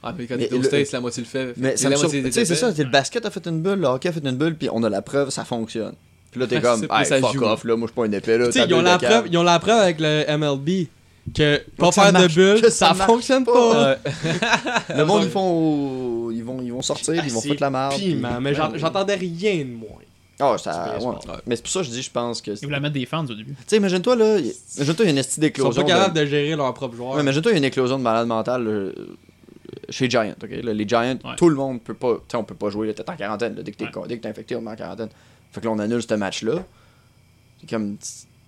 Ah, mais quand Mais t'es au le- States, la moitié le fait. Mais Et ça la me surprend- moitié des Tu sais, c'est équipes- ça, c'est le basket a fait une bulle, le hockey a fait une bulle, puis on a la preuve, ça fonctionne. Puis là, t'es Ah, comme, c'est hey, plus ça fuck joue. off, là, moi, je suis pas un épée, là. Tu sais, ta ils ont bulle la de cave. preuve- ils ont la preuve avec le MLB que pas ça faire de marche, bulle, que ça ça marche fonctionne pas. pas. *laughs* Le monde, ils font. au- Ils vont, ils vont sortir, ils vont Ah, c'est foutre la merde. puis- piment, mais j'en- Ouais. j'entendais rien de moins. Ah, C'est ça. bien ouais. sport. Ouais. Mais c'est pour ça que je dis, je pense que. Ils Tu voulaient mettre des fans au début. sais, imagine-toi, là. y- Imagine-toi, il y a une estie Ils sont d'éclosion. pas capables de gérer leurs propres joueurs. Ouais, imagine-toi, il y a une éclosion de malade mental euh, chez Giant, ok? Là, les Giants, tout le monde peut pas. Tu sais, on peut pas jouer, là, t'es en quarantaine. là, dès que t'es con- dès que t'es infecté, on est en quarantaine. Fait que là, on annule ce match-là. C'est comme.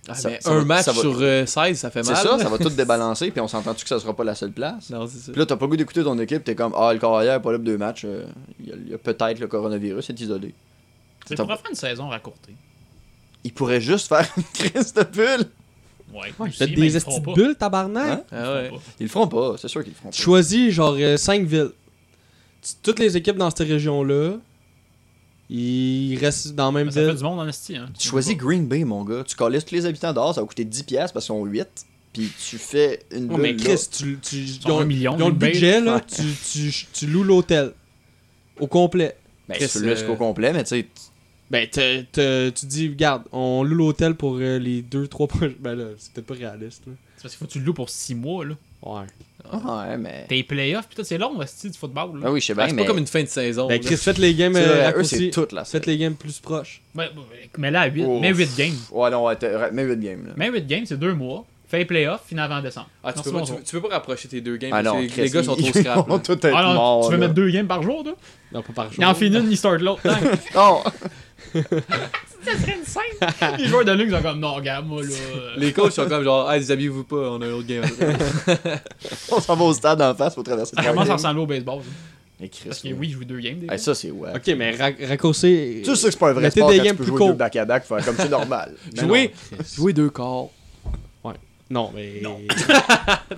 Ah, ça- mais ça un va- match ça va- sur euh, 16, ça fait C'est mal. ça, ça va tout débalancer, puis on s'entend-tu que ça sera pas la seule place? Non, c'est ça. Puis là, t'as pas le goût d'écouter ton équipe, t'es comme, ah, le carrière est pas là pour deux matchs, euh, il y a- il y a, peut-être le coronavirus, c'est isolé. Tu T'as- pourrais faire une saison raccourcie. Il pourrait juste faire *laughs* une crise de bulle. Ouais. Faites aussi, mais ils des le feront estis de pas. bulles, tabarnak. Hein? Ah ouais. Ils le feront pas, c'est sûr qu'ils le feront Tu pas. choisis genre 5 villes. Tu- Toutes les équipes dans cette région-là, ils restent dans la même Mais Ça fait ville. du monde en esti, hein. Tu choisis Green Bay, mon gars. Tu colles tous les habitants dehors, ça va coûter 10$ piastres parce qu'ils sont 8. Puis tu fais une Non, bulle. mais Chris, là. tu, tu, ils Ils ont ont, un million, ils ont le une base. budget, là, Ouais. tu, tu, tu loues l'hôtel au complet. Ben, Chris, tu le laisses euh, au complet, mais tu sais. Ben, te- te- tu dis, regarde, on loue l'hôtel pour euh, les 2-3 prochains. Ben là, c'est peut-être pas réaliste. Là. C'est parce qu'il faut que tu le loues pour 6 mois, là. Ouais. Ouais, mais. T'es playoffs, putain, c'est long, esti, du football, là. Ah oui, je sais Ah, bien, c'est mais. pas comme une fin de saison. Ben, là. Chris, faites les games Tu vois, euh, eux, raccourcis. c'est toute la Faites les games plus proches. Mais, Ben, mais là, 8, Ouf. mais 8 games. Ouais, non, ouais, t'as- mais 8 games, là. Mais 8 games, c'est 2 mois. Fais les playoffs, final avant décembre. Ah, tu, Non, peux c'est pas, bon, tu, bon. peux- tu peux pas rapprocher tes deux games. Ah parce non, que les, Chris, les gars sont ils- trop scrap. *laughs* *laughs* ils vont là. tout être Ah non, morts, tu veux là. mettre 2 games par jour, là? Non, pas par jour. Il en finit une, il start l'autre. Hein? Tac. *laughs* Non! Ça serait une scène. Les joueurs de Ligue sont comme, non, regarde, moi, là. euh, Les coachs sont comme genre, ah, déshabillez-vous pas, on a un autre game. On s'en va au stade en face pour traverser Ça commence à le ressembler au baseball. là. Mais Chris. Parce que oui, oui. je joue 2 games. des Hey, fois. ça, c'est ouais. Ok, mais rac- raccourci. Tu sais que c'est pas un vrai Mettez sport des quand tu games peux plus jouer courts. deux back-à-back, faire comme c'est normal. Mais Jouer, non, Chris. jouer deux quarts. Ouais. Non, mais.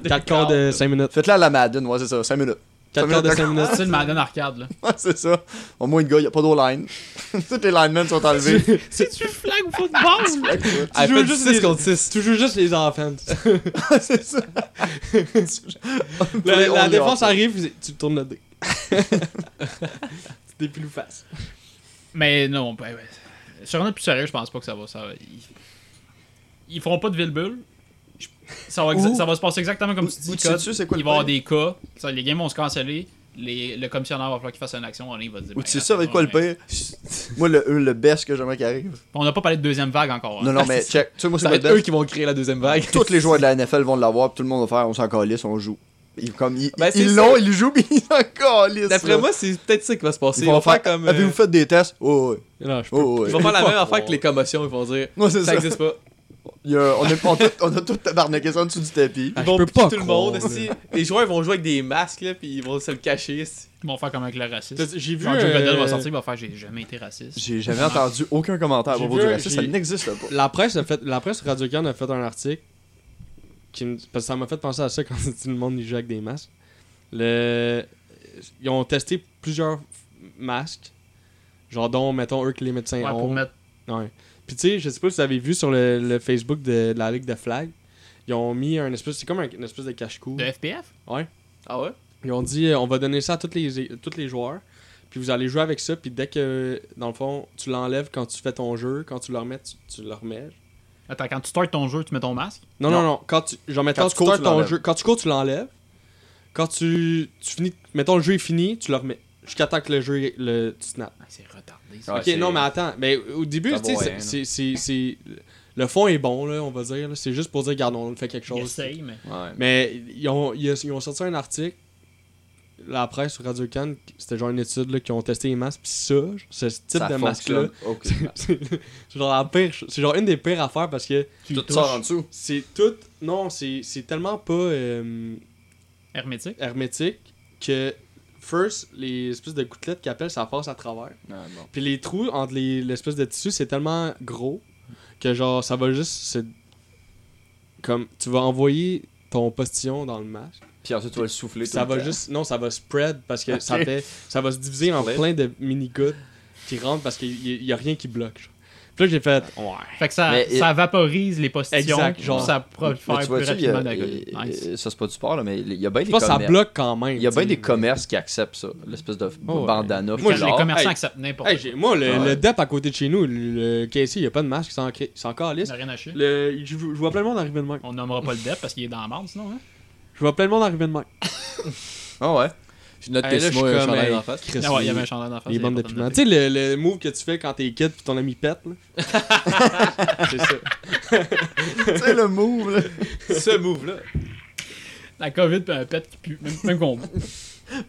4 quarts de 5 minutes. Faites-la à la Madden, *laughs* ouais, c'est ça, 5 minutes. 4 quarts de 5 minutes. C'est C'est le Madden Arcade, là. c'est ça. Au moins, le gars, il a pas *laughs* d'O-line. Tous les linemen sont enlevés. *laughs* Si tu flags au *laughs* football, Ah, Tu joues fait juste 6 les- contre 6. Tu joues juste les enfants. c'est ça. La, la On est défense hors- arrive, vous- tu tournes le dé. Des pilou face. Mais non, ben, ben, sur un autre plus sérieux, je pense pas que ça va. Ça, va- ils, ils feront pas de Villebulle. Je- Ça va, exa- Ou- ça va se passer exactement comme tu dis. ou tu Code. sais-tu c'est quoi il le va y avoir pire? des cas. Ça, les games vont se canceller. Les- le commissionnaire va falloir qu'il fasse une action. en ligne, Il va dire, Ou ben, tu sais ça avec quoi le pire? Moi, le, le best que j'aimerais qu'il arrive. on n'a pas parlé de deuxième vague encore. hein. Non, non, *laughs* mais check. Tu sais, moi, c'est Ça va le être best. eux qui vont créer la deuxième vague. Tous les *laughs* joueurs de la NFL vont l'avoir, puis tout le monde va faire on s'en calisse, on joue. Ils, comme, ils, Ben, c'est ils ça. l'ont, ils le jouent, puis ils s'en calissent. D'après là. moi, c'est peut-être ça qui va se passer. ils vont faire ah, comme. euh, Avez-vous fait des tests? Oh, oui. Non, je peux. Oh, oui. Ils vont faire la *laughs* même affaire que les commotions, ils vont dire Ouais, c'est ça ça. n'existe pas. Il y a- on, est, on, tout- on a tout tabarnaqué ça en dessous du tapis. Ils vont pitcher tout le monde. si. les joueurs ils vont jouer avec des masques là, puis ils vont se le cacher. si. Ils vont faire comme avec le racisme. J'ai vu. Jean-Jacques Godel euh, va sortir, il va faire J'ai jamais été raciste. J'ai jamais entendu aucun commentaire à J'ai propos vu du un- racisme, ça j'ai- n'existe pas. La presse, a fait, la presse radio can a fait un article qui me- parce que ça m'a fait penser à ça quand *laughs* tu dis le monde il joue avec des masques. Le, ils ont testé plusieurs masques, genre dont, mettons, eux que les médecins Ouais, ont. pour mettre- Ouais. Puis tu sais, je sais pas si vous avez vu sur le, le Facebook de, de la Ligue de Flag, ils ont mis un espèce, c'est comme un, une espèce de cache-cou. De FPF Ouais. Ah ouais? Ils ont dit, euh, on va donner ça à tous les, é- tous les joueurs. Puis vous allez jouer avec ça. Puis dès que, dans le fond, tu l'enlèves quand tu fais ton jeu, quand tu le remets, tu, tu le remets. Attends, quand tu starts ton jeu, tu mets ton masque. Non, non, non. Quand tu, genre, mettons, Quand tu tu cours, starts tu ton l'enlèves. jeu. Quand tu cours, tu l'enlèves. Quand tu, tu finis, mettons, le jeu est fini, tu le remets. Jusqu'à temps que le jeu, le, tu snaps. Ah, C'est retardé. ok, non, mais attends. Mais au début, Ça tu sais, vaut c'est- rien, c'est- c'est- c'est- Le fond est bon, là, on va dire. là. C'est juste pour dire, regarde, on fait quelque chose. J'essaye, mais- Ouais. Mais ils ont, ils ont- ils ont sorti un article, la presse sur Radio Can, c'était genre une étude là, qui ont testé les masques, puis ça, ce type Ça de masque-là, fonctionne c'est aucunement. *laughs* c'est- c'est genre la pire, ch- c'est genre une des pires affaires parce que Tu Tout le sort touches. en dessous. C'est tout, non, c'est c'est tellement pas euh, hermétique, hermétique que first les espèces de gouttelettes qui appellent ça passe à travers. Puis les trous entre les- l'espèce de tissu, c'est tellement gros que genre ça va juste se- comme tu vas envoyer ton postillon dans le masque. Puis ensuite, tu vas le souffler Ça tout le va temps. juste non, ça va spread parce que Ok. ça fait ça va se diviser en Split. plein de mini gouttes qui rentrent parce qu'il y, y a rien qui bloque. genre. Puis là j'ai fait ouais. Fait que ça, ça vaporise les postillons. Exact, genre. genre. Ça pro- Mais faire tu plus vois-tu, il y a- rapidement de la gueule. il- Nice. il- Ça, c'est pas du sport, là, mais il y a bien des pense que ça commerces- bloque quand même, Il y a tu bien sais. des commerces qui acceptent ça, l'espèce de Oh, ouais. Moi, bandana. puis je- genre, les commerçants hey, acceptent Hey, j'ai- moi, le, Ouais. le DEP à côté de chez nous, le caissier, il n'y a pas de masque, il s'en cri- il s'en calisse. Il a rien à chier. Le- Je je vois plein de monde arriver de même. On nommera pas le DEP parce qu'il est dans la merde sinon. Hein? Je vois plein de monde arriver de même. Ah ouais. Je note que là, Simon je suis a un comme, chandail hey, d'en face. Chris, Ah ouais, il y les- avait un chandail d'en face, Les il bandes de est important piment. de Tu sais, le, le move que tu fais quand t'es kid puis ton ami pète, là. C'est ça. tu sais, le move, là. Ce move-là. La COVID pis un pet qui pue. Même, même combo. *laughs*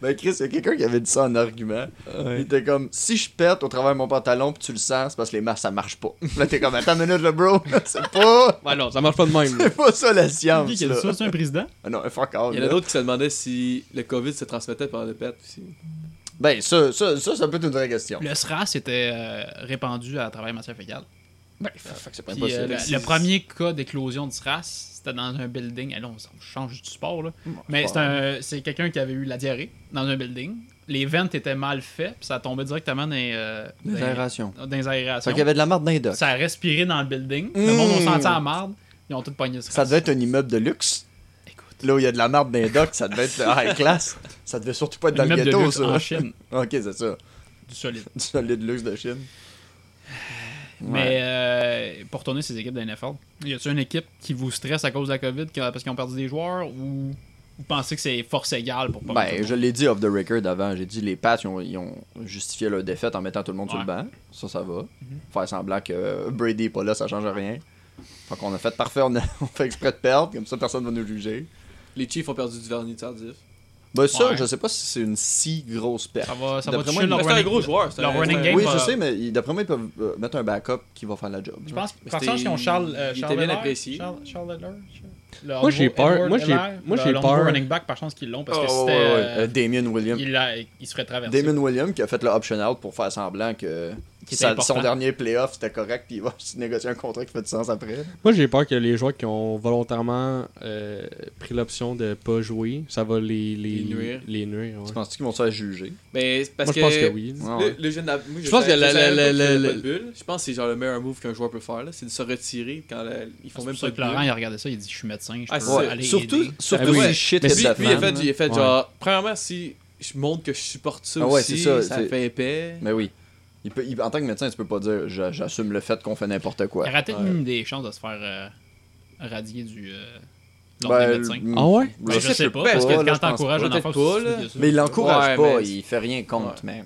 Ben Chris, il y a quelqu'un qui avait dit ça en argument. Il était comme si je pète au travers de mon pantalon puis tu le sens, c'est parce que les masques ça marche pas. *laughs* Là t'es comme attends une minute le bro, *laughs* c'est pas. *laughs* Ouais non, ça marche pas de même. *laughs* C'est pas ça la science. Qui qui a dit là. ça, c'est un président? Ah non, fuck out. Il y en a là. d'autres qui se demandaient si le COVID se transmettait par le pet aussi. Ben ça, ça, ça, ça peut être une vraie question. Le SRAS était euh, répandu à travers les matières fécales. Ben, fait- fait que c'est pas Puis, euh, impossible. le, le premier cas d'éclosion du SRAS, c'était dans un building. Eh là, on, on change du sport, là. Mais c'est un- c'est quelqu'un qui avait eu la diarrhée dans un building. Les ventes étaient mal faites, puis ça tombait directement dans les, euh, Des dans les- aérations. Dans les aérations. Fait qu'il y avait de la marde dans les docks. Ça a respiré dans le building. Le monde, on Mm. sentait la marde. Ils ont tout pogné le SRAS. Ça devait être un immeuble de luxe. Là où il y a de la marde dans les docks, ça devait être high class. Ça devait surtout pas être dans Un le immeuble de ghetto, luxe ça. en Chine. ok, c'est ça. Du solide. Du solide luxe de Chine. Mais euh, pour tourner ces équipes de NFL, y a-t-il une équipe qui vous stresse à cause de la COVID que- parce qu'ils ont perdu des joueurs ou vous pensez que c'est force égale pour pas mettre tout le Ben, je l'ai dit off the record avant. J'ai dit les Pats, ils ont, ils ont justifié leur défaite en mettant tout le monde sur le Ouais. banc. Ça, ça va. Mhm. Faire semblant que euh, Brady n'est pas là, ça change rien. Fait qu'on a fait parfait, on, a- *laughs* on fait exprès de perdre, comme ça personne va nous juger. Les Chiefs ont perdu du vernis tardif. Ben, ça, Ouais. je sais pas si c'est une si grosse perte. Ça va- ça va D'après toucher leur ils- running- C'est un gros joueur, c'est leur un- running game Oui, va- je sais, mais ils- d'après moi, ils peuvent euh, mettre un backup qui va faire la job. Je pense Mais par c'était- contre, ils ont Charles, euh, il Charles était bien Lehler, apprécié. Charles, Charles Lehler, Charles- Moi, j'ai Edward- peur- Edward moi, j'ai- Lehler, moi, le- j'ai le nouveau peur. running back, par chance qu'ils l'ont parce que Ah, c'était. ouais, ouais, ouais. euh, Euh, Damien Williams. il, a- il serait traversé. Damon Williams qui a fait le option out pour faire semblant que qui était Sa- important. son dernier playoff, c'était correct, puis il va *laughs* se négocier un contrat qui fait du sens après. Moi, j'ai peur que les joueurs qui ont volontairement euh, pris l'option de pas jouer, ça va les, les, Les nuire. les nuire, ouais. Tu penses-tu qu'ils vont se faire juger Mais c'est parce Moi, que. je pense que oui. Le, Ouais, ouais. le jeu de la- moi, Je pense savais- que la- savais la- pas la- qu'il y avait la- pas de bulle. Je pense que c'est genre le meilleur move qu'un joueur peut faire. là, C'est de se retirer quand la- ils font C'est même pour pas ça de que Laurent, bulle. il a regardé ça, il dit Je suis médecin, je Ah, peux c'est- aller. surtout, aider. surtout Ah oui. ouais. Shit Mais hit lui, the lui, il a fait, fan, il a fait là. genre, premièrement, si je montre que je supporte ça hein. Ah ouais, aussi, c'est ça, ça. c'est- fait épais. Mais oui. Il peut, il- en tant que médecin, tu peux pas dire je- j'assume le fait qu'on fait n'importe quoi. Il aurait peut-être Ouais. même des chances de se faire euh, radier du. euh, l'ordre Ben, des médecins. le- Ah ouais? Ben, Ça, je ça sais peut pas, pas, parce que là, je quand pense t'encourages pas. un enfant, Peut-être pas, tu là. dis que- Mais il l'encourage Ouais, pas, mais- il fait rien contre, mais.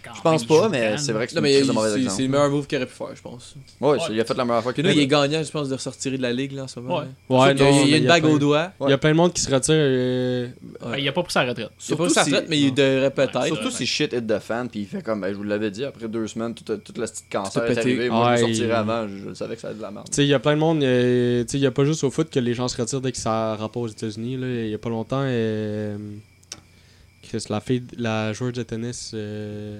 je même, pense il joue pas, mais quand c'est vrai que c'est Non, une mais crise de il- mauvais c'est- exemple. C'est le meilleur move qu'il aurait pu faire, je pense. Ouais, c'est- il a fait la meilleure fois qu'il Là, il peut. est gagnant, je pense, de ressortir de la ligue là, en ce moment. Ouais. là. Ouais, Surtout non, qu'il y a- il y a mais une bague plein- au doigt. Il y a plein de monde qui se retire. euh, Ben, Il a pas pris sa retraite. Il a pas eu sa si- retraite, mais il devrait peut-être. Surtout si shit hit the fan, puis il fait comme, ben, je vous l'avais dit, après deux semaines, toute toute la petite Tout cancer a est pété. arrivé. Moi, je Ouais, me sortirais il- avant, je, je savais que ça allait de la merde. Tu sais, il y a plein de monde, euh, tu sais, il y a pas juste au foot que les gens se retirent dès que ça rapporte aux États-Unis. là. Il y a pas longtemps, euh, Chris, la, fille, la joueuse de tennis euh,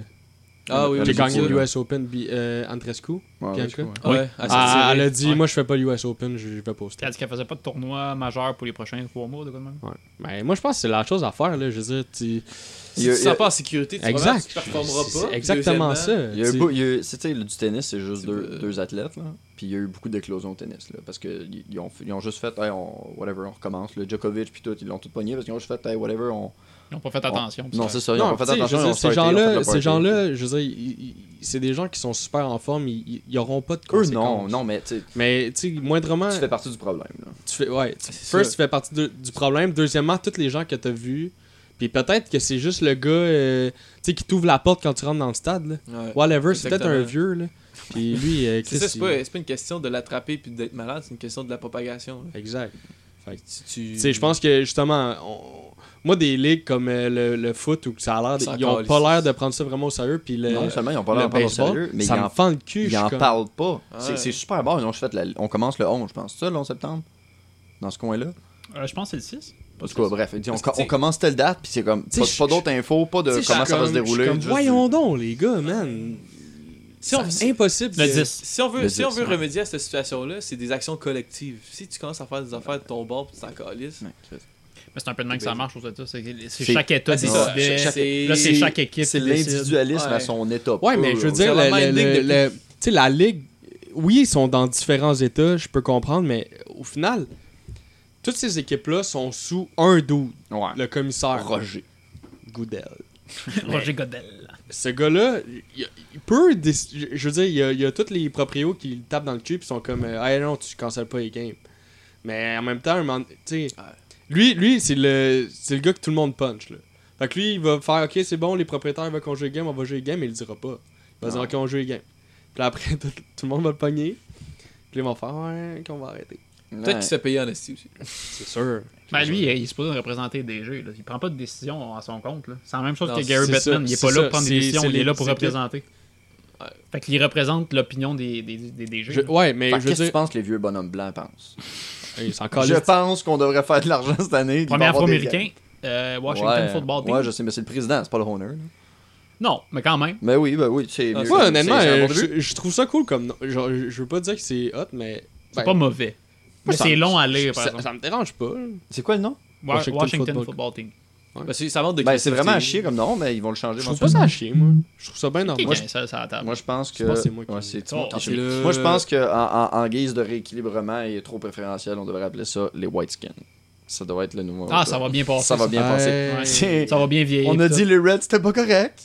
Ah oui, qui a oui, gagné oui. le US Open, bi- euh, Andrescu, Ouais, Bianca. Andrescu, ouais. Oui. Ouais, Ah, elle, c'est tiré. elle a dit Ouais. Moi, je fais pas l'US Open, je, je vais pas au Elle a dit qu'elle faisait pas de tournoi majeur pour les prochains trois mois, de quoi de même. Ouais. Mais Ben, moi, je pense que c'est la chose à faire. Là. Je veux dire, tu. Il y tu a- te il y a- sens pas en sécurité, tu Exact. tu performeras C'est- pas. c'est exactement ça. Il y a eu Euh, tu- beau- il y a eu- c'est, tu sais, le- du tennis, c'est juste deux, deux athlètes. là. Puis il y a eu beaucoup d'éclosions au tennis. Là, parce qu'ils ils ont, fait- ils ont juste fait, Hey, on, whatever, on recommence. Le Djokovic, puis tout, ils l'ont tout pogné parce qu'ils ont juste fait, Hey, whatever, on. Ils ont pas fait on- attention, puis non, ça- c'est ça, ils Non, ont pas tu fait sais, je attention. veux ils dire, ont ces sorti, ils ont fait gens-là, le ces party. gens-là, je veux dire, ils- ils- c'est des gens qui sont super en forme, ils- ils ils auront pas de Eux, conséquences. non, non, mais tu sais, Mais tu sais, moindrement. tu fais partie du problème. là. Tu fais, ouais, tu- C'est first, ça. tu fais partie de- du problème. Deuxièmement, tous les gens que t'as vus. Puis peut-être que c'est juste le gars euh, tu sais, qui t'ouvre la porte quand tu rentres dans le stade. Là. Ouais. Whatever, c'est peut-être Exactement. un vieux. Là. Puis lui, euh, C'est ça, Chris, c'est il- pas, c'est pas une question de l'attraper puis d'être malade, c'est une question de la propagation. là. Exact. Fait que Tu- tu- Tu sais, je pense que justement, on- moi, des ligues comme euh, le, le foot ou que ça a l'air, Ça ils ont calisse. pas l'air de prendre ça vraiment au sérieux. Puis le, non seulement ils ont pas le l'air de prendre au baseball, sérieux, mais ça ils me en, fend le cul. je ils suis en comme- parlent pas. Ouais. C'est, c'est super bon. Ils ont fait la- on commence le 11, je pense, ça, le 11 septembre, dans ce coin-là. Euh, je pense que c'est le 6. En tout cas, bref, ils disent, on, Parce que, tu sais- on commence telle date, puis c'est comme pas, Tu sais, pas d'autres infos, pas de Tu sais, je suis comment ça va comme- se je suis dérouler. comme, juste- voyons donc, les gars, man. Si on- C'est impossible. Le que- 10. Si on veut, Le si on dix, veut ouais. remédier à cette situation-là, c'est des actions collectives. Si tu commences à faire des affaires de ton bord puis tu t'en calisses, Mais c'est un peu de même que ça C'est marche aux États. C'est c'est C'est- chaque État Ah, c'est ça. décidait. Chaque- Là, c'est chaque équipe. C'est qui décide. l'individualisme Ouais. à son état. Ouais, mais je veux dire, le- le- le- le- tu sais, la ligue, oui, ils sont dans différents états, je peux comprendre, mais au final, toutes ces équipes-là sont sous un doux, le commissaire Roger Goodell. Roger Godel. Ce gars-là, il, il peut. déc- Je veux dire, il y a, il y a tous les proprios qui le tapent dans le cul et sont comme, ah non, tu cancelles pas les games. Mais en même temps, un moment- tu sais, lui, lui c'est le, c'est le gars que tout le monde punch. Là. Fait que lui, il va faire, ok, c'est bon, les propriétaires vont qu'on joue les games, on va jouer les games, mais il le dira pas. Il va Non. dire, ok, on joue les games. Puis là, après, *laughs* tout, tout le monde va le pogner. Puis ils vont faire, ouais, qu'on va arrêter. peut-être qu'il se fait payer en esti aussi. C'est sûr. Ben lui, il est supposé représenter des jeux. Là. Il prend pas de décision à son compte. là. C'est la même chose Non, que Gary c'est Bettman. ça, il est c'est pas là ça. pour prendre des C'est- décisions, c'est il est les- là pour c'est représenter. Fait qu'il représente l'opinion des, des, des, des jeux. Je- là. ouais, mais Fait que je veux Qu'est-ce que dire. tu penses que les vieux bonhommes blancs pensent Hey, c'est encore Je pense qu'on devrait faire de l'argent cette année. puis il va y Premier avoir des afro-américain, euh, games. Washington Ouais, Football Team. Ouais, je sais, mais c'est le président, c'est pas le owner. là. Non, mais quand même. Mais oui, ben oui, c'est. mieux. Ouais, honnêtement, C'est un euh, bon début. je, je trouve ça cool comme. nom. Genre, je je veux pas dire que c'est hot, mais. C'est ben, pas mauvais. Mais ça c'est me- long à lire, par Ça, exemple. ça me dérange pas. C'est quoi le nom Wa- Washington, Football, Team. Ben, c'est- ça montre de Ben, c'est créativité. vraiment à chier comme nom, mais ils vont le changer. Je trouve pas ça à chier, moi. Je trouve ça bien normal. Moi, ça, ça à la table. Moi, je pense que. Je pense que c'est moi qui- Ouais, c'est- Oh, moi, je- c'est- Moi, je pense que en, en- en guise de rééquilibrement et trop préférentiel, on devrait appeler ça les White Skins. Ça devrait être le nouveau. Ah, ça va bien passer. Ça va bien Ouais. passer. Ouais. C'est- *laughs* Ça va bien vieillir. On a tout. dit les Reds, c'était pas *laughs* correct.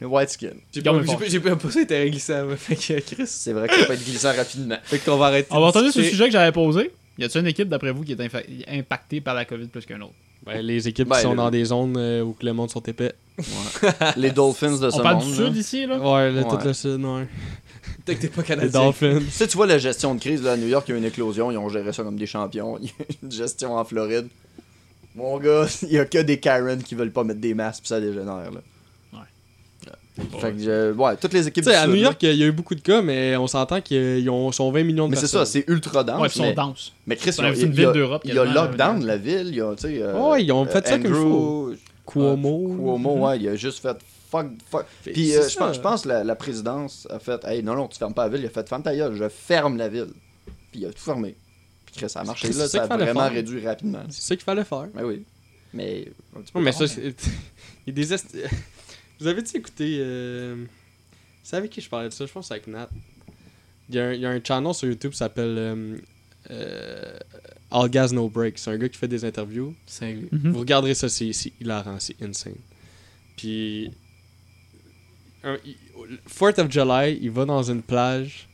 Les White Skins. J'ai Gars, pas, mais j'ai bon. pas- j'ai pas, pas ça était réglissant, moi. fait que Chris. C'est vrai que ça peut être glissant rapidement. Fait qu'on va arrêter. On va entendre ce C'est- sujet que j'avais posé. Y a-t-il une équipe, d'après vous, qui est infa- impactée par la COVID plus qu'une autre Ben, les équipes Ben, qui sont le- dans des zones euh, où que le monde sont épais. Les Dolphins de On ce parle monde. du là. Sud ici, là Ouais, le- tout tout Ouais. le sud, ouais. *laughs* Peut-être que t'es pas Les canadien. Dolphins. Tu sais, tu vois la gestion de crise là, à New York, il y a eu une éclosion, ils ont géré ça comme des champions. *laughs* Il y a une gestion en Floride. Mon gars, *laughs* il y a que des Karen qui veulent pas mettre des masques, puis ça dégénère là. Fait que je- ouais, toutes les équipes Tu sais, du à Sud, New là. York, il y a eu beaucoup de cas, mais on s'entend qu'ils ont sont 20 millions de mais c'est ça, personnes. c'est ultra dense. Ouais, puis mais, on danse. mais Chris, On il y a- a vu il une y a- ville d'Europe, Il y a quasiment, là, lockdown une- la ville, il y a, tu sais. euh, Ouais, ils ont euh, fait ça comme il Andrew- Cuomo. Cuomo, ouais, il a juste fait fuck, fuck. Puis c'est euh, je ça. pense, je pense que la, la présidence a fait Hey, non, non, tu fermes pas la ville. Il a fait Ferme ta gueule, je ferme la ville. Puis il a tout fermé. Puis Chris, ça a marché C'est là, ça ça a qu'il fallait vraiment faire. réduit rapidement. C'est ça qu'il fallait faire. Mais oui. Mais. un petit peu Ouais, mais tard, ça, c'est- il y a des esti- Vous avez-tu écouté. euh, C'est avec qui je parlais de ça Je pense que c'est avec Nat. Il y, a un, il y a un channel sur YouTube qui s'appelle euh, euh, All Gas No Break. C'est un gars qui fait des interviews. Mhm. Vous regarderez ça, c'est c'est hilarant, c'est insane. Puis. un- il- le 4th of July, il va dans une plage.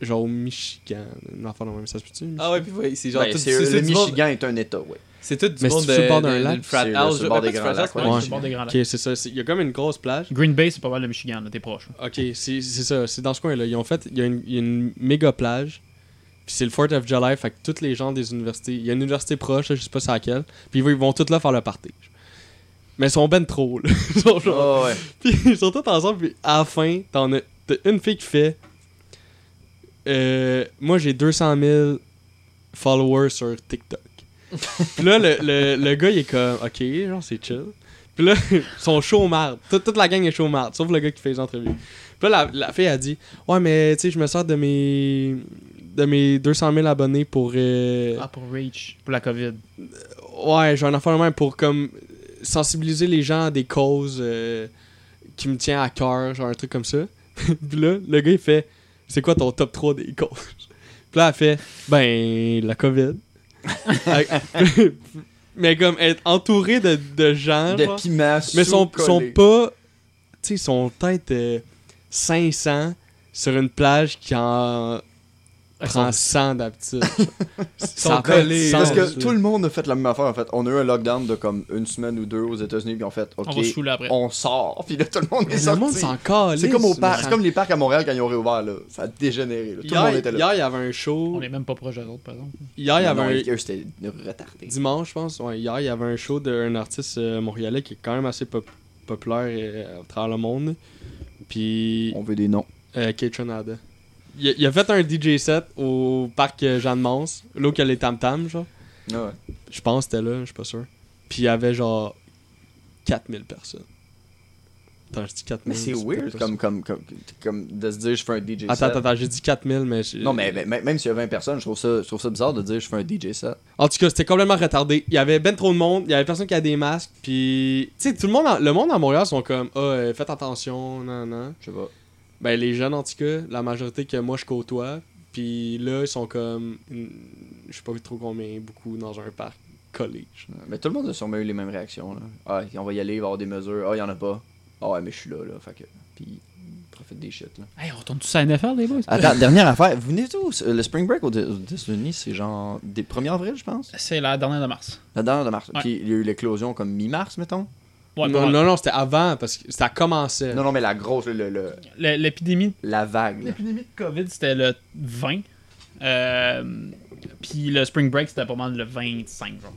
Genre au Michigan. Une affaire de même, ça se peut-tu Ah ouais, puis ouais, c'est genre Ben, tout- c'est- c'est le tout du monde- Michigan est un État, ouais. C'est tout du Mais monde c'est-tu sur le de- bord d'un de- lac? d'une frat C'est le- house, là. sur le bord Ben, des pas Grands frat house, Lacs, mais- Ouais. le bord des Grands Lacs. Ok, c'est ça. c'est- Il y a comme une grosse plage. Green Bay, c'est pas mal le Michigan, là, t'es proche. Ok, c'est c'est ça, c'est dans ce coin-là. Ils ont fait, il y a une, il y a une méga plage, puis c'est le 4th of July, fait que tous les gens des universités, il y a une université proche, là, je sais pas c'est laquelle, puis ils vont- ils vont tous là faire le party. Mais ils sont ben trop, là. Ils sont genre- Ah ouais. Puis ils sont tous ensemble, puis à la fin, t'en as, t'as une fille qui fait euh, Moi j'ai 200 000 followers sur TikTok. puis là, le, le, le gars, il est comme Ok, genre c'est chill. Puis là, ils sont chauds au marde. Toute, toute la gang est chaud au marde, sauf le gars qui fait les entrevues. Puis là, la, la fille a dit Ouais, mais tu sais, je me sers de mes, de mes 200 000 abonnés pour. euh, Ah, pour Reach, pour la COVID. Ouais, j'ai un affaire de même pour comme euh, sensibiliser les gens à des causes euh, qui me tient à cœur, genre un truc comme ça. puis là, le gars il fait C'est quoi ton top 3 des causes Puis là, elle fait Ben, la COVID. mais comme être entouré de, de gens. De genre, piments Mais sont, sous-collés. sont pas. Tu sais, ils sont peut-être euh, 500 sur une plage qui en prend 100 *laughs* d'habitude. Ça a pas de Parce sens, que là. tout le monde a fait la même affaire en fait. On a eu un lockdown de comme une semaine ou deux aux États-Unis puis on fait OK. va se saouler après. on sort. Puis là tout le monde est le sorti. monde s'en calisse, C'est comme au mais parc, ça- c'est comme les parcs à Montréal quand ils ont réouvert là, ça a dégénéré. là. Tout Hier, le monde était là. hier, il y avait un show. On est même pas proche des autres, par exemple. Hier, il y Non, avait non, un- hier, c'était retardé. Dimanche, je pense. Ouais, hier, il y avait un show d'un artiste euh, montréalais qui est quand même assez pop- populaire euh, à travers le monde. Puis. On veut des noms. Euh, Catron Ada. Il, a- il a fait un DJ set au parc euh, Jeanne Mance, là où il y a les Tam Tam, genre. Ouais. Je pense que c'était là, je suis pas sûr. Puis il y avait genre 4000 personnes. Attends, je dis 4000. Mais Mm, c'est peut-être weird pas comme, ça. comme, comme, comme de se dire je fais un DJ Attends, set. attends, attends, j'ai dit 4000, mais. j'ai- Non, mais, mais- mais- même s'il y a 20 personnes, je trouve, ça, je trouve ça bizarre de dire je fais un DJ set. En tout cas, c'était complètement retardé. Il y avait ben trop de monde, il y avait personne qui a des masques, puis tu sais tout le monde en- le monde à Montréal sont comme ah euh, faites attention, non non. Je sais pas. Ben les jeunes en tout cas, la majorité que moi je côtoie, puis là ils sont comme une- je sais pas trop combien beaucoup dans un parc collé. Mais tout le monde a sûrement eu les mêmes réactions. Là. Ah, on va y aller, il va y avoir des mesures. Ah, il y en a pas. Ah, ouais, mais je suis là, là. Fait que. Puis, profite des shit, là. Hey, on retourne tous à la NFL, les boys. Attends, *laughs* dernière affaire. Vous venez tous. Le Spring Break aux États-Unis, c'est genre des 1er avril, je pense. *laughs* C'est la dernière de mars. La dernière de mars. Ouais. Puis il y a eu l'éclosion comme mi-mars, mettons. Ouais, pas non, mal. non non, c'était avant parce que ça commençait. Non, non, mais la grosse, le, le- Le- L'épidémie la vague. là. L'épidémie de COVID, c'était le 20. Euh, puis le spring break, c'était pas mal le 25, genre.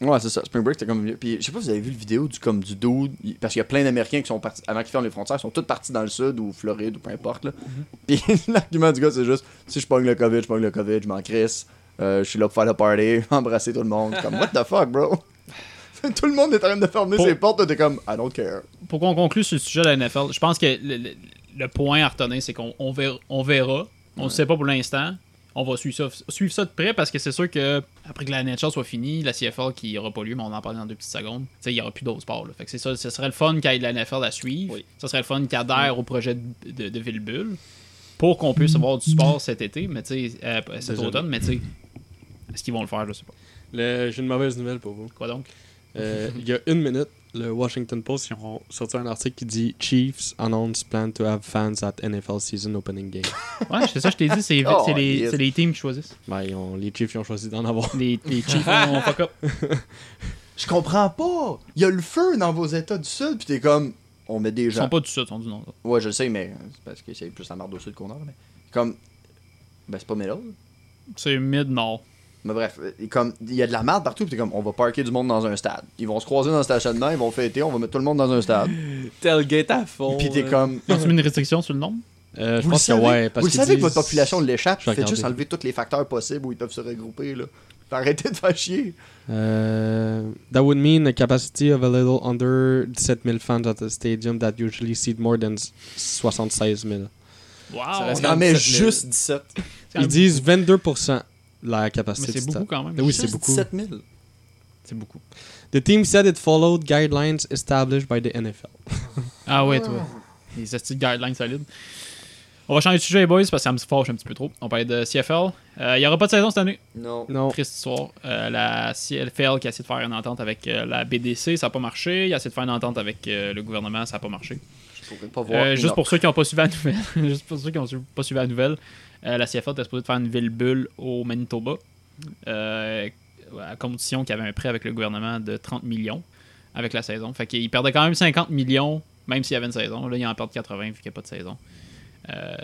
Ouais, c'est ça. Spring Break, c'était comme. Puis je sais pas si vous avez vu le vidéo du comme du dude. il- Parce qu'il y a plein d'Américains qui sont partis. Avant qu'ils ferment les frontières, ils sont tous partis dans le sud ou Floride ou peu importe. Là. Puis *laughs* l'argument du gars, c'est juste si je pogne le COVID, je pogne le COVID, je m'en crisse. Euh, je suis là pour faire le party, *laughs* embrasser tout le monde. Comme, what the fuck, bro? *laughs* tout le monde est en train de fermer ses portes. là, T'es comme, I don't care. Pour qu'on conclue sur le sujet de la NFL, je pense que le, le- le point à retenir, c'est qu'on on verra. On verra. On le sait pas pour l'instant. On va suivre ça, suivre ça de près parce que c'est sûr que après que la NHL soit finie, la CFL qui aura pas lieu, mais on en parle dans deux petites secondes, tu sais, il y aura plus d'autres sports. là. Fait que c'est ça, ce serait le fun qu'il y ait de la NFL à suivre. Ça serait le fun qu'il adhère au projet de, de, de Villebulle pour qu'on puisse avoir du sport cet été, mais tu sais, euh, cet Désolé. automne, mais tu sais, est-ce qu'ils vont le faire, je sais pas. Le- J'ai une mauvaise nouvelle pour vous. *laughs* Quoi donc? Euh, Il y a une minute, le Washington Post ils ont sorti un article qui dit Chiefs announce plan to have fans at NFL season opening game. Ouais, c'est ça, je t'ai dit, c'est Oh, c'est les, yes. c'est les teams qui choisissent. Ben, ils ont- les Chiefs ils ont choisi d'en avoir. Les, *laughs* les Chiefs ont fuck up. Je comprends pas. Il y a le feu dans vos états du sud. Puis t'es comme, on met des Ils gens. sont pas du sud, ils sont du nord. ça. Ouais, je le sais, mais c'est parce que c'est plus la marde au sud qu'on a. là, Mais comme, ben c'est pas mélange. C'est mid-nord. Mais bref, euh, comme il y a de la merde partout, puis t'es comme on va parker du monde dans un stade. Ils vont se croiser dans le stationnement, ils vont fêter, on va mettre tout le monde dans *laughs* un stade. Tailgate à fond. Puis t'es là. comme Ils ont mis une restriction sur le nombre? Euh, je vous le pense que savez, ouais. Parce vous le qu'ils savez que disent- votre population l'échappe, Je vais faites juste regarder. enlever tous les facteurs possibles où ils peuvent se regrouper là. Arrêtez de faire chier. Uh, that would mean a capacity of a little under 17,000 fans at a stadium that usually seat more than 76,000. Wow! on en met juste 17. Ils disent 22% la capacité Mais c'est du beaucoup stade. quand même. Oui, Juste c'est beaucoup. 17 000. C'est beaucoup. The team said it followed guidelines established by the NFL. Ah ouais, toi. Les astuces de guidelines solides. On va changer de sujet, les boys, parce que ça me fâche un petit peu trop. On parlait de CFL. Euh, Il n'y aura pas de saison cette année. Non. Triste histoire. Euh, la CFL qui a essayé de faire une entente avec euh, la BDC, ça n'a pas marché. Il a essayé de faire une entente avec euh, le gouvernement, ça n'a pas marché. Je pourrais pas Euh, voir. juste pour ceux qui n'ont pas suivi la nouvelle, *laughs* juste pour ceux qui ont su- pas suivi la nouvelle, euh, la CFL était supposée de faire une ville bulle au Manitoba, euh, à condition qu'il y avait un prêt avec le gouvernement de 30 millions avec la saison. Fait qu'ils perdaient quand même 50 millions, même s'il y avait une saison. Là, ils en perdent 80 vu qu'il n'y a pas de saison. Euh,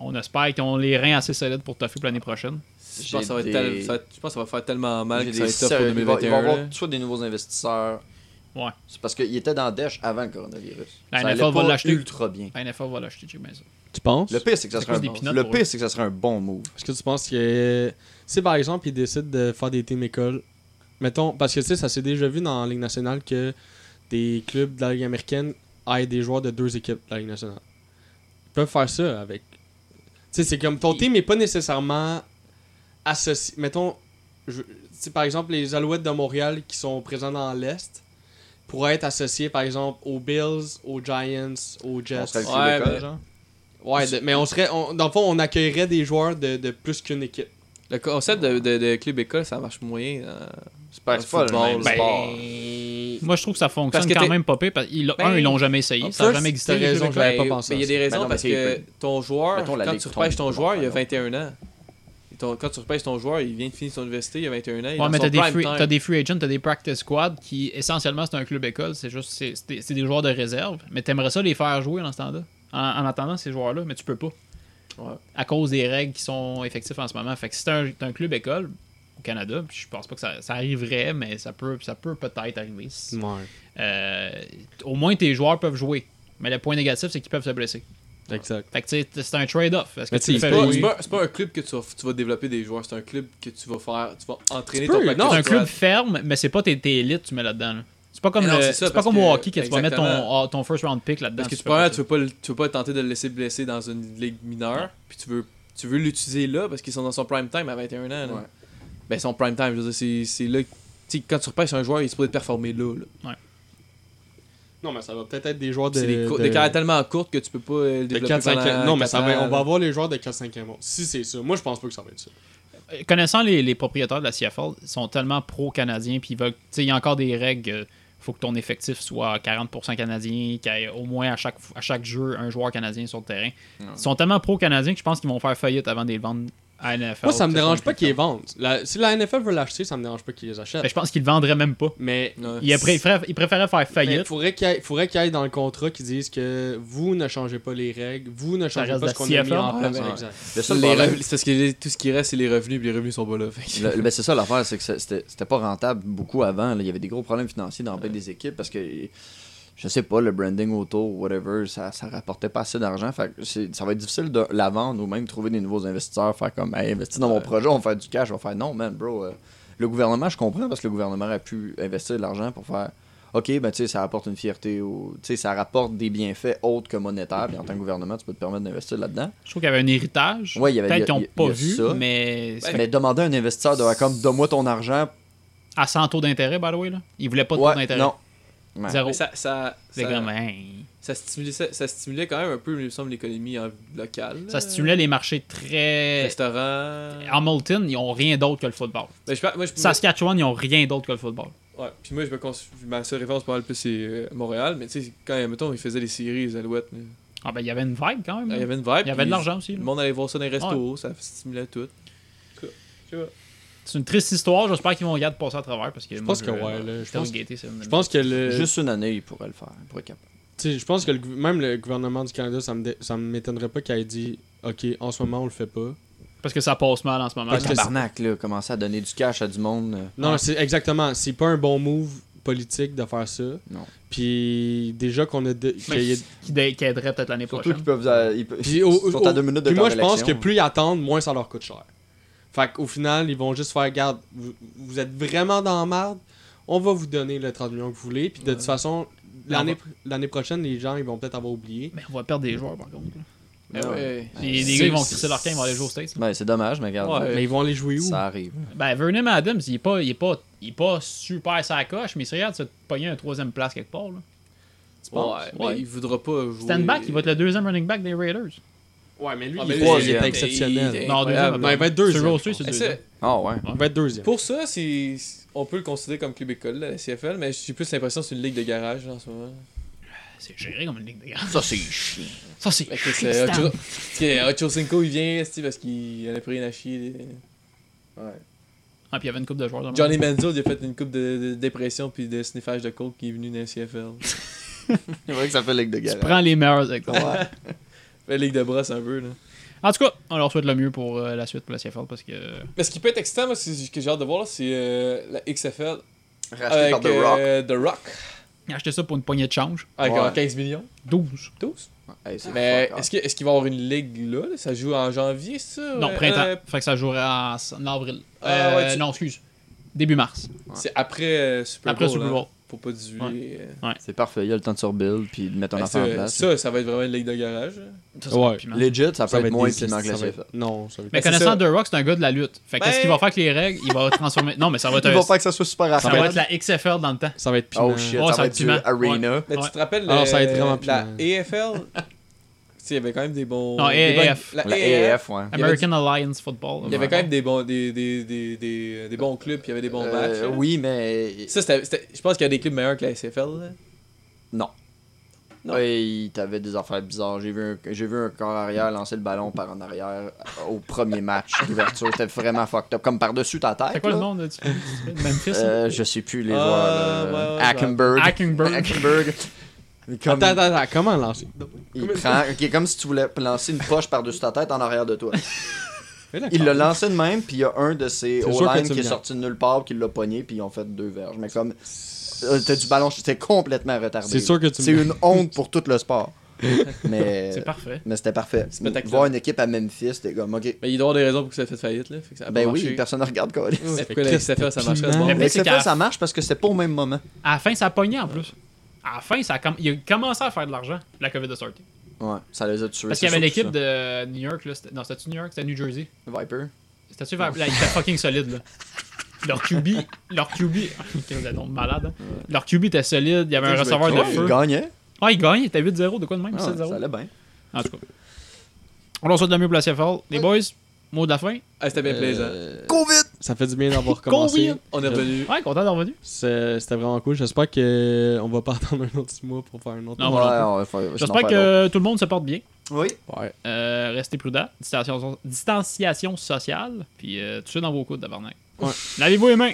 on espère qu'ils ont les reins assez solides pour toffer pour l'année prochaine. J'ai Je pense, que ça va être des- tel- ça va être- je pense que ça va faire tellement mal J'ai que ça va des être tough sérieux- pour il va- 2021. Il va y là. avoir soit des nouveaux investisseurs. Ouais. C'est parce qu'il était dans Dash avant le coronavirus. La ça NFL allait va pas l'acheter. ultra bien. La NFL va l'acheter, j'ai bien ça. Tu penses? Le pire, c'est que ça C'est serait un quoi, bon- des peanuts le pour pire, eux? c'est que ça serait un bon move. Est-ce que tu penses que si par exemple ils décident de faire des teams écoles, mettons, parce que tu sais, ça s'est déjà vu dans la Ligue nationale que des clubs de la Ligue américaine aient des joueurs de deux équipes de la Ligue nationale. Ils peuvent faire ça avec. Tu sais, c'est comme ton team n'est pas nécessairement associé. Mettons, je- tu sais, par exemple, les Alouettes de Montréal qui sont présents dans l'Est pourraient être associés par exemple aux Bills, aux Giants, aux Jets. On serait le club Ouais, ben, école, mais- genre. Ouais, de- mais on serait. on- dans le fond, on accueillerait des joueurs de, de plus qu'une équipe. Le concept de, de, de club école, ça marche moyen. euh, C'est pas- dans c'est pas le football, ben, même là. sport. Moi, je trouve que ça Parce fonctionne que quand t'es- même pas pire. Parce qu'ils l'ont- Ben, un, ils l'ont jamais essayé. Ça n'a first, jamais existé. t'as les raison, clubs j'avais écoles. pas pensé Mais il y a à ça. des Ben raisons non, mais parce c'est que hyper. ton joueur, Mettons, la quand Ligue tu repêches ton tombe. joueur, il a Bon, 21 ans. Et ton- quand tu repêches ton joueur, il vient de finir son université, il a 21 ans. il est Ouais, dans mais son t'as des, prime free, time. t'as des free agents, t'as des practice squad qui, essentiellement, c'est un club école. C'est juste, c'est, c'est des- c'est des joueurs de réserve. Mais t'aimerais ça les faire jouer en ce temps-là. En, en attendant ces joueurs-là, mais tu peux pas. Ouais. À cause des règles qui sont effectives en ce moment. Fait que si t'es un, t'es un club école au Canada, puis je pense pas que ça, ça arriverait, mais ça peut, ça peut peut-être arriver. Euh, au moins, tes joueurs peuvent jouer. Mais le point négatif, c'est qu'ils peuvent se blesser. Exact. Fait que tu sais, c'est un trade-off. Est-ce que Mais tu le tu fais peux- jouer? C'est pas, c'est pas un club que tu vas, tu vas développer des joueurs, c'est un club que tu vas faire, tu vas entraîner Tu peux, ton paquet Non, de c'est un club joueurs. ferme, mais c'est pas tes, tes élites que tu mets là-dedans. là. C'est pas comme, Mais non, le- c'est ça, c'est pas parce comme au que- hockey que tu vas mettre ton, ah, exactement. ton first round pick là-dedans. Parce que tu tu fais peux, pas tu veux pas, le- tu veux pas tenter de le laisser blesser dans une ligue mineure, puis tu veux, tu veux l'utiliser là parce qu'ils sont dans son prime time à 21 ans. là. Ouais. Ben, son prime time, je veux dire, c'est- c'est là. que- Tu sais, quand tu repêches un joueur, il se pourrait performer là. là. Non, mais ça va peut-être être des joueurs de. C'est des, co- de- des carrières tellement courtes que tu peux pas euh, le de développer 4, 5 pendant Non, mais quatre ça va, ans, on va là. avoir les joueurs de 4, 5 mois. Si c'est ça. Moi, je pense pas que ça va être ça. Euh, Connaissant les, les propriétaires de la CFL, ils sont tellement pro-canadiens, puis ils veulent. tu sais, Il y a encore des règles. euh, faut que ton effectif soit 40% canadien, qu'il y ait au moins à chaque, à chaque jeu un joueur canadien sur le terrain. Ils sont tellement pro-canadiens que je pense qu'ils vont faire faillite avant de les vendre à NFL. Moi, ça me que ce dérange soit pas un qu'ils les vendent. La- si la NFL veut l'acheter, ça me dérange pas qu'ils les achètent. Ben, je pense qu'ils le vendraient même pas. Mais Ils préféraient, ils préféraient faire Mais faillite. il faudrait qu'il y, ait- faudrait qu'il y ait dans le contrat qu'ils disent que vous ne changez pas les règles, vous ne changez reste pas la ce qu'on a mis CFL, en place. ouais. Exact. Le seul Ah, Les problème- revenus- c'est parce que les- tout ce qui reste, c'est les revenus, puis les revenus sont pas là. fait que- Le- le- ben, c'est ça l'affaire, c'est que ça- c'était c'était pas rentable beaucoup avant. là. Il y avait des gros problèmes financiers dans bien des équipes parce que je sais pas, le branding autour, whatever, ça, ça rapportait pas assez d'argent. Fait que c'est- ça va être difficile de la vendre ou même trouver des nouveaux investisseurs, faire comme hey, investis dans mon projet, on va faire du cash, on va faire non, man, bro. euh, le gouvernement, je comprends parce que le gouvernement a pu investir de l'argent pour faire OK, ben tu sais, ça apporte une fierté ou tu sais, ça rapporte des bienfaits autres que monétaires. Puis en tant que gouvernement, tu peux te permettre d'investir là-dedans. Je trouve qu'il y avait un héritage. Ouais, il y avait- il y Peut-être a- qu'ils il y n'ont a- pas il y a vu, ça. mais. ça fait Mais demander à un investisseur de faire comme donne-moi ton argent À 100 taux d'intérêt, by the way. Là. Ils voulaient pas de Ouais, taux d'intérêt. Non. Ouais. Zéro. Mais ça, ça, C'est ça, comme, hein. ça stimulait, ça stimulait quand même un peu, il me semble, l'économie euh, locale. Ça stimulait les marchés très. Restaurants. Hamilton, ils ont rien d'autre que le football. Ben, je par- moi, je- Saskatchewan, ils ont rien d'autre que le football. Ouais, Ah, puis moi, je me cons- ma seule référence pas mal plus, c'est euh, Montréal, mais tu sais, quand, mettons, ils faisaient des séries, les Alouettes. là. Ah ben, il y avait une vibe quand même. Ah, Il y là. avait une vibe. Il y avait puis de l'argent aussi, là. Le monde allait voir ça dans les restos, ça stimulait tout. C'est une triste histoire. J'espère qu'ils vont regarder passer à travers parce que. Je pense que ouais. là, je, pense, Je je pense que le. Juste une année, il pourrait le faire. Il pourrait être capable. Tu sais, je pense que le gou- même le gouvernement du Canada, ça me dé- ça m'étonnerait pas qu'il ait dit OK, en ce moment, on le fait pas. Parce que ça passe mal en ce moment. Parce que Barnac, là, commencer à donner du cash à du monde. euh, Non, ouais. Ah, c'est exactement. C'est pas un bon move politique de faire ça. Non. Puis déjà qu'on a. de- qu'il y ait- Qui, dé- qui aiderait peut-être l'année Surtout prochaine. qu'ils peuvent. euh, ils pe- Puis, au- ils sont à au- deux minutes de puis temps moi, je pense que d'élection. plus ils attendent, moins ça leur coûte cher. Fait qu'au final, ils vont juste faire garde, vous, vous êtes vraiment dans la merde, on va vous donner le 30 millions que vous voulez, puis de toute façon, l'année l'année prochaine, les gens, ils vont peut-être avoir oublié. Mais on va perdre des joueurs, par contre. là. Ben ouais. Puis les gars, ils vont crisser leur camp, ils vont aller jouer aux States. Ben, c'est dommage, mais regarde. Ouais, mais ils vont aller jouer où? Ça arrive. Ben, Vernon Adams, il est pas, il est pas, il est pas super sa coche, mais il se regarde se pogner un troisième place quelque part. Là. Tu penses? Ouais, Ouais. mais il voudra pas jouer. Standback, il va être le deuxième running back des Raiders. Ouais, mais lui, Ah, il, mais est lui, troisième. il est exceptionnel. Non, deuxième, Non, il va être deuxième. C'est Rose, c'est Et deuxième. Ah ouais. Il va être deuxième. Pour ça, c'est on peut le considérer comme club école, la CFL, mais j'ai plus l'impression que c'est une ligue de garage là, en ce moment. C'est géré comme une ligue de garage. Ça, c'est chiant. Ça, c'est Fait que chiant, euh, c'est Stan. Ocho- parce que Ocho Cinco, euh, il vient esti, parce qu'il en a plus rien à chier. Ouais. Ah, puis il y avait une coupe de joueurs. dans le Johnny monde. Manziel, il a fait une coupe de, de dépression puis de sniffage de coke qui est venu dans la CFL. C'est vrai que ça fait ligue de Tu galère. prends les meilleurs exemples. *laughs* Fait ligue de brosse un peu là. En tout cas, on leur souhaite le mieux pour euh, la suite pour la CFL parce que. Mais ce qui peut être excitant, moi, c'est- que j'ai hâte de voir, là, c'est euh, la XFL. Racheté par The Rock. euh, The Rock. Acheter ça pour une poignée de change. Avec Ouais. euh, 15 millions. 12. 12. Hey, c'est Mais Ah, fuck off. est-ce que- est-ce qu'il va y avoir une ligue là, là? Ça joue en janvier, ça Non, Euh, printemps. euh, Fait que ça jouerait en, en avril. Ah, Euh, ouais, tu- Non, excuse. Début mars. C'est après euh, Super Après Bowl. Super là, Bowl. Pour pas diluer. euh, C'est parfait, il y a le temps de se rebuild puis de mettre un ben, affaire en ça, place. ça, ça va être vraiment une ligue de garage. là. Ouais. Legit, ça peut être être moins des- piment que la ça va être- CFL. Non, ça va être- Mais Ben, c'est connaissant ça. The Rock, c'est un gars de la lutte. Fait que Ben- qu'est-ce qu'il va faire avec les règles Il va transformer. Non, mais ça va être Il un- va faire que ça soit super Ça va être la XFL dans le temps. Ça va être piment. Oh shit, Ouais, ça va être du piment. arena. Ouais. Mais tu te rappelles, Ah, euh, ça va être vraiment la piment. AFL, tu sais, il y avait quand même des bons. Non, des bonnes- AAF. La AAF, ouais. Il y avait, du- American Alliance Football. il y avait quand même des bons, des, des, des, des, des bons clubs, puis il y avait des bons Euh, matchs. là. oui, mais Ça, c'était- c'était- je pense qu'il y a des clubs meilleurs que la SFL. là. non. Non. Ouais, il t'avait des affaires bizarres. J'ai vu, un, j'ai vu un corps arrière lancer le ballon par en arrière au premier match d'ouverture. C'était vraiment fucked up. Comme par-dessus ta tête. C'est quoi le là. nom de, du- du- de Memphis hein? Euh, Je sais plus les Ah, joueurs. ouais, là. ouais, Hackenberg. Hackenberg. Hackenberg. Comme- Attends, attends, attends, comment lancer Il prend, ok, comme si tu voulais lancer une poche par-dessus ta tête en arrière de toi. Eh, d'accord. Il l'a lancé de même, puis il y a un de C'est ses sûr que O-line tu qui est viens. sorti de nulle part, qui l'a pogné, puis ils ont fait deux verges. Mais comme, euh, t'as du ballon, j'étais complètement retardé. C'est sûr que tu me- C'est une honte pour tout le *laughs* sport. mais C'est parfait. mais c'était parfait. Spectaculaire. Voir une équipe à Memphis, t'es comme, ok. Mais il doit y avoir des raisons pour que ça a fait faillite. Là, fait que ça a Ben pas oui, marché. personne ne regarde quoi. Mais Pourquoi la SFL, ça marcherait à ce piment. moment Mais Mais c'est c'est qu'à- fait, ça marche parce que c'était pas au même moment. À la fin, ça a pogné en plus. À la fin, ça a comm- il a commencé à faire de l'argent, la COVID de sortie. Ouais, ça les a tués. Parce c'est qu'il y avait sûr l'équipe que de New York. Là, c'était- non, c'était-tu New York C'était New Jersey. ça. Viper. C'était-tu vers- là, Ils étaient fucking solides. Là. Leur QB. Leur QB. Quel nom de malade. hein. Leur QB était solide. Il y avait un receveur de Ouais, feu. Il gagnait. Ah, il gagne, il était 8-0, de quoi de même, Ouais, Ah, Ça 7-0. allait bien. En tout cas. On leur souhaite le mieux pour la CFL. Les boys, mot de la fin. Ah, c'était bien plaisant. Covid! Ça fait du bien d'avoir *laughs* commencé. On est revenu. Ouais, content d'être revenu. C'est- C'était vraiment cool. J'espère qu'on va pas *laughs* attendre un autre six mois pour faire un autre. Non, Ouais, moi non plus. on va faire- sinon, on J'espère va que faire d'autres. euh, tout le monde se porte bien. Oui. Ouais. Euh, restez prudents. Distanciation, distanciation sociale. Puis euh, touchez dans vos coudes, tabarnak. Ouais. Lavez-vous les mains.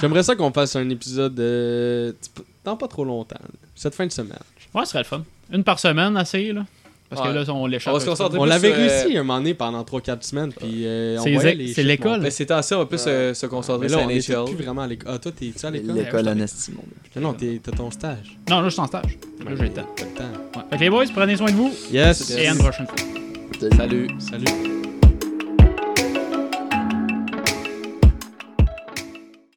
J'aimerais ça qu'on fasse un épisode euh, tu- dans pas trop longtemps. là. Cette fin de semaine. Ouais, ce serait le fun. Une par semaine, assez, là. Parce que Ouais. là, on l'échappe. On va se un petit peu. concentrer On plus l'avait sur, euh, réussi à un moment donné pendant 3-4 semaines. Puis euh, on C'est les- voyait les c'est chiffres l'école. monter. Mais Ben, c'était assez, on va plus euh, se concentrer Mais là, sur on était plus NHL. vraiment à l'école. Ah, toi, t'es-tu à l'école? L'école en estime. Non, non, t'es- t'as ton stage. Non, là, je suis en stage. Là, j'ai le temps. T'as le temps. Ouais. Fait que les boys, prenez soin de vous. Yes! Et à une prochaine fois. Salut! Salut!